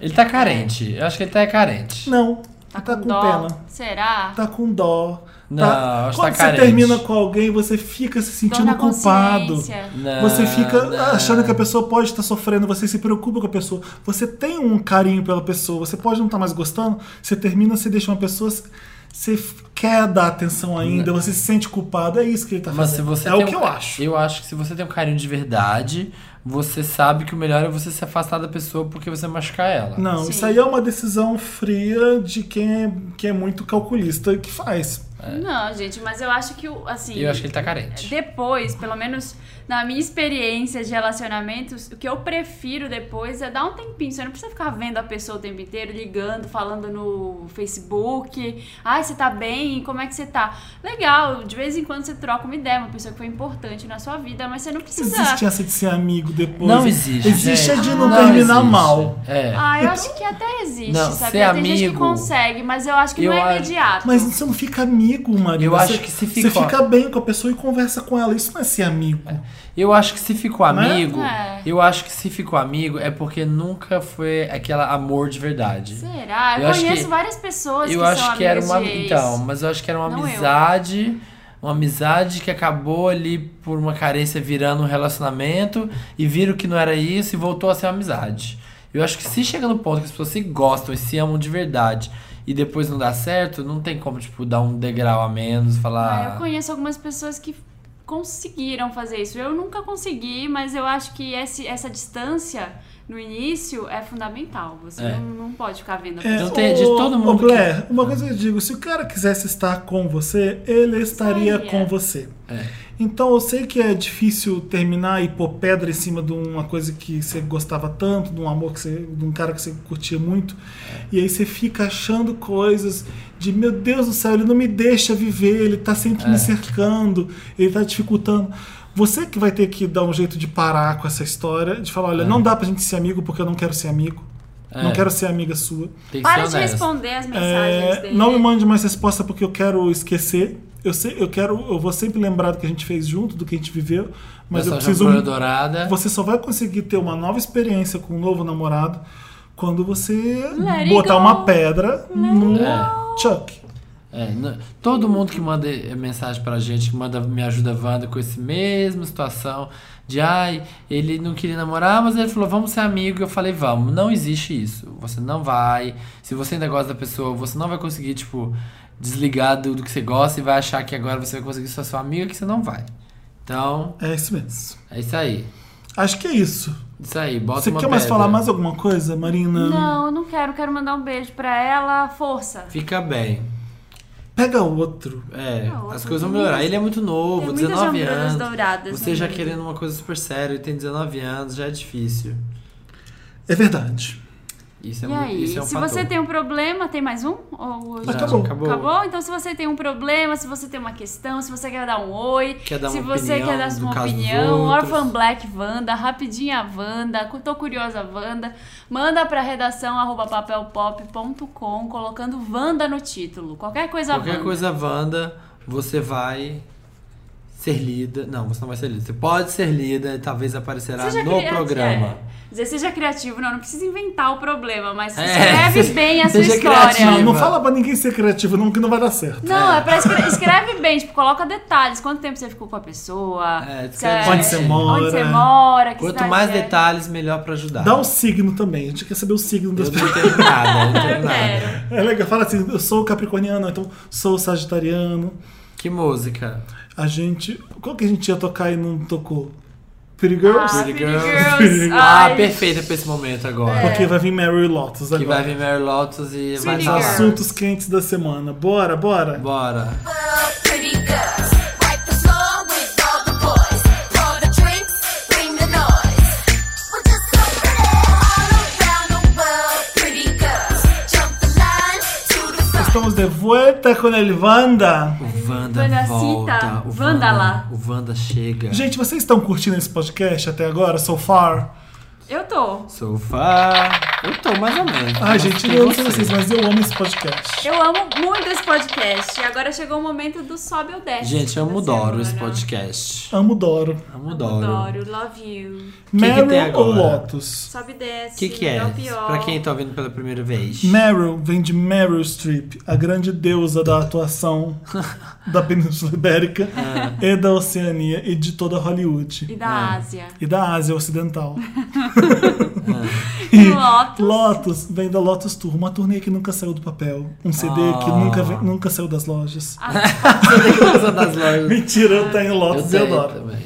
Speaker 1: Ele tá carente. Eu acho que ele tá carente.
Speaker 2: Não, tá, tá
Speaker 3: com
Speaker 2: com,
Speaker 3: dó.
Speaker 2: pena.
Speaker 3: Será?
Speaker 2: Tá com dó.
Speaker 1: Não,
Speaker 2: tá...
Speaker 1: acho que
Speaker 2: Quando
Speaker 1: tá
Speaker 2: você
Speaker 1: carente.
Speaker 2: termina com alguém, você fica se
Speaker 3: Dor
Speaker 2: sentindo
Speaker 3: na
Speaker 2: culpado.
Speaker 3: consciência.
Speaker 1: Não,
Speaker 2: Você fica
Speaker 1: não.
Speaker 2: achando que a pessoa pode estar sofrendo, você se preocupa com a pessoa, você tem um carinho pela pessoa, você pode não estar mais gostando, você termina, você deixa uma pessoa, você f- quer dar atenção ainda, você se sente culpado, é isso que ele tá
Speaker 1: Mas se
Speaker 2: fazendo.
Speaker 1: você
Speaker 2: é
Speaker 1: tem
Speaker 2: o que
Speaker 1: um-
Speaker 2: eu acho.
Speaker 1: Eu acho que se você tem um carinho de verdade, você sabe que o melhor é você se afastar da pessoa porque você machucar ela.
Speaker 2: Não, isso aí é uma decisão fria de quem é, que é muito calculista que faz.
Speaker 3: Não, gente, mas eu acho que, o- assim...
Speaker 1: E É. eu acho que ele tá carente.
Speaker 3: Depois, pelo menos na minha experiência de relacionamentos, o que eu prefiro depois é dar um tempinho. Você não precisa ficar vendo a pessoa o tempo inteiro, ligando, falando no Facebook. Ai, você tá bem? Como é que você tá? Legal, de vez em quando você troca uma ideia, uma pessoa que foi importante na sua vida, mas é. você não
Speaker 2: Não
Speaker 3: precisa.
Speaker 1: né?
Speaker 2: existe essa de ser amigo depois.
Speaker 1: Não existe.
Speaker 2: Existe a
Speaker 1: gente.
Speaker 2: de não, terminar
Speaker 1: existe.
Speaker 2: mal.
Speaker 1: É.
Speaker 3: Ah, eu acho que até existe,
Speaker 1: Não,
Speaker 3: sabe?
Speaker 1: ser
Speaker 3: Tem gente que
Speaker 1: amigo-
Speaker 3: consegue, mas eu acho que
Speaker 1: Eu
Speaker 3: não é
Speaker 1: acho-
Speaker 3: imediato.
Speaker 2: Mas você não fica amigo, Maria.
Speaker 1: Eu
Speaker 2: Você-
Speaker 1: acho que se fica-
Speaker 2: Você fica bem com a pessoa e conversa com ela. Isso não é ser amigo.
Speaker 1: Eu acho que se ficou
Speaker 2: Né?
Speaker 1: amigo,
Speaker 3: É.
Speaker 1: eu acho que se ficou amigo é porque nunca foi aquela amor de verdade.
Speaker 3: Será? Eu,
Speaker 1: Eu acho
Speaker 3: conheço
Speaker 1: que-
Speaker 3: várias pessoas
Speaker 1: Eu
Speaker 3: que
Speaker 1: acho
Speaker 3: são
Speaker 1: que era
Speaker 3: amigas
Speaker 1: uma.
Speaker 3: de ex.
Speaker 1: Então, mas eu acho que era uma
Speaker 3: Não eu.
Speaker 1: amizade. Uma amizade que acabou ali por uma carência virando um relacionamento e viram que não era isso e voltou a ser uma amizade. Eu acho que se chega no ponto que as pessoas se gostam e se amam de verdade e depois não dá certo, não tem como, tipo, dar um degrau a menos,
Speaker 3: Ah, eu
Speaker 1: falar.
Speaker 3: conheço algumas pessoas que conseguiram fazer isso. Eu nunca consegui, mas eu acho que esse- essa distância no início é fundamental. Você
Speaker 1: É.
Speaker 3: não, não pode ficar vendo a pessoa.
Speaker 2: É,
Speaker 1: Então tem de
Speaker 2: ô-
Speaker 1: todo
Speaker 2: ô,
Speaker 1: mundo que- É.
Speaker 2: Blair, uma coisa que eu digo: se o cara quisesse estar com você, ele estaria
Speaker 3: Estaria.
Speaker 2: com você.
Speaker 1: É.
Speaker 2: Então eu sei que é difícil terminar e pôr pedra em cima de uma coisa que você gostava tanto, de um amor que você, de um cara que você curtia muito.
Speaker 1: É.
Speaker 2: E aí você fica achando coisas de meu Deus do céu, ele não me deixa viver, ele tá sempre
Speaker 1: É.
Speaker 2: me cercando, ele tá dificultando. Você que vai ter que dar um jeito de parar com essa história, de falar, olha, não dá pra gente ser amigo porque eu não quero ser amigo. Não
Speaker 1: É.
Speaker 2: quero ser amiga sua.
Speaker 1: Tem que
Speaker 3: Para
Speaker 1: ser
Speaker 3: de
Speaker 1: honesto.
Speaker 3: responder as
Speaker 2: É,
Speaker 3: mensagens dele.
Speaker 2: não me mande mais resposta porque eu quero esquecer. Eu, sei, eu quero, eu vou sempre lembrar do que a gente fez junto, do que a gente viveu, mas eu
Speaker 1: Dessa
Speaker 2: preciso. um
Speaker 1: jambrolha dourada.
Speaker 2: Você só vai conseguir ter uma nova experiência com um novo namorado quando você
Speaker 3: Let it
Speaker 2: botar
Speaker 3: go.
Speaker 2: uma pedra no
Speaker 1: it
Speaker 2: Chuck.
Speaker 1: É, n- todo mundo que manda eh, mensagem pra gente, que manda Me Ajuda Wanda com essa mesma situação de ai, ele não queria namorar, mas ele falou, vamos ser amigo. Eu falei, vamos, não existe isso. Você não vai. Se você ainda gosta da pessoa, você não vai conseguir, tipo, desligar do, do que você gosta e vai achar que agora você vai conseguir ser sua amiga, que você não vai. Então,
Speaker 2: É isso mesmo.
Speaker 1: é isso aí.
Speaker 2: Acho que é isso.
Speaker 1: Isso aí, bota
Speaker 2: Você
Speaker 1: uma
Speaker 2: quer mais
Speaker 1: pedra.
Speaker 2: falar mais alguma coisa, Marina?
Speaker 3: Não, eu não quero. Quero mandar um beijo pra ela. Força.
Speaker 1: Fica bem.
Speaker 2: Pega um. outro.
Speaker 1: É,
Speaker 3: Não,
Speaker 1: as
Speaker 3: outro
Speaker 1: coisas vão
Speaker 3: mundo.
Speaker 1: melhorar. Ele é muito novo,
Speaker 3: Tem muitas
Speaker 1: 19
Speaker 3: ombreiras
Speaker 1: anos.
Speaker 3: douradas,
Speaker 1: você
Speaker 3: né,
Speaker 1: já
Speaker 3: amigo?
Speaker 1: querendo uma coisa super séria e tem 19 anos, já é difícil.
Speaker 2: É verdade.
Speaker 1: Isso é
Speaker 3: E
Speaker 1: muito
Speaker 3: aí,
Speaker 1: isso é um
Speaker 3: se
Speaker 1: fator.
Speaker 3: você tem um problema, tem mais um? Ou
Speaker 1: Já,
Speaker 3: já
Speaker 2: Acabou.
Speaker 1: acabou.
Speaker 3: acabou? Então, se você tem um problema, se você tem uma questão, se você quer dar um oi,
Speaker 1: Quer dar
Speaker 3: se
Speaker 1: uma
Speaker 3: você
Speaker 1: opinião
Speaker 3: quer dar
Speaker 1: do
Speaker 3: sua
Speaker 1: caso dos
Speaker 3: opinião,
Speaker 1: outros.
Speaker 3: Orphan Black Wanda, Rapidinha Wanda, Tô Curiosa Wanda, manda pra redação arroba papelpop.com colocando Wanda no título. Qualquer coisa
Speaker 1: Qualquer
Speaker 3: Wanda.
Speaker 1: coisa, Wanda, você vai ser lida. Não, você não vai ser lida. Você pode ser lida e talvez aparecerá
Speaker 3: Seja
Speaker 1: no
Speaker 3: cria-
Speaker 1: programa.
Speaker 3: é. Quer dizer, seja criativo, não, não precisa inventar o problema, mas
Speaker 1: É,
Speaker 3: escreve
Speaker 1: se-
Speaker 3: bem a sua
Speaker 1: seja
Speaker 3: história.
Speaker 1: criativo.
Speaker 2: Não, não
Speaker 1: Eva.
Speaker 2: fala pra ninguém ser criativo, não, que não vai dar certo.
Speaker 3: Não, é, pra escre- escreve bem, tipo, coloca detalhes. Quanto tempo você ficou com a pessoa?
Speaker 1: É,
Speaker 3: se-
Speaker 1: escreve
Speaker 2: Onde você
Speaker 1: Onde
Speaker 2: mora.
Speaker 3: onde você mora, que
Speaker 1: Quanto
Speaker 3: cidade
Speaker 1: mais
Speaker 3: é.
Speaker 1: detalhes, melhor pra ajudar.
Speaker 2: Dá um signo também. A gente quer saber o signo das
Speaker 1: Eu
Speaker 2: pessoas.
Speaker 1: não tenho nada, eu não
Speaker 3: Eu
Speaker 1: tenho nada.
Speaker 3: quero.
Speaker 2: É legal. Fala assim, eu sou capricorniano, então sou sagitariano.
Speaker 1: Que música?
Speaker 2: A gente. Qual que a gente ia tocar e não tocou? Pretty Girls?
Speaker 3: Ah,
Speaker 1: Pretty
Speaker 3: Pretty
Speaker 1: Girls.
Speaker 3: Girls.
Speaker 1: Ah,
Speaker 3: Ai,
Speaker 1: perfeita pra esse momento agora.
Speaker 2: Porque vai vir Mary Lotus
Speaker 1: Que
Speaker 2: agora.
Speaker 1: vai vir Mary Lotus e vai
Speaker 3: Sweet
Speaker 1: falar.
Speaker 3: Girls.
Speaker 2: Assuntos quentes da semana. Bora, bora.
Speaker 1: Bora.
Speaker 6: Pretty girls, wipe the floor with all the boys. Pour the drinks, bring the noise. We're just so pretty all around the world. Pretty girls, jump the line to the front.
Speaker 2: Estamos de volta com a Elvanda.
Speaker 1: O Wanda
Speaker 3: Wanda
Speaker 1: volta. O
Speaker 3: cita. assim tá? Wanda lá.
Speaker 1: O Wanda chega.
Speaker 2: Gente, vocês estão curtindo esse podcast até agora, so far?
Speaker 3: Eu tô.
Speaker 1: Sofá. Eu tô mais ou menos.
Speaker 2: Ai,
Speaker 1: Mas
Speaker 2: gente,
Speaker 1: tem
Speaker 2: eu não sei
Speaker 1: você.
Speaker 2: vocês, mas eu amo esse podcast.
Speaker 3: Eu amo muito esse podcast. E agora chegou o momento do sobe ou desce.
Speaker 1: Gente, eu amo
Speaker 3: da
Speaker 1: Doro esse
Speaker 3: semana.
Speaker 1: podcast.
Speaker 2: Amo Doro.
Speaker 1: Amo Doro.
Speaker 3: Adoro, love you.
Speaker 1: que tem
Speaker 2: Meryl
Speaker 1: agora?
Speaker 2: ou Lotus?
Speaker 3: Sobe e
Speaker 1: O
Speaker 3: desce.
Speaker 1: que, que é?
Speaker 3: dá o pior.
Speaker 1: Pra quem tá ouvindo pela primeira vez.
Speaker 2: Meryl vem de Meryl Streep, a grande deusa da atuação da Península Ibérica e da Oceania e de toda Hollywood.
Speaker 3: E
Speaker 1: Ah.
Speaker 3: da Ásia.
Speaker 2: E da Ásia Ocidental.
Speaker 3: E Lotus.
Speaker 2: Lotus vem da Lotus Tour, uma turnê que nunca saiu do papel. Um CD que
Speaker 1: Ah.
Speaker 2: nunca, vem- nunca saiu das lojas.
Speaker 1: Coisa das lojas.
Speaker 2: Mentira, eu tenho
Speaker 1: Eu
Speaker 2: Lotus e eu
Speaker 1: tenho
Speaker 2: adoro.
Speaker 1: também.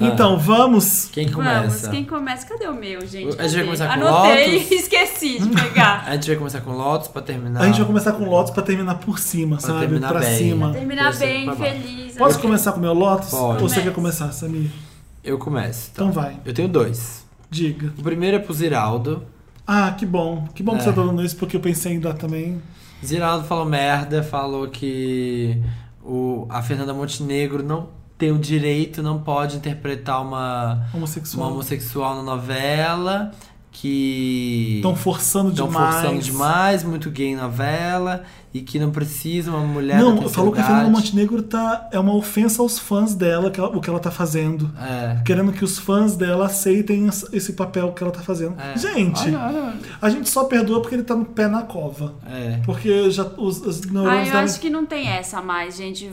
Speaker 2: Então, vamos.
Speaker 1: Quem
Speaker 3: Vamos,
Speaker 1: começa?
Speaker 3: quem começa? Cadê o meu, gente?
Speaker 1: A gente vai
Speaker 3: Cadê?
Speaker 1: começar com
Speaker 3: Anotei
Speaker 1: Lotus?
Speaker 3: e esqueci de pegar.
Speaker 1: A gente vai começar com Lotus pra terminar.
Speaker 2: A gente vai começar com Lotus pra terminar por cima, sabe?
Speaker 1: terminar
Speaker 2: Pra
Speaker 1: bem.
Speaker 2: cima.
Speaker 3: Terminar
Speaker 1: Eu sei,
Speaker 3: bem,
Speaker 1: vai lá.
Speaker 3: feliz.
Speaker 2: Posso começar com o meu Lotus?
Speaker 1: Pode.
Speaker 2: Ou você
Speaker 3: Começa.
Speaker 2: quer começar, Samir?
Speaker 1: Eu começo.
Speaker 2: Então vai,
Speaker 1: Eu tenho dois.
Speaker 2: diga.
Speaker 1: O primeiro é pro Ziraldo.
Speaker 2: Ah, que bom. Que bom que
Speaker 1: É.
Speaker 2: você tá dando isso, porque eu pensei em dar também.
Speaker 1: Ziraldo falou merda, falou que o, a Fernanda Montenegro não tem o direito, não pode interpretar uma, uma
Speaker 2: Homossexual.
Speaker 1: homossexual na novela, que
Speaker 2: Estão forçando
Speaker 1: tão
Speaker 2: demais.
Speaker 1: forçando demais, muito gay na novela, e que não precisa uma mulher da
Speaker 2: Não,
Speaker 1: terceira
Speaker 2: falou que a Fernanda
Speaker 1: idade.
Speaker 2: Montenegro tá, é uma ofensa aos fãs dela, que ela- o que ela tá fazendo.
Speaker 1: É.
Speaker 2: Querendo que os fãs dela aceitem es- esse papel que ela tá fazendo.
Speaker 1: É.
Speaker 2: Gente,
Speaker 1: Olha, olha.
Speaker 2: a gente só perdoa porque ele tá no pé na cova.
Speaker 1: É.
Speaker 2: Porque já os, os
Speaker 3: Ah,
Speaker 2: neurônios
Speaker 3: eu
Speaker 2: devem-
Speaker 3: acho que não tem essa mais, gente.
Speaker 2: É.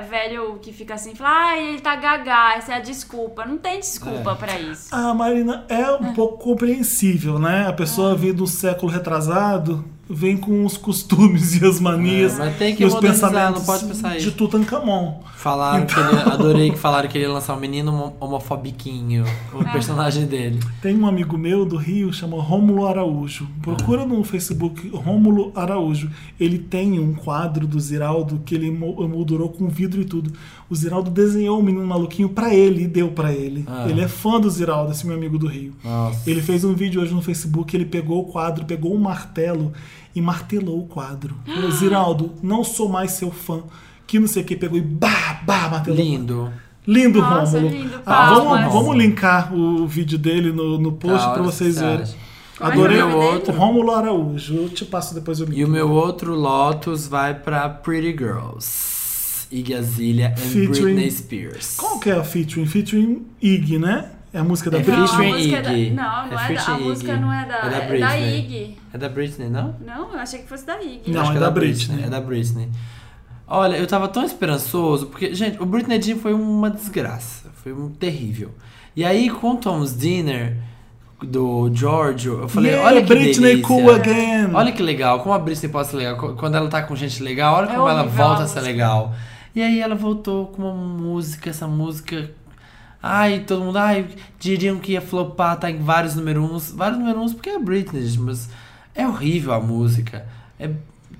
Speaker 3: Velho, velho que fica assim, fala, ah, ele tá gaga, essa é a desculpa. Não tem desculpa
Speaker 1: É.
Speaker 3: pra isso.
Speaker 2: Ah, Marina, é um pouco compreensível, né? A pessoa vem do século retrasado, vem com os costumes e as manias.
Speaker 1: É, mas tem que
Speaker 2: e os
Speaker 1: modernizar,
Speaker 2: pensamentos
Speaker 1: não pode pensar
Speaker 2: de
Speaker 1: isso.
Speaker 2: Tutankamon.
Speaker 1: Falaram que
Speaker 2: Então.
Speaker 1: ele, adorei que falaram que ele ia lançar um menino homo- homofobiquinho, o personagem dele.
Speaker 2: Tem um amigo meu do Rio, chama Rômulo Araújo. Procura no Facebook Rômulo Araújo. Ele tem um quadro do Ziraldo que ele emo- emoldurou com vidro e tudo. O Ziraldo desenhou o menino maluquinho pra ele e deu pra ele.
Speaker 1: Ah.
Speaker 2: Ele é fã do Ziraldo, esse meu amigo do Rio.
Speaker 1: Nossa.
Speaker 2: Ele fez um vídeo hoje no Facebook, ele pegou o quadro, pegou um martelo e martelou o quadro. Falou, Ziraldo, não sou mais seu fã. Que não sei o que, pegou e bah, bah, martelou.
Speaker 1: Lindo.
Speaker 2: Lindo,
Speaker 3: Nossa,
Speaker 2: Rômulo.
Speaker 3: lindo,
Speaker 2: Ah, vamos,
Speaker 3: palmas.
Speaker 2: vamos linkar o vídeo dele no, no post
Speaker 1: Da hora,
Speaker 2: pra vocês
Speaker 1: o que você
Speaker 2: verem.
Speaker 1: acha?
Speaker 2: Adorei
Speaker 3: E o
Speaker 2: o
Speaker 3: meu
Speaker 2: outro.
Speaker 3: outro?
Speaker 2: Rômulo Araújo. Eu te passo depois o link.
Speaker 1: E o meu outro Lotus vai pra Pretty Girls. Iggy Azalea and
Speaker 2: Featuring-
Speaker 1: Britney Spears.
Speaker 2: Qual que é a featuring? Featuring Ig, né? É a música da
Speaker 1: É
Speaker 3: Não,
Speaker 2: Britney.
Speaker 3: a
Speaker 1: Featuring
Speaker 3: música é da...
Speaker 1: Iggy.
Speaker 3: Não, não
Speaker 1: É
Speaker 3: é da... a
Speaker 1: featuring
Speaker 3: música
Speaker 1: Iggy.
Speaker 3: não é da...
Speaker 1: É da
Speaker 3: é da
Speaker 1: Britney.
Speaker 3: Iggy.
Speaker 1: É da Britney, não?
Speaker 3: Não, eu achei que fosse da Iggy.
Speaker 2: Não,
Speaker 1: Acho
Speaker 2: é
Speaker 1: que
Speaker 2: da Britney.
Speaker 1: É da Britney. Olha, eu tava tão esperançoso, porque, gente, o Britney Jean foi uma desgraça. Foi um terrível. E aí, com Tom's Dinner, do Giorgio, eu falei,
Speaker 2: Yeah,
Speaker 1: olha que
Speaker 2: Britney
Speaker 1: delícia.
Speaker 2: cool again.
Speaker 1: Olha que legal, como a Britney pode ser legal. co- Quando ela tá com gente legal, olha
Speaker 3: É
Speaker 1: como ela
Speaker 3: horrível a
Speaker 1: volta a ser
Speaker 3: música.
Speaker 1: legal. E aí ela voltou com uma música, essa música... Ai, todo mundo, ai, diriam que ia flopar, tá em vários número uns. Vários número uns porque é a Britney, gente, mas é horrível a música. É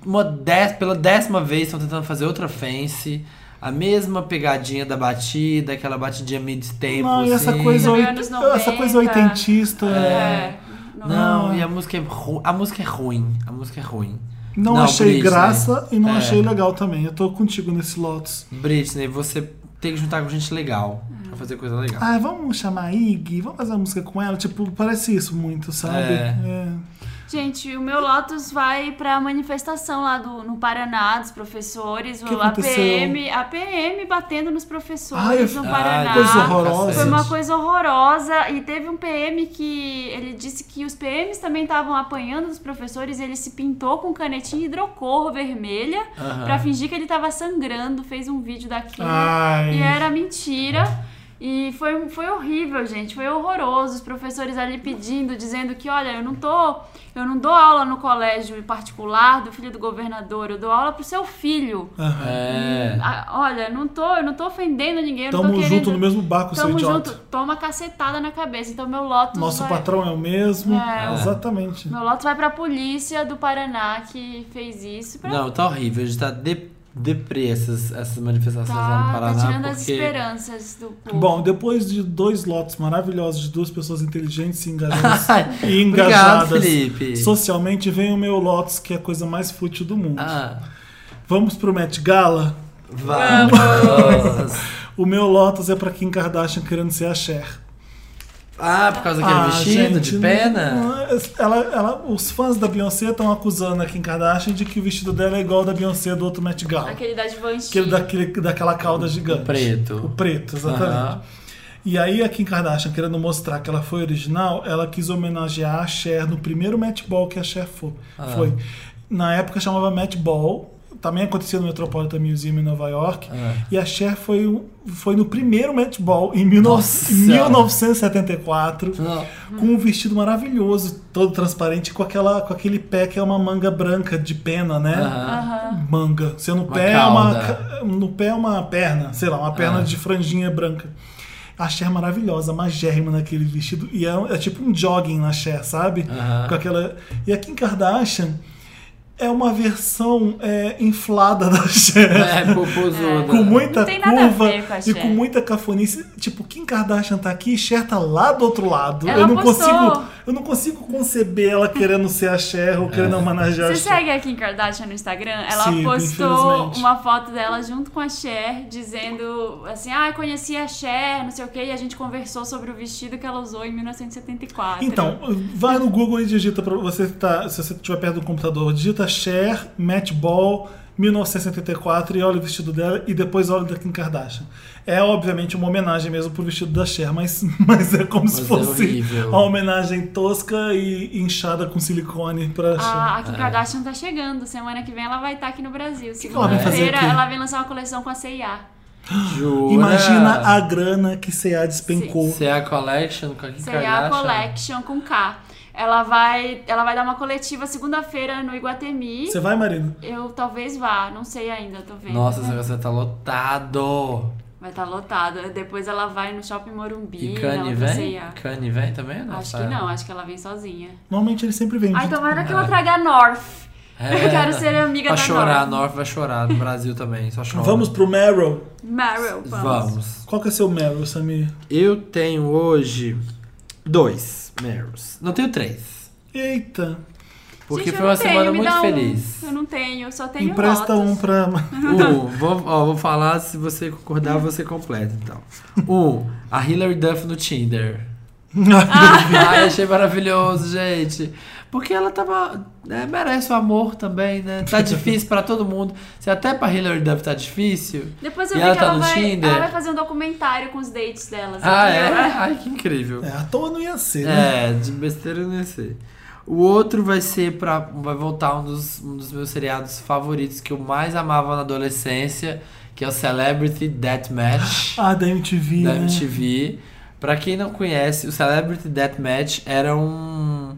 Speaker 1: uma dez, pela décima vez estão tentando fazer outra fence. A mesma pegadinha da batida, aquela batidinha mid-tempo,
Speaker 2: Não, e essa
Speaker 1: assim.
Speaker 2: coisa,
Speaker 3: Também
Speaker 2: oit-
Speaker 3: anos 90.
Speaker 2: essa coisa oitentista.
Speaker 3: É.
Speaker 2: Ah.
Speaker 1: Não, e a música é ruim. A música é ruim. A música é ruim.
Speaker 2: Não, achei
Speaker 1: Britney.
Speaker 2: graça e não
Speaker 1: É.
Speaker 2: achei legal também. Eu tô contigo nesse Lotus.
Speaker 1: Britney, você tem que juntar com gente legal pra fazer coisa legal.
Speaker 2: Ah, vamos chamar a Iggy, vamos fazer uma música com ela. Tipo, parece isso muito, sabe?
Speaker 1: É.
Speaker 2: É.
Speaker 3: Gente, o meu Lotus vai pra manifestação lá do, no Paraná dos professores,
Speaker 2: Que
Speaker 3: o
Speaker 2: aconteceu?
Speaker 3: APM, APM batendo nos
Speaker 2: Ai,
Speaker 3: professores no
Speaker 2: ai,
Speaker 3: Ah, Paraná.
Speaker 2: coisa horrorosa.
Speaker 3: Foi uma
Speaker 1: Ah, cacete.
Speaker 3: coisa horrorosa e teve um PM que ele disse que os PMs também estavam apanhando dos professores, e ele se pintou com canetinha hidrocor vermelha
Speaker 1: Aham.
Speaker 3: pra fingir que ele tava sangrando, fez um vídeo daquilo.
Speaker 2: Ai.
Speaker 3: E é, era mentira. E foi, foi horrível, gente. Foi horroroso. Os professores ali pedindo, dizendo que, olha, eu não tô. Eu não dou aula no colégio particular do filho do governador, eu dou aula pro seu filho.
Speaker 2: Aham.
Speaker 1: É.
Speaker 3: Ah, olha, não tô, eu não tô ofendendo ninguém, eu não
Speaker 2: Tamo
Speaker 3: tô querendo.
Speaker 2: junto no mesmo barco, seu
Speaker 3: Tamo
Speaker 2: idiota.
Speaker 3: junto, toma cacetada na cabeça. Então meu Lotus.
Speaker 2: Nosso
Speaker 3: vai...
Speaker 2: patrão é o mesmo.
Speaker 3: É.
Speaker 2: Exatamente.
Speaker 3: Meu Lotus vai pra polícia do Paraná que fez isso. Pra...
Speaker 1: Não, tá horrível. A gente tá de, deprê essas, essas manifestações lá no
Speaker 3: tá, tá
Speaker 1: Paraná.
Speaker 3: tirando as
Speaker 1: porque...
Speaker 3: esperanças do povo.
Speaker 2: Bom, depois de dois lotes maravilhosos de duas pessoas inteligentes e engajadas,
Speaker 1: Obrigado,
Speaker 2: e engajadas
Speaker 1: Felipe.
Speaker 2: socialmente, vem o meu Lotus, que é a coisa mais fútil do mundo.
Speaker 1: Ah,
Speaker 2: Vamos pro Met Gala?
Speaker 1: vamos.
Speaker 2: O meu Lotus é pra Kim Kardashian querendo ser a Cher.
Speaker 1: Ah, por causa daquele vestido
Speaker 2: gente,
Speaker 1: de pena?
Speaker 2: não, é, Ela, ela, os fãs da Beyoncé estão acusando a Kim Kardashian de que o vestido dela é igual ao da Beyoncé do outro Met Gala.
Speaker 3: Aquele da Givenchy.
Speaker 2: Aquele daquele, daquela cauda gigante.
Speaker 1: preto.
Speaker 2: O Tipo, preto, exatamente.
Speaker 1: Aham.
Speaker 2: E aí a Kim Kardashian, querendo mostrar que ela foi original, ela quis homenagear a Cher no primeiro matchball que a Cher foi.
Speaker 1: Ah.
Speaker 2: foi. Na época chamava matchball, também acontecia no Metropolitan Museum em Nova York.
Speaker 1: Ah.
Speaker 2: E a Cher foi, um- foi no primeiro matchball em 19
Speaker 1: Nossa!
Speaker 2: 1974,
Speaker 1: Não.
Speaker 2: com um vestido maravilhoso, todo transparente, com, aquela, com aquele pé que é uma manga branca de pena, né?
Speaker 1: Aham.
Speaker 2: manga. Sendo no
Speaker 1: Uma
Speaker 2: pé é uma.
Speaker 1: cauda.
Speaker 2: ca- No pé é uma perna, sei lá, uma
Speaker 1: Ah.
Speaker 2: perna de franjinha branca. A Cher é maravilhosa, magérrima naquele vestido. E é, é tipo um jogging na Cher, sabe?
Speaker 1: Aham.
Speaker 2: Com aquela. E a Kim Kardashian é uma versão é, inflada da Cher.
Speaker 1: É, popozuda.
Speaker 2: Com muita
Speaker 3: Não tem nada a
Speaker 2: curva
Speaker 3: ver com a
Speaker 2: e
Speaker 3: Cher.
Speaker 2: com muita cafonice. Tipo, Kim Kardashian tá aqui e Cher tá lá do outro lado.
Speaker 3: Ela
Speaker 2: eu não
Speaker 3: postou.
Speaker 2: consigo. Eu não consigo conceber ela querendo ser a Cher ou
Speaker 1: É.
Speaker 2: querendo homenagear
Speaker 3: Você
Speaker 2: a Cher.
Speaker 3: segue a Kim Kardashian no Instagram? Ela
Speaker 2: Sigo,
Speaker 3: postou
Speaker 2: infelizmente.
Speaker 3: uma foto dela junto com a Cher, dizendo assim: Ah, eu conheci a Cher, não sei o que, e a gente conversou sobre o vestido que ela usou em 1974.
Speaker 2: Então, vai no Google e digita pra você que tá, se você estiver perto do computador, digita Cher Match Ball 1974 e olha o vestido dela e depois olha o da Kim Kardashian. É obviamente uma homenagem mesmo pro vestido da Cher, mas, mas é como se
Speaker 1: Mas é
Speaker 2: fosse
Speaker 1: horrível.
Speaker 2: uma homenagem tosca e inchada com silicone pra Cher.
Speaker 3: A, a Kim Kardashian tá chegando, semana que vem ela vai estar aqui no Brasil.
Speaker 2: é. que ela vai fazer
Speaker 3: Segunda-feira
Speaker 2: aqui?
Speaker 3: ela vem lançar uma coleção com a CIA.
Speaker 1: Jura?
Speaker 2: Imagina a grana que C.A. despencou.
Speaker 1: Se é a collection com a Kim
Speaker 3: Seria é a
Speaker 1: Kardashian?
Speaker 3: Collection com K. Ela vai, ela vai dar uma coletiva segunda-feira no Iguatemi.
Speaker 2: Você vai, Marina?
Speaker 3: Eu talvez vá, não sei ainda, tô vendo. né?
Speaker 1: Nossa, esse negócio tá lotado.
Speaker 3: Vai estar lotada. Depois ela vai no shopping Morumbi.
Speaker 1: E
Speaker 3: na
Speaker 1: Kanye
Speaker 3: outra
Speaker 1: vem?
Speaker 3: C&A.
Speaker 1: Kanye vem também? Não,
Speaker 3: é. Acho
Speaker 1: tá?
Speaker 3: que não, acho que ela vem sozinha.
Speaker 2: Normalmente ele sempre vem.
Speaker 3: Ai,
Speaker 2: junto.
Speaker 3: tomara que ela traga a North. Eu quero ser
Speaker 1: É.
Speaker 3: amiga
Speaker 1: vai
Speaker 3: da
Speaker 1: chorar, a
Speaker 3: North.
Speaker 1: North vai chorar. No Brasil também, só chora.
Speaker 2: Vamos pro Meryl.
Speaker 3: Meryl, vamos.
Speaker 1: Vamos.
Speaker 2: Qual que é o seu Meryl, Samir?
Speaker 1: Eu tenho hoje dois Meryls. Não tenho três.
Speaker 2: Eita.
Speaker 1: Porque
Speaker 3: Gente, eu
Speaker 1: foi uma
Speaker 3: não tenho,
Speaker 1: semana
Speaker 3: me
Speaker 1: muito
Speaker 3: dá um.
Speaker 1: feliz.
Speaker 3: Eu não tenho, eu só tenho
Speaker 2: Empresta
Speaker 3: Lotus.
Speaker 2: um pra.
Speaker 1: Um, vou, ó, vou falar, se você concordar, você completa, então. Um, a Hilary Duff no Tinder. Ai, achei maravilhoso, gente. Porque ela tava. né, merece o amor também, né? Tá difícil pra todo mundo. Se até pra Hillary Duff tá difícil.
Speaker 3: Depois
Speaker 1: e
Speaker 3: eu vi
Speaker 1: ela
Speaker 3: que
Speaker 1: tá
Speaker 3: ela
Speaker 1: no
Speaker 3: vai,
Speaker 1: Tinder.
Speaker 3: ela vai fazer um documentário com os dates delas.
Speaker 1: Ah,
Speaker 3: entendeu?
Speaker 1: é? Ai, que incrível.
Speaker 2: É, à toa não ia ser, né?
Speaker 1: É, de besteira não ia ser. O outro vai ser para Vai voltar um dos, um dos meus seriados favoritos que eu mais amava na adolescência, que é o Celebrity Deathmatch
Speaker 2: Ah, da MTV,
Speaker 1: da
Speaker 2: né?
Speaker 1: MTV. Pra quem não conhece, o Celebrity Deathmatch era um.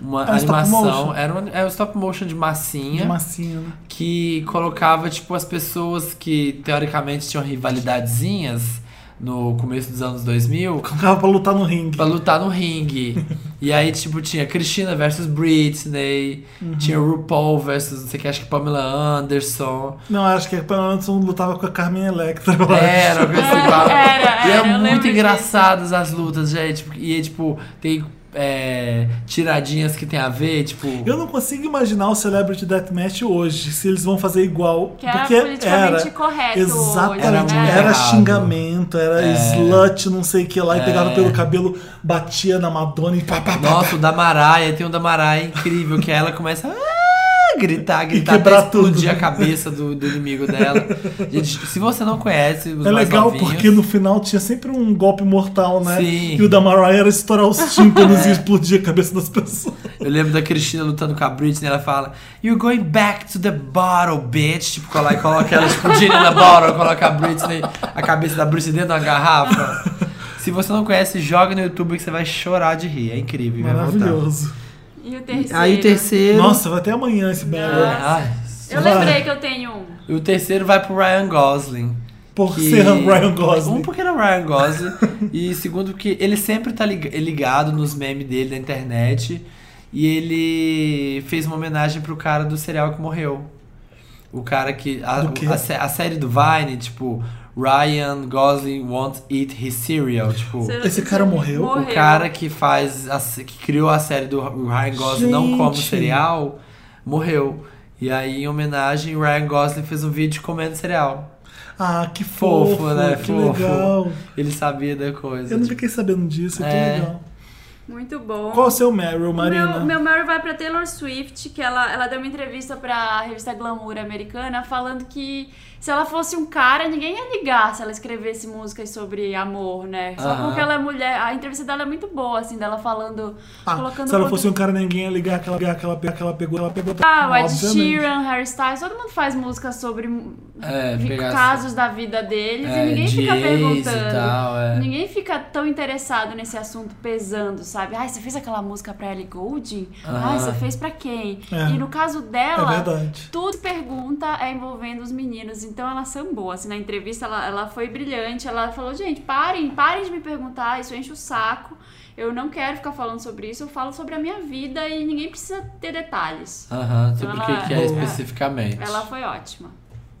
Speaker 1: Uma
Speaker 2: Era É stop
Speaker 1: animação,
Speaker 2: motion.
Speaker 1: era um, era um stop motion de massinha
Speaker 2: De massinha, né?
Speaker 1: que colocava, tipo, as pessoas que teoricamente tinham rivalidadezinhas no começo dos anos 2000
Speaker 2: Colocava pra lutar no ringue.
Speaker 1: Pra lutar no ringue. E aí, tipo, tinha Cristina versus Britney,
Speaker 3: Uhum.
Speaker 1: tinha RuPaul versus, não sei o que, acho que Pamela Anderson.
Speaker 2: Não, acho que é a Pamela Anderson lutava com a Carmen Electra, eu acho.
Speaker 1: Era, uma coisa
Speaker 3: Ah, Era,
Speaker 1: igual.
Speaker 3: era,
Speaker 1: E
Speaker 3: eu
Speaker 1: é
Speaker 3: lembro
Speaker 1: muito
Speaker 3: disso.
Speaker 1: engraçadas as lutas, gente. E, é, tipo, tem é, tiradinhas que tem a ver, tipo...
Speaker 2: Eu não consigo imaginar o Celebrity Deathmatch hoje, se eles vão fazer igual.
Speaker 3: Que era
Speaker 2: porque
Speaker 3: politicamente
Speaker 2: era,
Speaker 3: correto
Speaker 2: Exatamente.
Speaker 1: Era muito
Speaker 3: hoje, né?
Speaker 2: era
Speaker 1: errado. É.
Speaker 2: xingamento, era slut, não sei o que lá, e pegava pelo cabelo, batia na Madonna e pá, pá, pá,
Speaker 1: Nossa, o da Maraia, tem um da Maraia incrível, que ela começa a gritar, gritar,
Speaker 2: quebrar
Speaker 1: até explodir
Speaker 2: tudo. né?
Speaker 1: a cabeça do, do inimigo dela. Gente, se você não conhece os
Speaker 2: É
Speaker 1: mais
Speaker 2: legal
Speaker 1: novinhos,
Speaker 2: porque no final tinha sempre um golpe mortal, né?
Speaker 1: Sim. É.
Speaker 2: E o da Mariah era estourar os tímpanos e explodir a cabeça das pessoas.
Speaker 1: Eu lembro da Cristina lutando com a Britney, ela fala, You're going back to the bottle, bitch. Tipo, cola- coloca ela explodindo na bottle, coloca a Britney, a cabeça da Britney dentro da garrafa. Se você não conhece, joga no YouTube que você vai chorar de rir. É incrível. vai voltar.
Speaker 2: Maravilhoso.
Speaker 3: E o terceiro.
Speaker 1: Aí o terceiro.
Speaker 2: Nossa, vai até amanhã esse né? Barry.
Speaker 1: Ai,
Speaker 3: Eu lembrei que eu tenho um.
Speaker 1: e o terceiro vai pro Ryan Gosling.
Speaker 2: Por
Speaker 1: que-
Speaker 2: ser Ryan Gosling.
Speaker 1: Um, porque ele é o Ryan Gosling. e segundo, porque ele sempre tá lig- ligado nos memes dele da internet. E ele fez uma homenagem pro cara do serial que morreu. O cara que. A,
Speaker 2: Do quê?
Speaker 1: a, sé- a série do Vine, tipo, Ryan Gosling won't eat his cereal. Tipo,
Speaker 3: Você-
Speaker 2: Esse cara morreu?
Speaker 1: o cara que faz. a sé- que criou a série do Ryan Gosling não come
Speaker 2: Gente.
Speaker 1: cereal morreu. E aí, em homenagem, o Ryan Gosling fez um vídeo comendo cereal.
Speaker 2: Ah, que
Speaker 1: Fofo,
Speaker 2: fofo,
Speaker 1: né?
Speaker 2: que
Speaker 1: Fofo.
Speaker 2: legal.
Speaker 1: Ele sabia da coisa.
Speaker 2: Eu não
Speaker 1: tipo,
Speaker 2: fiquei sabendo disso,
Speaker 1: É.
Speaker 2: que legal.
Speaker 3: Muito bom.
Speaker 2: Qual o seu Meryl, Marina?
Speaker 3: Meu, meu Mary vai pra Taylor Swift, que ela, ela deu uma entrevista pra revista Glamour americana, falando que se ela fosse um cara, ninguém ia ligar se ela escrevesse músicas sobre amor, né? Só
Speaker 1: Aham.
Speaker 3: porque ela é mulher. A entrevista dela é muito boa, assim, dela falando.
Speaker 2: Ah,
Speaker 3: colocando
Speaker 2: se ela
Speaker 3: quanto-
Speaker 2: fosse um cara, ninguém ia ligar aquela, aquela, aquela pegou, ela pegou.
Speaker 3: Ah, o Ed
Speaker 2: Obviamente.
Speaker 3: Sheeran, Harry Styles, todo mundo faz música sobre
Speaker 1: É,
Speaker 3: vi-
Speaker 1: pegar
Speaker 3: casos da vida deles
Speaker 1: É,
Speaker 3: e ninguém
Speaker 1: de
Speaker 3: fica
Speaker 1: ex e
Speaker 3: perguntando.
Speaker 1: tal, é.
Speaker 3: Ninguém fica tão interessado nesse assunto pesando, sabe? Ai, você fez aquela música pra Ellie Goulding?
Speaker 1: Ah.
Speaker 3: Ai, você fez pra quem?
Speaker 2: É.
Speaker 3: E no caso
Speaker 2: É
Speaker 3: dela,
Speaker 2: verdade.
Speaker 3: tudo pergunta é envolvendo os meninos. Então ela sambou, assim, na entrevista ela, ela foi brilhante. Ela falou, gente, parem, parem de me perguntar, isso enche o saco. Eu não quero ficar falando sobre isso, eu falo sobre a minha vida e ninguém precisa ter detalhes.
Speaker 1: Aham, sobre o
Speaker 3: Então
Speaker 1: que,
Speaker 3: ela-
Speaker 1: que é
Speaker 3: Boa.
Speaker 1: especificamente.
Speaker 3: Ela foi ótima.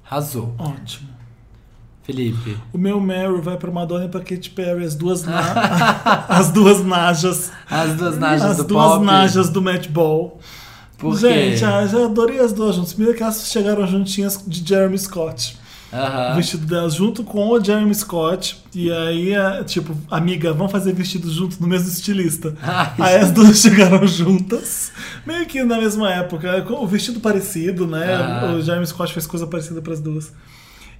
Speaker 1: Arrasou.
Speaker 2: Ótimo.
Speaker 1: Felipe.
Speaker 2: O meu Meryl vai pra Madonna e pra Katy Perry, as duas, na... as duas najas.
Speaker 1: As duas najas
Speaker 2: As
Speaker 1: do
Speaker 2: duas
Speaker 1: pop.
Speaker 2: najas do Match Ball.
Speaker 1: Por quê?
Speaker 2: Gente, ah, já adorei as duas juntas. Primeiro que elas chegaram juntinhas de Jeremy Scott.
Speaker 1: Aham.
Speaker 2: O vestido delas junto com o Jeremy Scott. E aí, ah, tipo, amiga, vamos fazer vestido junto no mesmo estilista.
Speaker 1: Ai,
Speaker 2: aí as duas chegaram juntas, meio que na mesma época. com O vestido parecido, né?
Speaker 1: Ah.
Speaker 2: O Jeremy Scott fez coisa parecida pras duas.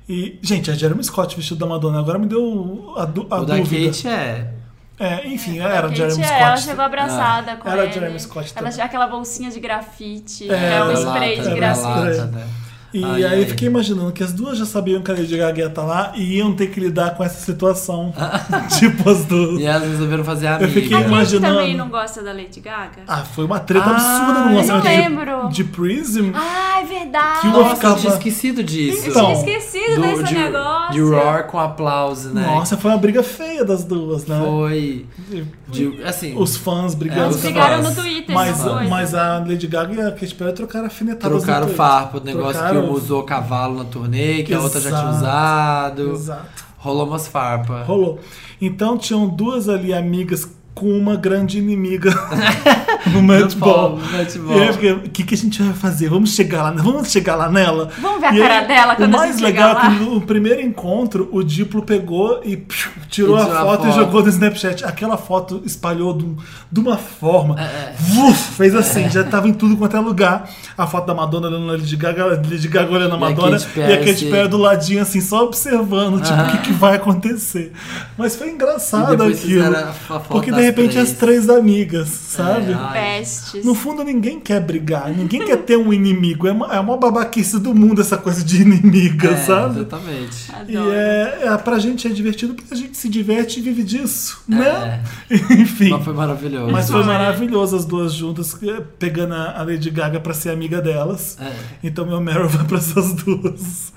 Speaker 2: E, gente, é Jeremy Scott vestido da Madonna. Agora me deu a, du- a
Speaker 1: O da
Speaker 2: dúvida.
Speaker 1: Kate é.
Speaker 2: É, enfim,
Speaker 3: A
Speaker 2: era
Speaker 3: Kate,
Speaker 2: Jeremy
Speaker 3: é,
Speaker 2: Scott.
Speaker 3: Ela
Speaker 1: Ah.
Speaker 3: chegou abraçada com
Speaker 2: Era
Speaker 3: ele.
Speaker 2: Jeremy Scott
Speaker 3: Ela
Speaker 2: também.
Speaker 3: tinha aquela bolsinha de grafite,
Speaker 2: É,
Speaker 3: é, um
Speaker 1: da
Speaker 3: spray
Speaker 1: lata,
Speaker 3: de
Speaker 1: da
Speaker 3: grafite.
Speaker 1: lata, né?
Speaker 2: E
Speaker 1: Ai,
Speaker 2: aí
Speaker 1: ai.
Speaker 2: eu fiquei imaginando que as duas já sabiam que a Lady Gaga ia estar lá e iam ter que lidar com essa situação. tipo as duas.
Speaker 1: E elas resolveram fazer a amiga.
Speaker 2: Eu fiquei
Speaker 3: A gente
Speaker 2: Imaginando.
Speaker 3: também não gosta da Lady Gaga?
Speaker 2: Ah, foi uma treta absurda
Speaker 1: eu
Speaker 2: no lançamento
Speaker 3: não
Speaker 2: de-
Speaker 3: lembro.
Speaker 2: de, Prism.
Speaker 3: Ah, é verdade!
Speaker 2: Que uma
Speaker 1: Nossa, eu
Speaker 2: ficava-
Speaker 1: tinha esquecido disso.
Speaker 2: Então,
Speaker 3: Eu tinha esquecido desse
Speaker 1: de,
Speaker 3: negócio.
Speaker 1: de Roar com aplauso, né?
Speaker 2: Nossa, foi uma briga feia das duas, né?
Speaker 1: Foi.
Speaker 2: E-
Speaker 1: de- assim,
Speaker 2: Os fãs brigando.
Speaker 1: Elas
Speaker 3: Eles
Speaker 1: os
Speaker 2: também.
Speaker 3: brigaram
Speaker 1: fãs.
Speaker 3: no Twitter,
Speaker 2: mas,
Speaker 3: não foi?
Speaker 2: mas a Lady Gaga e a Katy Perry trocaram afinetadas. no
Speaker 1: trocaram o
Speaker 2: Twitter.
Speaker 1: farpo, o negócio que
Speaker 2: tá
Speaker 1: uma
Speaker 2: Trocaram-
Speaker 1: usou cavalo na turnê, que a outra já tinha
Speaker 2: Exato.
Speaker 1: usado.
Speaker 2: Exato.
Speaker 1: Rolou umas farpas.
Speaker 2: Rolou. Então tinham duas ali amigas com uma grande inimiga no netball.
Speaker 1: polo, netball.
Speaker 2: E aí eu fiquei, o que, que a gente vai fazer? Vamos chegar lá, vamos chegar lá nela?
Speaker 3: Vamos ver a
Speaker 2: E
Speaker 3: cara
Speaker 2: aí,
Speaker 3: dela quando
Speaker 2: O
Speaker 3: a
Speaker 2: mais
Speaker 3: gente
Speaker 2: legal
Speaker 3: chegar
Speaker 2: é
Speaker 3: lá.
Speaker 2: que no primeiro encontro, o Diplo pegou e psh, tirou,
Speaker 1: E
Speaker 2: a,
Speaker 1: tirou a
Speaker 2: foto e
Speaker 1: foto.
Speaker 2: jogou no Snapchat. Aquela foto espalhou de, um- de uma forma.
Speaker 3: É,
Speaker 2: vuf, fez assim, já tava em tudo quanto é lugar. A foto da Madonna olhando a Lady Gaga, a Lady Gaga olhando a Madonna
Speaker 1: Katy
Speaker 2: e
Speaker 1: Perry,
Speaker 2: a Katy
Speaker 1: sim.
Speaker 2: Perry do ladinho, assim, só observando, tipo, o
Speaker 3: Ah.
Speaker 2: que, que vai acontecer. Mas foi
Speaker 1: E
Speaker 2: engraçado
Speaker 1: depois
Speaker 2: aquilo.
Speaker 1: fizeram a foto
Speaker 2: Porque de
Speaker 1: das
Speaker 2: repente
Speaker 1: três.
Speaker 2: as três amigas,
Speaker 3: É,
Speaker 2: sabe?
Speaker 1: ai.
Speaker 3: Pestes.
Speaker 2: No fundo, ninguém quer brigar, ninguém quer ter um inimigo. É uma- é a maior babaquice do mundo essa coisa de inimiga,
Speaker 1: É,
Speaker 2: sabe?
Speaker 1: Exatamente.
Speaker 2: E
Speaker 3: Adoro.
Speaker 2: é, é, pra gente é divertido porque a gente se diverte e vive disso,
Speaker 3: É.
Speaker 2: né?
Speaker 1: Mas
Speaker 2: Enfim.
Speaker 1: foi maravilhoso.
Speaker 2: Mas foi maravilhoso as duas juntas, eh, pegando a a Lady Gaga pra ser amiga delas.
Speaker 1: É.
Speaker 2: Então meu Meryl vai pra essas duas.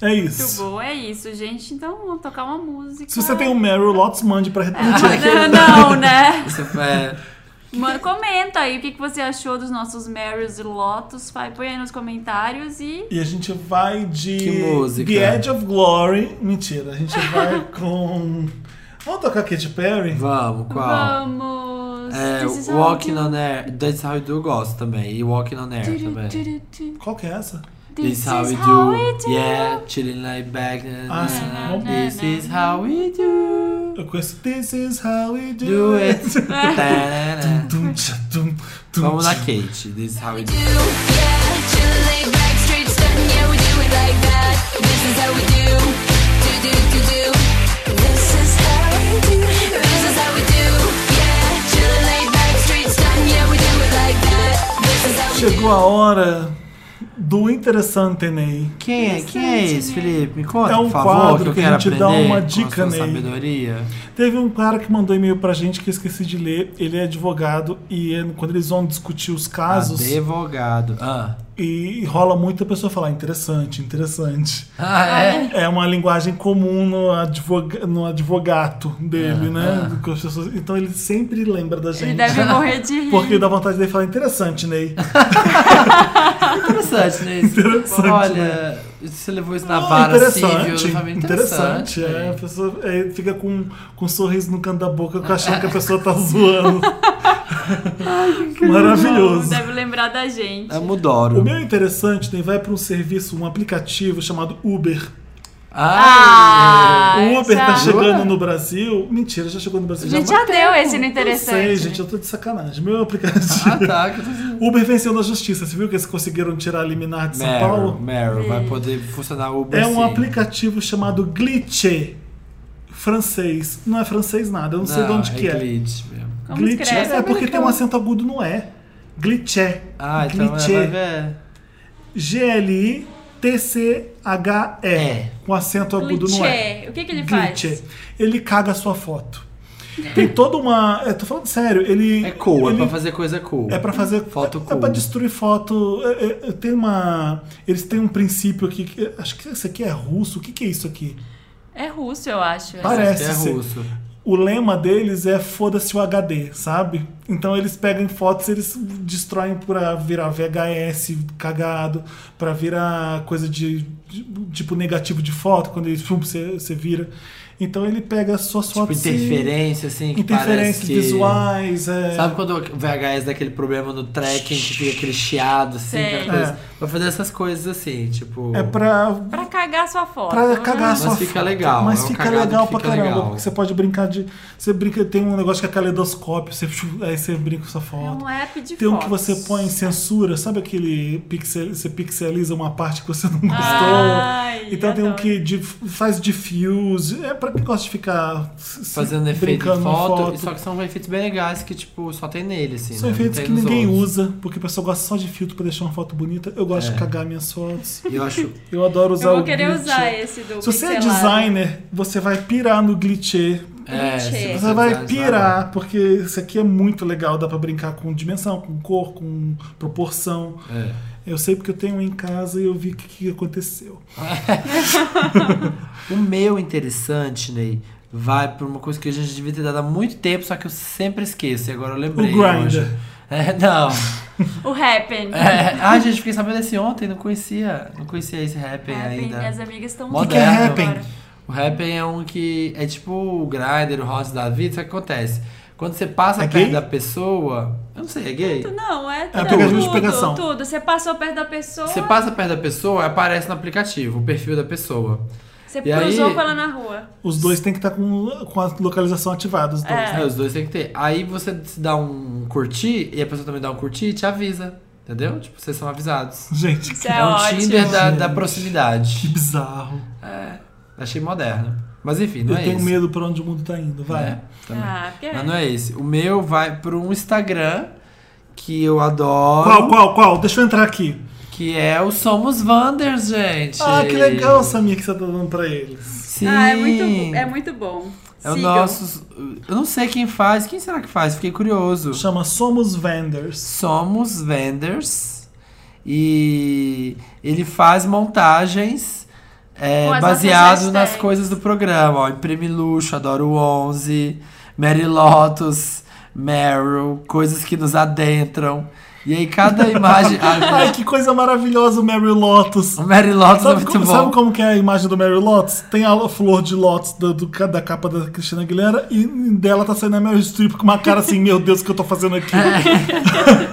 Speaker 2: É
Speaker 3: Muito
Speaker 2: isso.
Speaker 3: bom, é isso, gente. Então, vamos tocar uma música.
Speaker 2: Se você tem um Meryl, Lotus mande pra repetir.
Speaker 3: Ah, não, não, né?
Speaker 1: Isso é-
Speaker 3: Mano, comenta aí o que, que você achou dos nossos Marys e Lotus. Vai, põe aí nos comentários e.
Speaker 2: E a gente vai de.
Speaker 1: Que música?
Speaker 2: The Edge of Glory. Mentira, a gente vai com. Vamos tocar Katy Perry?
Speaker 1: Vamos, qual?
Speaker 3: Vamos!
Speaker 1: É,
Speaker 3: This is how
Speaker 1: Walking
Speaker 3: I
Speaker 1: on Air. That's How You Do eu gosto também. E Walking on Air
Speaker 3: do.
Speaker 1: também.
Speaker 2: Qual que é essa?
Speaker 1: This is how we
Speaker 3: is
Speaker 1: do.
Speaker 3: we do.
Speaker 1: Yeah, chilling like back.
Speaker 2: Ah, sim. Bom.
Speaker 1: This is how we do.
Speaker 2: Eu conheço This is how we do,
Speaker 1: Do it.
Speaker 2: it.
Speaker 1: Tarará.
Speaker 2: Dum, tcha, dum, dum,
Speaker 1: Vamos na
Speaker 2: tcha.
Speaker 1: Kate. This is how we do.
Speaker 2: Chegou a hora do Interessante Ney.
Speaker 1: Quem é, quem é esse, Felipe? Me conta,
Speaker 2: É um
Speaker 1: por favor,
Speaker 2: quadro
Speaker 1: eu
Speaker 2: que a
Speaker 1: quero
Speaker 2: gente dá
Speaker 1: aprender
Speaker 2: uma
Speaker 1: com a
Speaker 2: dica
Speaker 1: sua
Speaker 2: nele.
Speaker 1: sabedoria.
Speaker 2: Teve um cara que mandou e-mail pra gente que eu esqueci de ler. Ele é advogado e ele- quando eles vão discutir os casos
Speaker 1: Advogado. Ah,
Speaker 2: e rola muito a pessoa falar "Ah, interessante, interessante.
Speaker 1: ah é?
Speaker 2: É uma linguagem comum no, advoga no advogato dele,
Speaker 1: Ah,
Speaker 2: né? Com as pessoas- Então ele sempre lembra da gente.
Speaker 3: Ele deve morrer de rir.
Speaker 2: Porque tá dá vontade dele falar interessante, Ney.
Speaker 1: Interessante, né? Isso?
Speaker 2: Interessante, né?
Speaker 1: Olha, você levou isso na
Speaker 2: Ah,
Speaker 1: vara assim,
Speaker 2: interessante,
Speaker 1: civil da família.
Speaker 2: interessante. é. A pessoa é, fica com, com um sorriso no canto da boca achando que a pessoa tá zoando.
Speaker 3: Bom,
Speaker 2: Maravilhoso.
Speaker 3: Deve lembrar da gente.
Speaker 1: É Mudoro.
Speaker 2: O meu interessante Ney, vai para um serviço, um aplicativo chamado Uber.
Speaker 1: Ai,
Speaker 3: Ah,
Speaker 2: o
Speaker 1: Um
Speaker 2: Uber tá
Speaker 3: já-
Speaker 2: chegando no Brasil. Mentira, já chegou no Brasil.
Speaker 3: Gente,
Speaker 2: mas-
Speaker 3: já deu esse no
Speaker 2: Não sei,
Speaker 3: Tá interessante. né?
Speaker 2: gente, eu tô de sacanagem. Meu aplicativo.
Speaker 1: ah, tá. que eu tô dizendo.
Speaker 2: Uber venceu na justiça. Você viu que eles conseguiram tirar a liminar de São
Speaker 1: Meryl,
Speaker 2: Paulo?
Speaker 1: Meryl, vai poder funcionar o Uber
Speaker 2: Hum.
Speaker 1: assim.
Speaker 2: É um
Speaker 1: sim.
Speaker 2: aplicativo chamado Glitch. Francês. Não é francês nada, eu não, sei de onde
Speaker 1: é
Speaker 2: que é.
Speaker 1: glitch mesmo.
Speaker 3: Como
Speaker 2: Glitch
Speaker 3: escreve?
Speaker 2: é porque tem um acento agudo no E. Glitché.
Speaker 1: Ah, então é, vai ver.
Speaker 2: G-L-I-T-C-H-E.
Speaker 1: É.
Speaker 2: Com acento agudo no E.
Speaker 3: Glitch. O que, que ele faz?
Speaker 2: Glitch. Ele caga a sua foto. Tem toda uma. Eu tô falando sério, ele.
Speaker 1: É cool,
Speaker 2: ele-
Speaker 1: é pra fazer coisa cool.
Speaker 2: É pra fazer
Speaker 1: Foto
Speaker 2: É, é
Speaker 1: cool.
Speaker 2: pra destruir foto. É, é, é, tem uma. Eles têm um princípio aqui. Que, acho que isso aqui é russo. O que, que é isso aqui?
Speaker 3: É russo, eu acho.
Speaker 2: Parece. assim.
Speaker 1: é
Speaker 2: ser.
Speaker 1: russo.
Speaker 2: O lema deles é foda-se o HD, sabe? Então eles pegam fotos, eles destroem pra virar VHS cagado, pra virar coisa de, de- tipo negativo de foto, quando eles fum, você, você vira. Então ele pega as suas
Speaker 1: Tipo,
Speaker 2: fotos. e-
Speaker 1: interferência, assim, que parece
Speaker 2: interferências
Speaker 1: que...
Speaker 2: visuais. É...
Speaker 1: Sabe quando o VHS dá aquele problema no tracking, que fica aquele chiado, assim,
Speaker 3: Sei.
Speaker 1: aquela coisa? Vai fazer essas coisas assim, tipo...
Speaker 2: É pra
Speaker 3: Pra cagar sua foto.
Speaker 2: Pra cagar a sua
Speaker 1: fica
Speaker 2: foto.
Speaker 1: legal,
Speaker 2: Mas
Speaker 1: é um
Speaker 2: fica
Speaker 1: cagado
Speaker 2: legal
Speaker 1: que
Speaker 2: pra
Speaker 1: fica
Speaker 2: caramba.
Speaker 1: legal.
Speaker 2: Porque você pode brincar de. Você brinca, tem um negócio que é caleidoscópio, você, aí você brinca com sua
Speaker 3: É
Speaker 2: foto.
Speaker 3: um app de
Speaker 2: tem um
Speaker 3: fotos.
Speaker 2: que você põe censura, sabe aquele pixel, você pixeliza uma parte que você não
Speaker 1: Ah,
Speaker 2: gostou.
Speaker 3: Ai,
Speaker 2: então tem um
Speaker 3: adoro.
Speaker 2: que dif- faz diffuse. É pra quem gosta de ficar se- se
Speaker 1: Fazendo efeito
Speaker 2: brincando
Speaker 1: em
Speaker 2: em
Speaker 1: foto, e Só que são efeitos bem legais que, tipo, só tem nele, assim.
Speaker 2: São
Speaker 1: né? Não
Speaker 2: efeitos
Speaker 1: tem
Speaker 2: que
Speaker 1: nos
Speaker 2: ninguém
Speaker 1: outros. É.
Speaker 2: usa, porque a pessoa gosta só de filtro pra deixar uma foto bonita. Eu gosto de cagar minhas fotos.
Speaker 1: E Eu acho
Speaker 2: Eu adoro usar
Speaker 3: Eu vou
Speaker 2: o
Speaker 3: querer
Speaker 2: glitch.
Speaker 3: usar esse do
Speaker 2: Se você é
Speaker 3: pixelado.
Speaker 2: designer, você vai pirar no glitchê.
Speaker 1: É,
Speaker 3: Gente,
Speaker 1: se
Speaker 2: Você vai
Speaker 1: precisar,
Speaker 2: pirar, porque isso aqui é muito legal, dá pra brincar com dimensão, com cor, com proporção.
Speaker 1: É.
Speaker 2: Eu sei porque eu tenho um em casa e eu vi o que, que aconteceu.
Speaker 1: O meu interessante, Ney, vai pra uma coisa que a gente devia ter dado há muito tempo, só que eu sempre esqueço. E agora eu lembrei.
Speaker 2: O Grindr.
Speaker 1: hoje. É, não.
Speaker 3: O Happen.
Speaker 1: É, ah, gente, fiquei sabendo esse ontem, não conhecia. Não conhecia esse rap
Speaker 3: Happn,
Speaker 1: ainda.
Speaker 3: Minhas amigas estão
Speaker 1: Moderno.
Speaker 2: que é Happn?
Speaker 1: O Happn é um que é tipo o Grindr, o House da vida, só que acontece. Quando você passa
Speaker 2: É
Speaker 1: perto
Speaker 2: gay?
Speaker 1: da pessoa. Eu não sei, é gay?
Speaker 3: Não, é,
Speaker 2: É
Speaker 3: não,
Speaker 2: aplicativo
Speaker 3: tudo,
Speaker 2: de pegação.
Speaker 3: tudo. Você passou perto da pessoa,
Speaker 1: Você passa perto da pessoa, aparece no aplicativo, o perfil da pessoa.
Speaker 3: você
Speaker 1: e aí-
Speaker 3: cruzou com ela na rua.
Speaker 2: Os dois têm que estar com, com a localização ativada, os dois. né?
Speaker 3: É.
Speaker 1: É, os dois tem que ter. Aí você se dá um curtir e a pessoa também dá um curtir e te avisa. Entendeu? Tipo, vocês são avisados.
Speaker 2: Gente,
Speaker 3: Isso
Speaker 2: que
Speaker 3: é,
Speaker 1: É um
Speaker 3: ótimo.
Speaker 1: Tinder da,
Speaker 2: Gente.
Speaker 1: da proximidade.
Speaker 2: bizarro.
Speaker 1: Achei moderno. Mas enfim, não
Speaker 2: Eu
Speaker 1: é
Speaker 2: tenho
Speaker 1: isso.
Speaker 2: medo pra onde o mundo tá indo, vai.
Speaker 1: É, também.
Speaker 3: Ah, porque...
Speaker 1: Mas não é esse. O meu vai pro um Instagram que eu adoro.
Speaker 2: Qual, qual, qual? Deixa eu entrar aqui.
Speaker 1: Que é o Somos Wanders, gente.
Speaker 2: Ah, que legal, Samir, que você tá dando pra eles.
Speaker 1: Sim.
Speaker 3: Ah, é muito, é muito bom.
Speaker 1: É o
Speaker 3: Sigam.
Speaker 1: nosso. Eu não sei quem faz. Quem será que faz? Fiquei curioso.
Speaker 2: Chama Somos Vendors.
Speaker 1: Somos Vendors. E ele faz montagens é,
Speaker 3: Com as
Speaker 1: baseado
Speaker 3: nossas
Speaker 1: nas
Speaker 3: hashtags.
Speaker 1: coisas do programa. Ó, Imprime Luxo, Adoro 11, Mary Lotus, Meryl, coisas que nos adentram. E aí cada imagem. Ah,
Speaker 2: Ai, que coisa maravilhosa o Mary Lotus.
Speaker 1: o Mary Lotus é
Speaker 2: Sabe,
Speaker 1: muito
Speaker 2: como,
Speaker 1: bom.
Speaker 2: sabe como que é a imagem do Mary Lotus? Tem a flor de Lotus da, do- da capa da Cristina Aguilera e dela tá saindo a Meryl Streep com uma cara assim, meu Deus, o que eu tô fazendo aqui?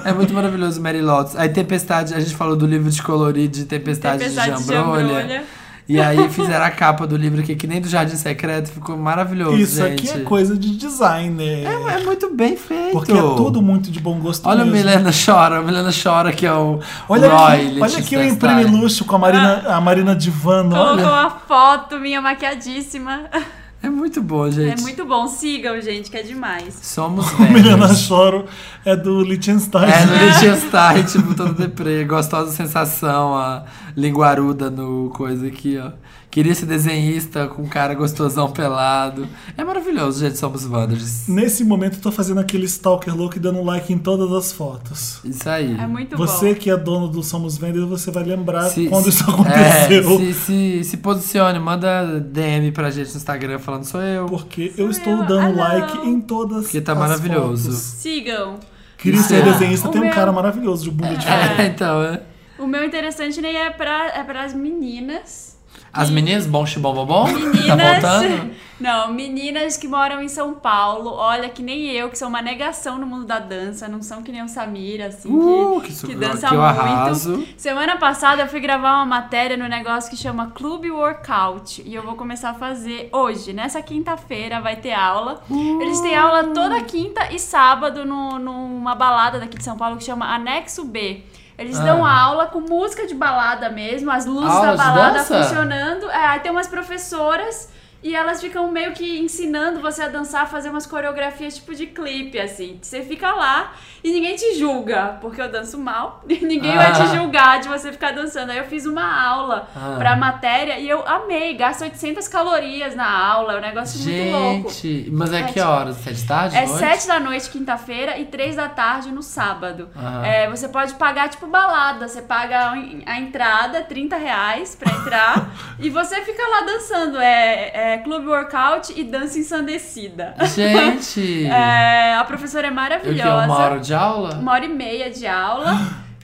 Speaker 1: É muito maravilhoso, Mary Lotus. Aí Tempestade, a gente falou do livro de colorir de Tempestade,
Speaker 3: Tempestade
Speaker 1: de Jambrolha.
Speaker 3: Jambrolha.
Speaker 1: E aí fizeram a capa do livro aqui, que nem do Jardim Secreto, ficou maravilhoso,
Speaker 2: Isso
Speaker 1: gente.
Speaker 2: aqui é coisa de designer.
Speaker 1: É muito bem feito.
Speaker 2: Porque é tudo muito de bom gosto
Speaker 1: Olha a
Speaker 2: mesmo.
Speaker 1: Milena chora, a Milena chora que é o
Speaker 2: Olha
Speaker 1: Roy.
Speaker 2: aqui, olha
Speaker 1: Letícia
Speaker 2: aqui o Imprime
Speaker 1: Stalin.
Speaker 2: Luxo com a Marina, a Marina Divano.
Speaker 3: Colocou
Speaker 2: Olha.
Speaker 3: uma foto minha maquiadíssima.
Speaker 1: É muito bom,
Speaker 3: É
Speaker 1: gente.
Speaker 3: muito bom. Sigam, gente, que é demais.
Speaker 1: Somos
Speaker 2: Milena
Speaker 1: velhos.
Speaker 2: Choro é do Liechtenstein.
Speaker 1: É, no Liechtenstein, tipo, todo deprê. Gostosa sensação, a linguaruda no coisa aqui, ó. Queria ser desenhista com um cara gostosão pelado. É maravilhoso, gente. Somos Wanderers.
Speaker 2: Nesse momento eu tô fazendo aquele stalker louco e dando like em todas as fotos.
Speaker 1: Isso aí.
Speaker 3: É muito
Speaker 2: você
Speaker 3: bom.
Speaker 2: que é dono do Somos Vendors, você vai lembrar
Speaker 1: Se-
Speaker 2: É quando isso
Speaker 1: se-
Speaker 2: aconteceu.
Speaker 1: é, se, se, se posicione, manda DM pra gente no Instagram falando sou eu.
Speaker 2: Porque eu estou
Speaker 3: eu. Ah,
Speaker 2: dando
Speaker 3: não.
Speaker 2: like em todas
Speaker 1: Porque tá
Speaker 2: as
Speaker 1: maravilhoso.
Speaker 2: fotos.
Speaker 3: Sigam.
Speaker 2: Queria ser
Speaker 1: Ah,
Speaker 2: desenhista,
Speaker 3: o
Speaker 2: tem um
Speaker 3: meu-
Speaker 2: cara maravilhoso de bunda de ferro.
Speaker 1: É, então, é.
Speaker 3: O meu interessante nem é para é as meninas.
Speaker 1: As meninas, bom, xibom, bom, bom. Tá
Speaker 3: Meninas.
Speaker 1: voltando?
Speaker 3: não, meninas que moram em São Paulo. Olha, que nem eu, que sou uma negação no mundo da dança. Não são que nem o Samir, assim,
Speaker 1: Uh, que
Speaker 3: que, que
Speaker 1: su-
Speaker 3: dança
Speaker 1: que eu
Speaker 3: muito.
Speaker 1: arraso.
Speaker 3: Semana passada eu fui gravar uma matéria no negócio que chama Clube Workout. E eu vou começar a fazer hoje. Nessa quinta-feira vai ter aula. Eles têm aula
Speaker 1: Uh!
Speaker 3: toda quinta e sábado no, numa balada daqui de São Paulo que chama Anexo B. Eles
Speaker 1: Ah.
Speaker 3: dão aula com música de balada mesmo, as luzes
Speaker 1: Aula de
Speaker 3: da balada
Speaker 1: dança?
Speaker 3: funcionando. É, aí tem umas professoras e elas ficam meio que ensinando você a dançar, a fazer umas coreografias tipo de clipe, assim. Você fica lá e ninguém te julga, porque eu danço mal. E ninguém vai
Speaker 1: Ah.
Speaker 3: te julgar de você ficar dançando. Aí eu fiz uma aula
Speaker 1: Ah.
Speaker 3: pra matéria e eu amei. Gasto 800 calorias na aula, é um negócio muito louco.
Speaker 1: Gente, mas é
Speaker 3: É
Speaker 1: que
Speaker 3: tipo-
Speaker 1: horas? Sete da tarde?
Speaker 3: É
Speaker 1: noite?
Speaker 3: sete da noite, quinta-feira, e três da tarde no sábado.
Speaker 1: Aham.
Speaker 3: É, você pode pagar, tipo, balada. Você paga a entrada, 30 reais pra entrar. e você fica lá dançando. É, é clube workout e dança ensandecida.
Speaker 1: Gente!
Speaker 3: É, a professora é
Speaker 1: eu que uma hora
Speaker 3: maravilhosa.
Speaker 1: de aula?
Speaker 3: Uma hora e meia de aula.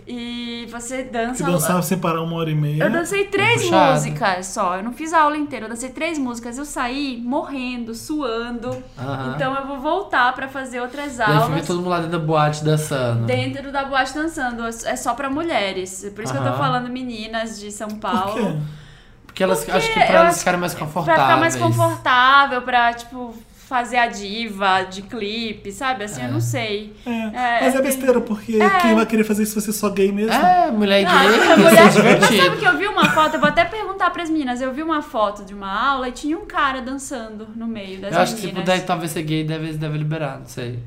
Speaker 3: e você
Speaker 2: Se
Speaker 3: dança...
Speaker 2: dançar, separar uma hora e meia.
Speaker 3: Eu dancei três
Speaker 1: Tá puxado.
Speaker 3: músicas só. Eu não fiz a aula inteira. Eu dancei três músicas. Eu saí morrendo, suando.
Speaker 1: Aham.
Speaker 3: Então eu vou voltar pra fazer outras
Speaker 1: Ah. E aí fica
Speaker 3: aulas.
Speaker 1: todo mundo lá dentro da boate dançando.
Speaker 3: Dentro da boate dançando, é só pra mulheres. Por isso que eu
Speaker 1: Aham.
Speaker 3: tô falando meninas de São
Speaker 2: Por
Speaker 3: Paulo.
Speaker 2: quê?
Speaker 1: Porque elas acho que pra
Speaker 3: eu
Speaker 1: elas
Speaker 3: acho
Speaker 1: ficarem mais confortáveis.
Speaker 3: Pra ficar mais confortável, pra, tipo, fazer a diva de clipe, sabe? Assim, eu não sei.
Speaker 2: É. Mas é besteira, porque quem vai querer fazer isso vai ser só gay mesmo?
Speaker 1: É, mulher
Speaker 3: Ah,
Speaker 1: gay,
Speaker 3: a mulher-
Speaker 1: mulher...
Speaker 3: Mas
Speaker 1: divertido.
Speaker 3: sabe que eu vi uma foto, eu vou até perguntar pras meninas. Eu vi uma foto de uma aula e tinha um cara dançando no meio das
Speaker 1: Eu acho que se
Speaker 3: meninas.
Speaker 1: puder, talvez ser gay, deve, deve liberar, não sei.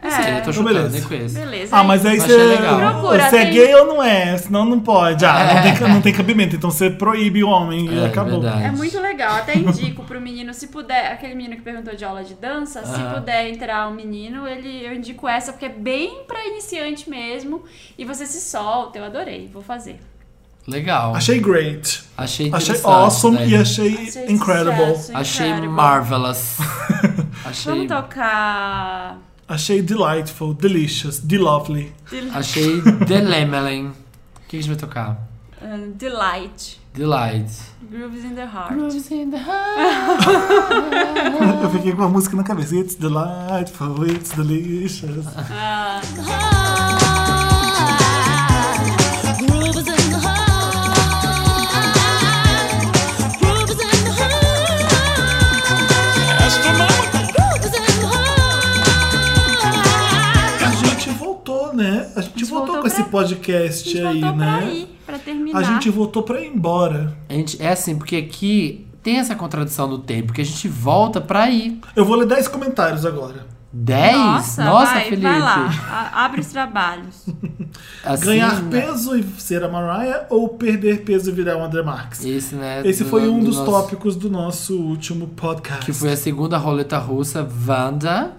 Speaker 1: Não
Speaker 3: É.
Speaker 1: sei, eu tô
Speaker 2: Então,
Speaker 1: chutando, né,
Speaker 2: beleza.
Speaker 1: nem conheço.
Speaker 3: Beleza. é
Speaker 2: Ah, mas aí
Speaker 1: Achei
Speaker 2: você,
Speaker 1: legal.
Speaker 3: Procura,
Speaker 2: você é
Speaker 3: tem-
Speaker 2: gay ou não é? Senão não pode. Ah, não, tem, ca- não tem cabimento. Então você proíbe o homem e
Speaker 1: É,
Speaker 2: acabou.
Speaker 1: verdade.
Speaker 3: É muito legal, até indico pro menino, se puder, aquele menino que perguntou de aula de dança,
Speaker 1: Aham.
Speaker 3: se puder entrar um menino, ele, eu indico essa, porque é bem pra iniciante mesmo, e você se solta, eu adorei, vou fazer.
Speaker 1: Legal.
Speaker 2: Achei great.
Speaker 1: Achei
Speaker 2: Achei
Speaker 1: interessante,
Speaker 2: awesome
Speaker 1: né?
Speaker 2: e achei,
Speaker 3: Achei
Speaker 2: incredible.
Speaker 3: sucesso,
Speaker 1: Achei
Speaker 3: incredible.
Speaker 1: marvelous. achei,
Speaker 3: Vamos tocar...
Speaker 2: Achei delightful, delicious, de lovely.
Speaker 1: achei The Lemelin. O que a gente vai tocar?
Speaker 3: ahn, eh, Delight.
Speaker 1: Delight.
Speaker 3: Grooves in the Heart.
Speaker 1: Grooves in the
Speaker 2: Eu fiquei com a música na cabeça. It's delightful, it's delicious.
Speaker 6: Groove is in the heart. Groove is in the heart. Astronomical. Groove is in the heart.
Speaker 2: A gente voltou, né? A gente voltou,
Speaker 3: voltou
Speaker 2: com esse
Speaker 3: pra-
Speaker 2: podcast
Speaker 3: A gente
Speaker 2: aí,
Speaker 3: voltou
Speaker 2: né?
Speaker 3: pra ir, né? pra terminar.
Speaker 2: A gente voltou pra ir embora.
Speaker 1: A gente, é assim, porque aqui tem essa contradição no tempo, que a gente volta pra ir.
Speaker 2: Eu vou ler 10 comentários agora.
Speaker 1: 10?
Speaker 3: Nossa, vai,
Speaker 1: É Felipe.
Speaker 3: vai lá. A- abre os trabalhos.
Speaker 1: Assim,
Speaker 2: Ganhar
Speaker 1: né?
Speaker 2: peso e ser a Mariah ou perder peso e virar o André Marques?
Speaker 1: Esse, né?
Speaker 2: Esse
Speaker 1: do-
Speaker 2: foi um
Speaker 1: do
Speaker 2: dos
Speaker 1: nosso-
Speaker 2: tópicos do nosso último podcast.
Speaker 1: Que foi a segunda roleta russa, Wanda.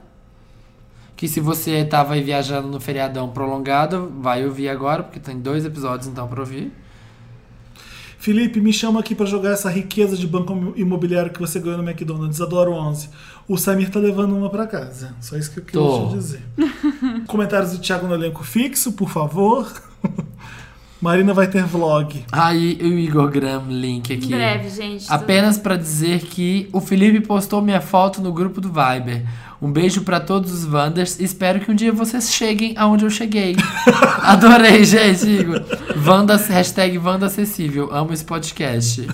Speaker 1: Que se você tava aí viajando no feriadão prolongado, vai ouvir agora, porque tem dois episódios então pra ouvir.
Speaker 2: Felipe, me chama aqui pra jogar essa riqueza de banco imobiliário que você ganhou no McDonald's. Adoro 11. O Samir tá levando uma pra casa. Só isso que eu queria
Speaker 1: Tô.
Speaker 2: te dizer. Comentários do Thiago no elenco fixo, por favor. Marina vai ter vlog.
Speaker 1: Aí o Igor Graham link
Speaker 3: Em
Speaker 1: aqui.
Speaker 3: breve, gente.
Speaker 1: Apenas pra dizer que o Felipe postou minha foto no grupo do Viber. Um beijo pra todos os Wanders. Espero que um dia vocês cheguem aonde eu cheguei. Adorei, gente, Igor. Wanda, hashtag Wanda Acessível. Amo esse podcast.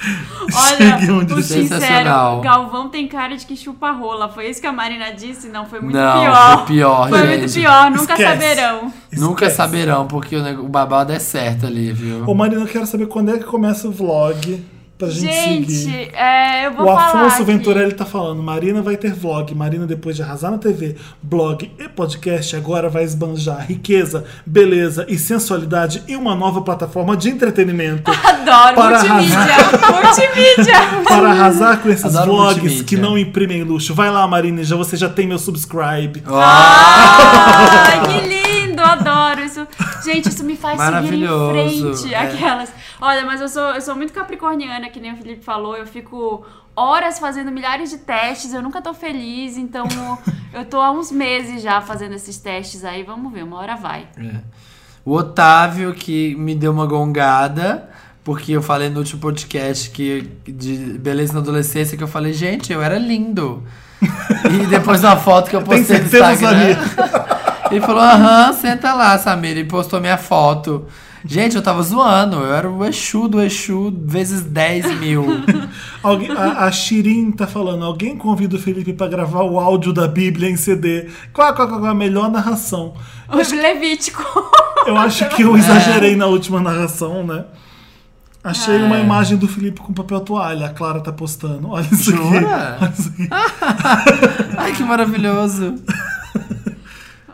Speaker 2: Chegue
Speaker 3: Olha,
Speaker 2: onde
Speaker 3: o sincero,
Speaker 1: Sensacional.
Speaker 3: Galvão tem cara de que chupa rola. Foi isso que a Marina disse? Não, foi muito
Speaker 1: Não,
Speaker 3: pior.
Speaker 1: foi pior,
Speaker 3: Foi
Speaker 1: gente.
Speaker 3: muito pior, nunca
Speaker 2: Esquece.
Speaker 3: saberão.
Speaker 1: Nunca
Speaker 2: Esquece.
Speaker 1: saberão, porque o, nego- o babado é certo ali, viu?
Speaker 2: Ô Marina, eu quero saber quando é que começa o vlog pra gente, seguir.
Speaker 3: Gente, é, eu vou
Speaker 2: O
Speaker 3: falar
Speaker 2: Afonso
Speaker 3: aqui.
Speaker 2: Ventura ele tá falando, Marina vai ter vlog, Marina depois de arrasar na TV, blog e podcast agora vai esbanjar riqueza, beleza e sensualidade e uma nova plataforma de entretenimento.
Speaker 3: Adoro,
Speaker 2: Para
Speaker 3: multimídia. multimídia.
Speaker 2: Para arrasar com esses
Speaker 1: Adoro
Speaker 2: vlogs
Speaker 1: multimídia.
Speaker 2: que não imprimem luxo. Vai lá, Marina, já você já tem meu subscribe.
Speaker 3: Ai, Ah, que lindo, adoro isso. Gente, isso me faz seguir em
Speaker 1: Maravilhoso,
Speaker 3: frente.
Speaker 1: é.
Speaker 3: Aquelas. Olha, mas eu sou, eu sou muito capricorniana, que nem o Felipe falou. Eu fico horas fazendo milhares de testes, eu nunca tô feliz, então eu tô há uns meses já fazendo esses testes aí. Vamos ver, uma hora vai.
Speaker 1: O Otávio, que me deu uma gongada, porque eu falei no último podcast que, de beleza na adolescência, que eu falei, gente, eu era lindo. e depois na foto que eu
Speaker 2: Tem
Speaker 1: postei no
Speaker 2: certeza,
Speaker 1: Instagram. ele falou, aham, senta lá, Samir. E postou minha foto. Gente, eu tava zoando, eu era o Exu do Exu vezes 10 mil.
Speaker 2: Alguém, a, a Shirin tá falando, alguém convida o Felipe pra gravar o áudio da Bíblia em CD. Qual, qual, qual, qual a melhor narração?
Speaker 3: O Levítico.
Speaker 2: Eu acho que eu exagerei na última narração, né? Achei uma imagem do Felipe com papel toalha. A Clara tá postando. Olha isso aqui.
Speaker 1: Jura?
Speaker 2: Olha isso aqui.
Speaker 1: Ai, que maravilhoso.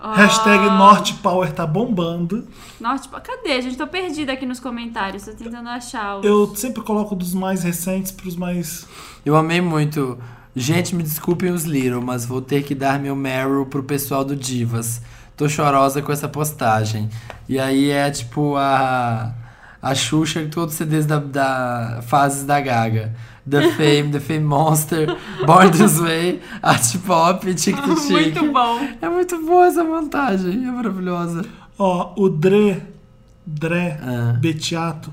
Speaker 2: Hashtag Norte Power tá bombando.
Speaker 3: Nossa, tipo, cadê? Gente, tô perdida aqui nos comentários. Tô tentando achar o.
Speaker 2: Eu sempre coloco dos mais recentes pros mais.
Speaker 1: Eu amei muito. Gente, me desculpem os Little, mas vou ter que dar meu Meryl pro pessoal do Divas. Tô chorosa com essa postagem. E aí é tipo a. A Xuxa e todos os CDs da, da fases da Gaga. The Fame, The Fame Monster, Born This Way, Art Pop, Tic Tic Tic.
Speaker 3: Muito bom.
Speaker 1: É muito boa essa montagem, é maravilhosa.
Speaker 2: Ó, o Dre. Dre Betiato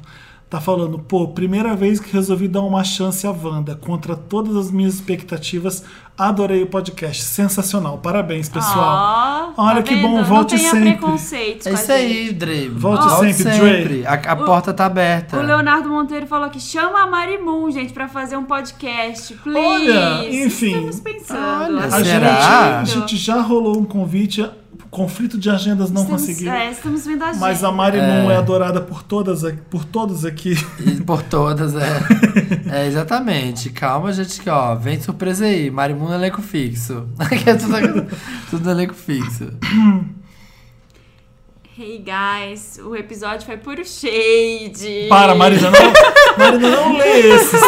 Speaker 2: tá falando, pô, primeira vez que resolvi dar uma chance à Wanda. Contra todas as minhas expectativas, adorei o podcast. Sensacional. Parabéns, pessoal.
Speaker 3: Ó,
Speaker 2: Olha
Speaker 3: tá
Speaker 2: que
Speaker 3: vendo?
Speaker 2: bom, volte
Speaker 3: Não tenha
Speaker 2: sempre.
Speaker 3: preconceitos
Speaker 1: É
Speaker 3: com a
Speaker 1: isso aí, Dre.
Speaker 2: Volte sempre, Dre.
Speaker 1: A, a porta tá aberta.
Speaker 3: O Leonardo Monteiro falou que chama a Marimun, gente, pra fazer um podcast. Please.
Speaker 2: Olha, enfim.
Speaker 3: Estamos pensando.
Speaker 1: Olha,
Speaker 2: A gente,
Speaker 1: Será?
Speaker 2: a gente já rolou um convite, conflito de agendas não
Speaker 3: estamos,
Speaker 2: conseguiu.
Speaker 3: é, estamos vendo a gente.
Speaker 2: Mas a Mari não é adorada por todas, a- por todos aqui.
Speaker 1: E por todas, é. É, exatamente. Calma, gente, que ó, vem surpresa aí. Marimun no elenco fixo. Que é tudo, tudo no elenco fixo.
Speaker 3: Hey, guys. O episódio foi puro shade.
Speaker 2: Para, Marina, não, Marina, não lê esses.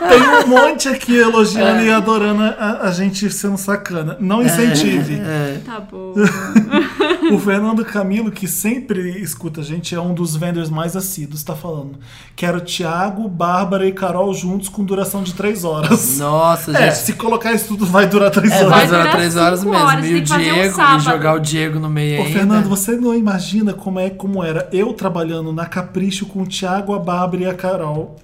Speaker 2: Tem um monte aqui elogiando
Speaker 1: É.
Speaker 2: e adorando a, a gente sendo sacana. Não incentive.
Speaker 1: É,
Speaker 3: Tá bom.
Speaker 2: O Fernando Camilo, que sempre escuta a gente, é um dos vendors mais assíduos, tá falando. Quero Thiago, Bárbara e Carol juntos com duração de três horas.
Speaker 1: Nossa,
Speaker 2: É,
Speaker 1: gente.
Speaker 2: se colocar isso tudo vai durar três
Speaker 1: É,
Speaker 2: horas.
Speaker 1: vai
Speaker 3: Vai
Speaker 1: durar
Speaker 3: durar
Speaker 1: três
Speaker 3: cinco
Speaker 1: horas mesmo.
Speaker 3: horas,
Speaker 1: e o
Speaker 3: tem que fazer um
Speaker 1: Diego, e
Speaker 3: sábado.
Speaker 1: jogar o Diego no meio
Speaker 2: Ô,
Speaker 1: ainda.
Speaker 2: Fernando, você não imagina como é como era eu trabalhando na Capricho com o Thiago, a Bárbara e a Carol.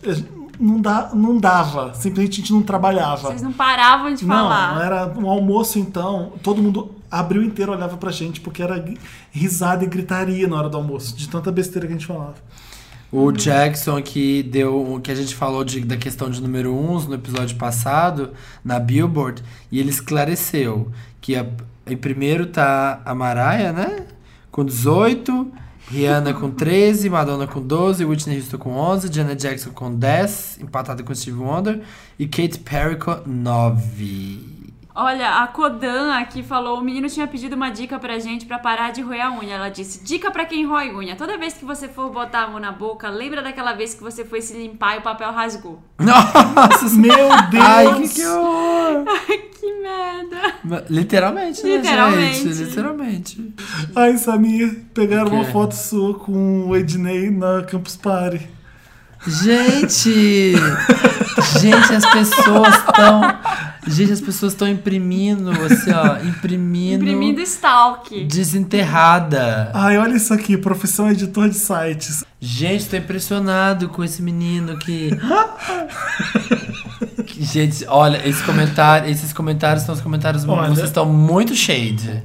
Speaker 2: Não, dá, não dava. Simplesmente a gente não trabalhava.
Speaker 3: Vocês não paravam de
Speaker 2: Não,
Speaker 3: falar.
Speaker 2: não era um almoço então, todo mundo abriu inteiro olhava pra gente porque era gri- risada e gritaria na hora do almoço, de tanta besteira que a gente falava.
Speaker 1: O Jackson que deu o que a gente falou de- da questão de número 1 no episódio passado, na Billboard, e ele esclareceu que a- em primeiro tá a Mariah, né? Com 18, Rihanna com 13, Madonna com 12, Whitney Houston com 11, Janet Jackson com 10, empatada com Steve Wonder, e Kate Perry com 9.
Speaker 3: Olha, a Kodan aqui falou: o menino tinha pedido uma dica pra gente pra parar de roer a unha. Ela disse: dica pra quem rói unha. Toda vez que você for botar a mão na boca, lembra daquela vez que você foi se limpar e o papel rasgou.
Speaker 1: Nossa,
Speaker 2: Meu Deus!
Speaker 1: Ai, que, que horror!
Speaker 3: Que merda!
Speaker 1: Literalmente, né,
Speaker 3: Literalmente.
Speaker 1: gente? Literalmente.
Speaker 2: Ai, Samir, pegaram
Speaker 1: O quê?
Speaker 2: uma foto sua com o Ednei na Campus Party.
Speaker 1: Gente! gente, as pessoas estão. Gente, as pessoas estão imprimindo, assim, ó. Imprimindo.
Speaker 3: Imprimindo stalk.
Speaker 1: Desenterrada.
Speaker 2: Ai, olha isso aqui, profissão editor de sites.
Speaker 1: Gente, tô impressionado com esse menino que. Gente, olha, esse comentário, esses comentários são os comentários.
Speaker 2: Olha.
Speaker 1: Vocês estão muito shade.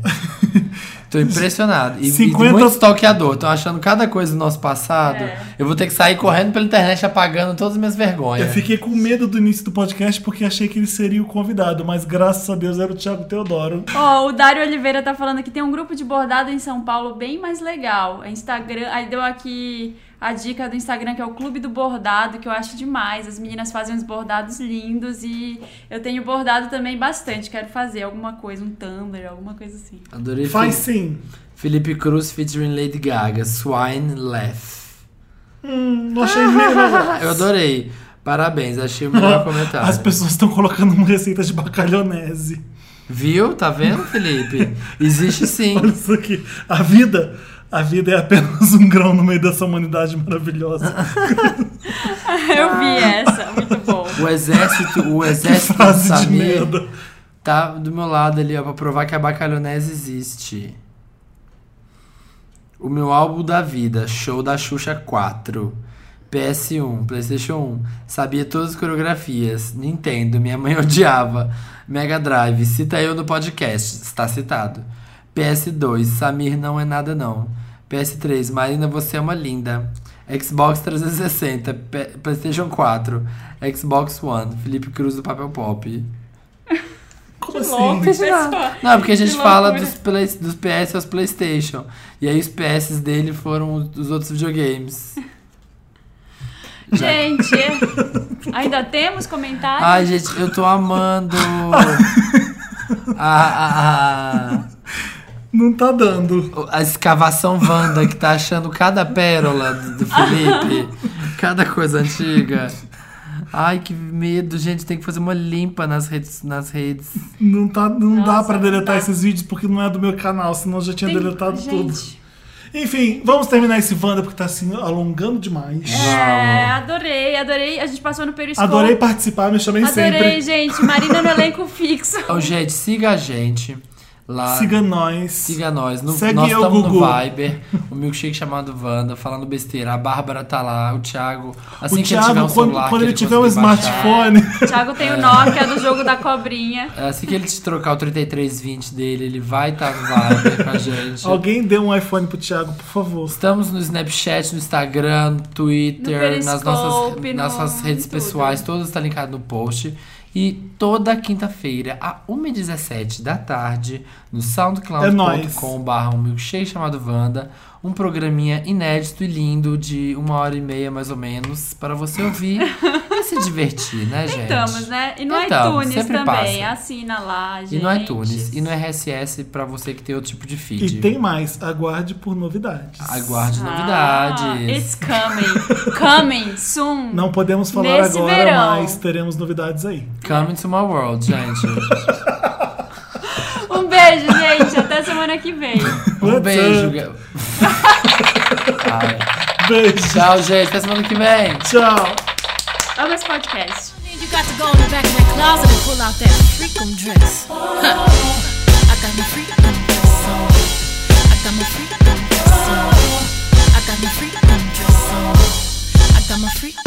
Speaker 1: Tô impressionado. E,
Speaker 2: 50
Speaker 1: e muito stalkeador. Tô achando cada coisa do nosso passado.
Speaker 3: É.
Speaker 1: Eu vou ter que sair correndo pela internet apagando todas as minhas vergonhas.
Speaker 2: Eu fiquei com medo do início do podcast porque achei que ele seria o convidado, mas graças a Deus era o Thiago Teodoro.
Speaker 3: Ó, o Dário Oliveira tá falando que tem um grupo de bordado em São Paulo bem mais legal. É Instagram, aí deu aqui a dica do Instagram que é o Clube do Bordado, que eu acho demais. As meninas fazem uns bordados lindos e eu tenho bordado também bastante. Quero fazer alguma coisa, um Tumblr, alguma coisa assim.
Speaker 1: Adorei
Speaker 2: Faz sim.
Speaker 1: Felipe Cruz featuring Lady Gaga, Swine Laugh.
Speaker 2: Hum, não achei meio legal.
Speaker 1: Ah, Eu adorei. Parabéns, achei o melhor
Speaker 2: As
Speaker 1: comentário.
Speaker 2: pessoas estão colocando uma receita de bacalhonese.
Speaker 1: Viu? Tá vendo, Felipe? Existe sim.
Speaker 2: Olha isso aqui. A vida, a vida é apenas um grão no meio dessa humanidade maravilhosa.
Speaker 3: Eu vi
Speaker 2: Ah.
Speaker 3: essa, muito bom.
Speaker 1: O exército, o exército do
Speaker 2: Frase de
Speaker 1: Samir
Speaker 2: merda.
Speaker 1: tá do meu lado ali, ó, pra provar que a bacalhonese existe. O meu álbum da vida, show da Xuxa 4. PS1, PlayStation 1. Sabia todas as coreografias. Nintendo, minha mãe odiava. Mega Drive, cita eu no podcast. Está citado. PS2, Samir não é nada não. PS3, Marina, você é uma linda. Xbox 360, P- PlayStation 4, Xbox One, Felipe Cruz do Papel Pop.
Speaker 2: Como
Speaker 3: Que
Speaker 2: assim?
Speaker 3: louco, pessoal.
Speaker 1: Não, é porque a gente
Speaker 3: Que
Speaker 1: fala
Speaker 3: loucura.
Speaker 1: dos, play, dos PS aos Playstation. E aí os PS dele foram os- os outros videogames.
Speaker 3: Gente, é. ainda temos comentários?
Speaker 1: Ai, gente, eu tô amando. A, a, a,
Speaker 2: Não tá dando.
Speaker 1: a escavação Wanda que tá achando cada pérola do, do Felipe. Cada coisa antiga. Ai, que medo, gente. Tem que fazer uma limpa nas redes. Nas redes.
Speaker 2: Não, tá, não dá
Speaker 3: Nossa,
Speaker 2: pra
Speaker 3: não
Speaker 2: deletar
Speaker 3: dá.
Speaker 2: esses vídeos porque não é do meu canal, senão eu já tinha
Speaker 3: Tem-
Speaker 2: deletado tudo.
Speaker 3: gente,
Speaker 2: Enfim, vamos terminar esse Wanda porque tá se alongando demais.
Speaker 3: É, adorei, adorei. A gente passou no Periscope.
Speaker 2: Ah, Adorei participar, me chamei
Speaker 3: Adorei,
Speaker 2: sempre.
Speaker 3: gente. Marina no elenco fixo.
Speaker 1: Então, gente, siga a gente lá.
Speaker 2: Siga nós.
Speaker 1: Siga nós. No,
Speaker 2: Segue
Speaker 1: nós
Speaker 2: eu,
Speaker 1: estamos no
Speaker 2: Gugu.
Speaker 1: Viber, o milkshake chamado Wanda, falando besteira. A Bárbara tá lá, o Thiago. Assim
Speaker 2: o
Speaker 1: que ele tiver um
Speaker 2: Thiago, quando,
Speaker 1: celular.
Speaker 2: quando
Speaker 1: que
Speaker 2: ele tiver um
Speaker 1: conseguir baixar,
Speaker 2: smartphone,
Speaker 3: Thiago
Speaker 1: É.
Speaker 3: tem o Nokia do jogo da cobrinha.
Speaker 1: Assim que ele te trocar o 3320 dele, ele vai estar no Viber com a gente.
Speaker 2: alguém dê um iPhone pro Thiago, por favor.
Speaker 1: Estamos no Snapchat, no Instagram, no
Speaker 3: No
Speaker 1: Twitter, nas
Speaker 3: Periscope,
Speaker 1: nossas,
Speaker 3: no-
Speaker 1: nas nossas redes
Speaker 3: em tudo.
Speaker 1: pessoais, todas está linkado no post. E toda quinta-feira, a 1h17 da tarde, no
Speaker 2: É nóis.
Speaker 1: soundcloud.com.br, um milkshake chamado Wanda, um programinha inédito e lindo de uma hora e meia, mais ou menos, para você ouvir e se divertir, né, gente?
Speaker 3: Tentamos, né? E no
Speaker 1: Tentamos,
Speaker 3: iTunes
Speaker 1: sempre
Speaker 3: também.
Speaker 1: passa.
Speaker 3: Assina lá, gente.
Speaker 1: E no iTunes, e é no RSS, para você que tem outro tipo de feed.
Speaker 2: E tem mais, aguarde por novidades.
Speaker 1: Aguarde
Speaker 3: Ah,
Speaker 1: novidades.
Speaker 3: it's coming. Coming soon.
Speaker 2: Não podemos falar
Speaker 3: Nesse
Speaker 2: agora,
Speaker 3: verão.
Speaker 2: mas teremos novidades aí.
Speaker 1: Coming to my world, gente.
Speaker 3: Um beijo, gente. Até semana semana que vem.
Speaker 1: Um
Speaker 2: What's
Speaker 1: beijo.
Speaker 2: up?
Speaker 1: Gal- Ai.
Speaker 2: Beijo.
Speaker 1: Tchau, gente. Até semana que vem.
Speaker 2: Tchau.
Speaker 3: Amo esse podcast.
Speaker 7: You got to go in the back of my closet and pull out that freakum dress. Huh. I got my freakum dress on. I got my freakum dress on. I got my freakum dress on. I got my freakum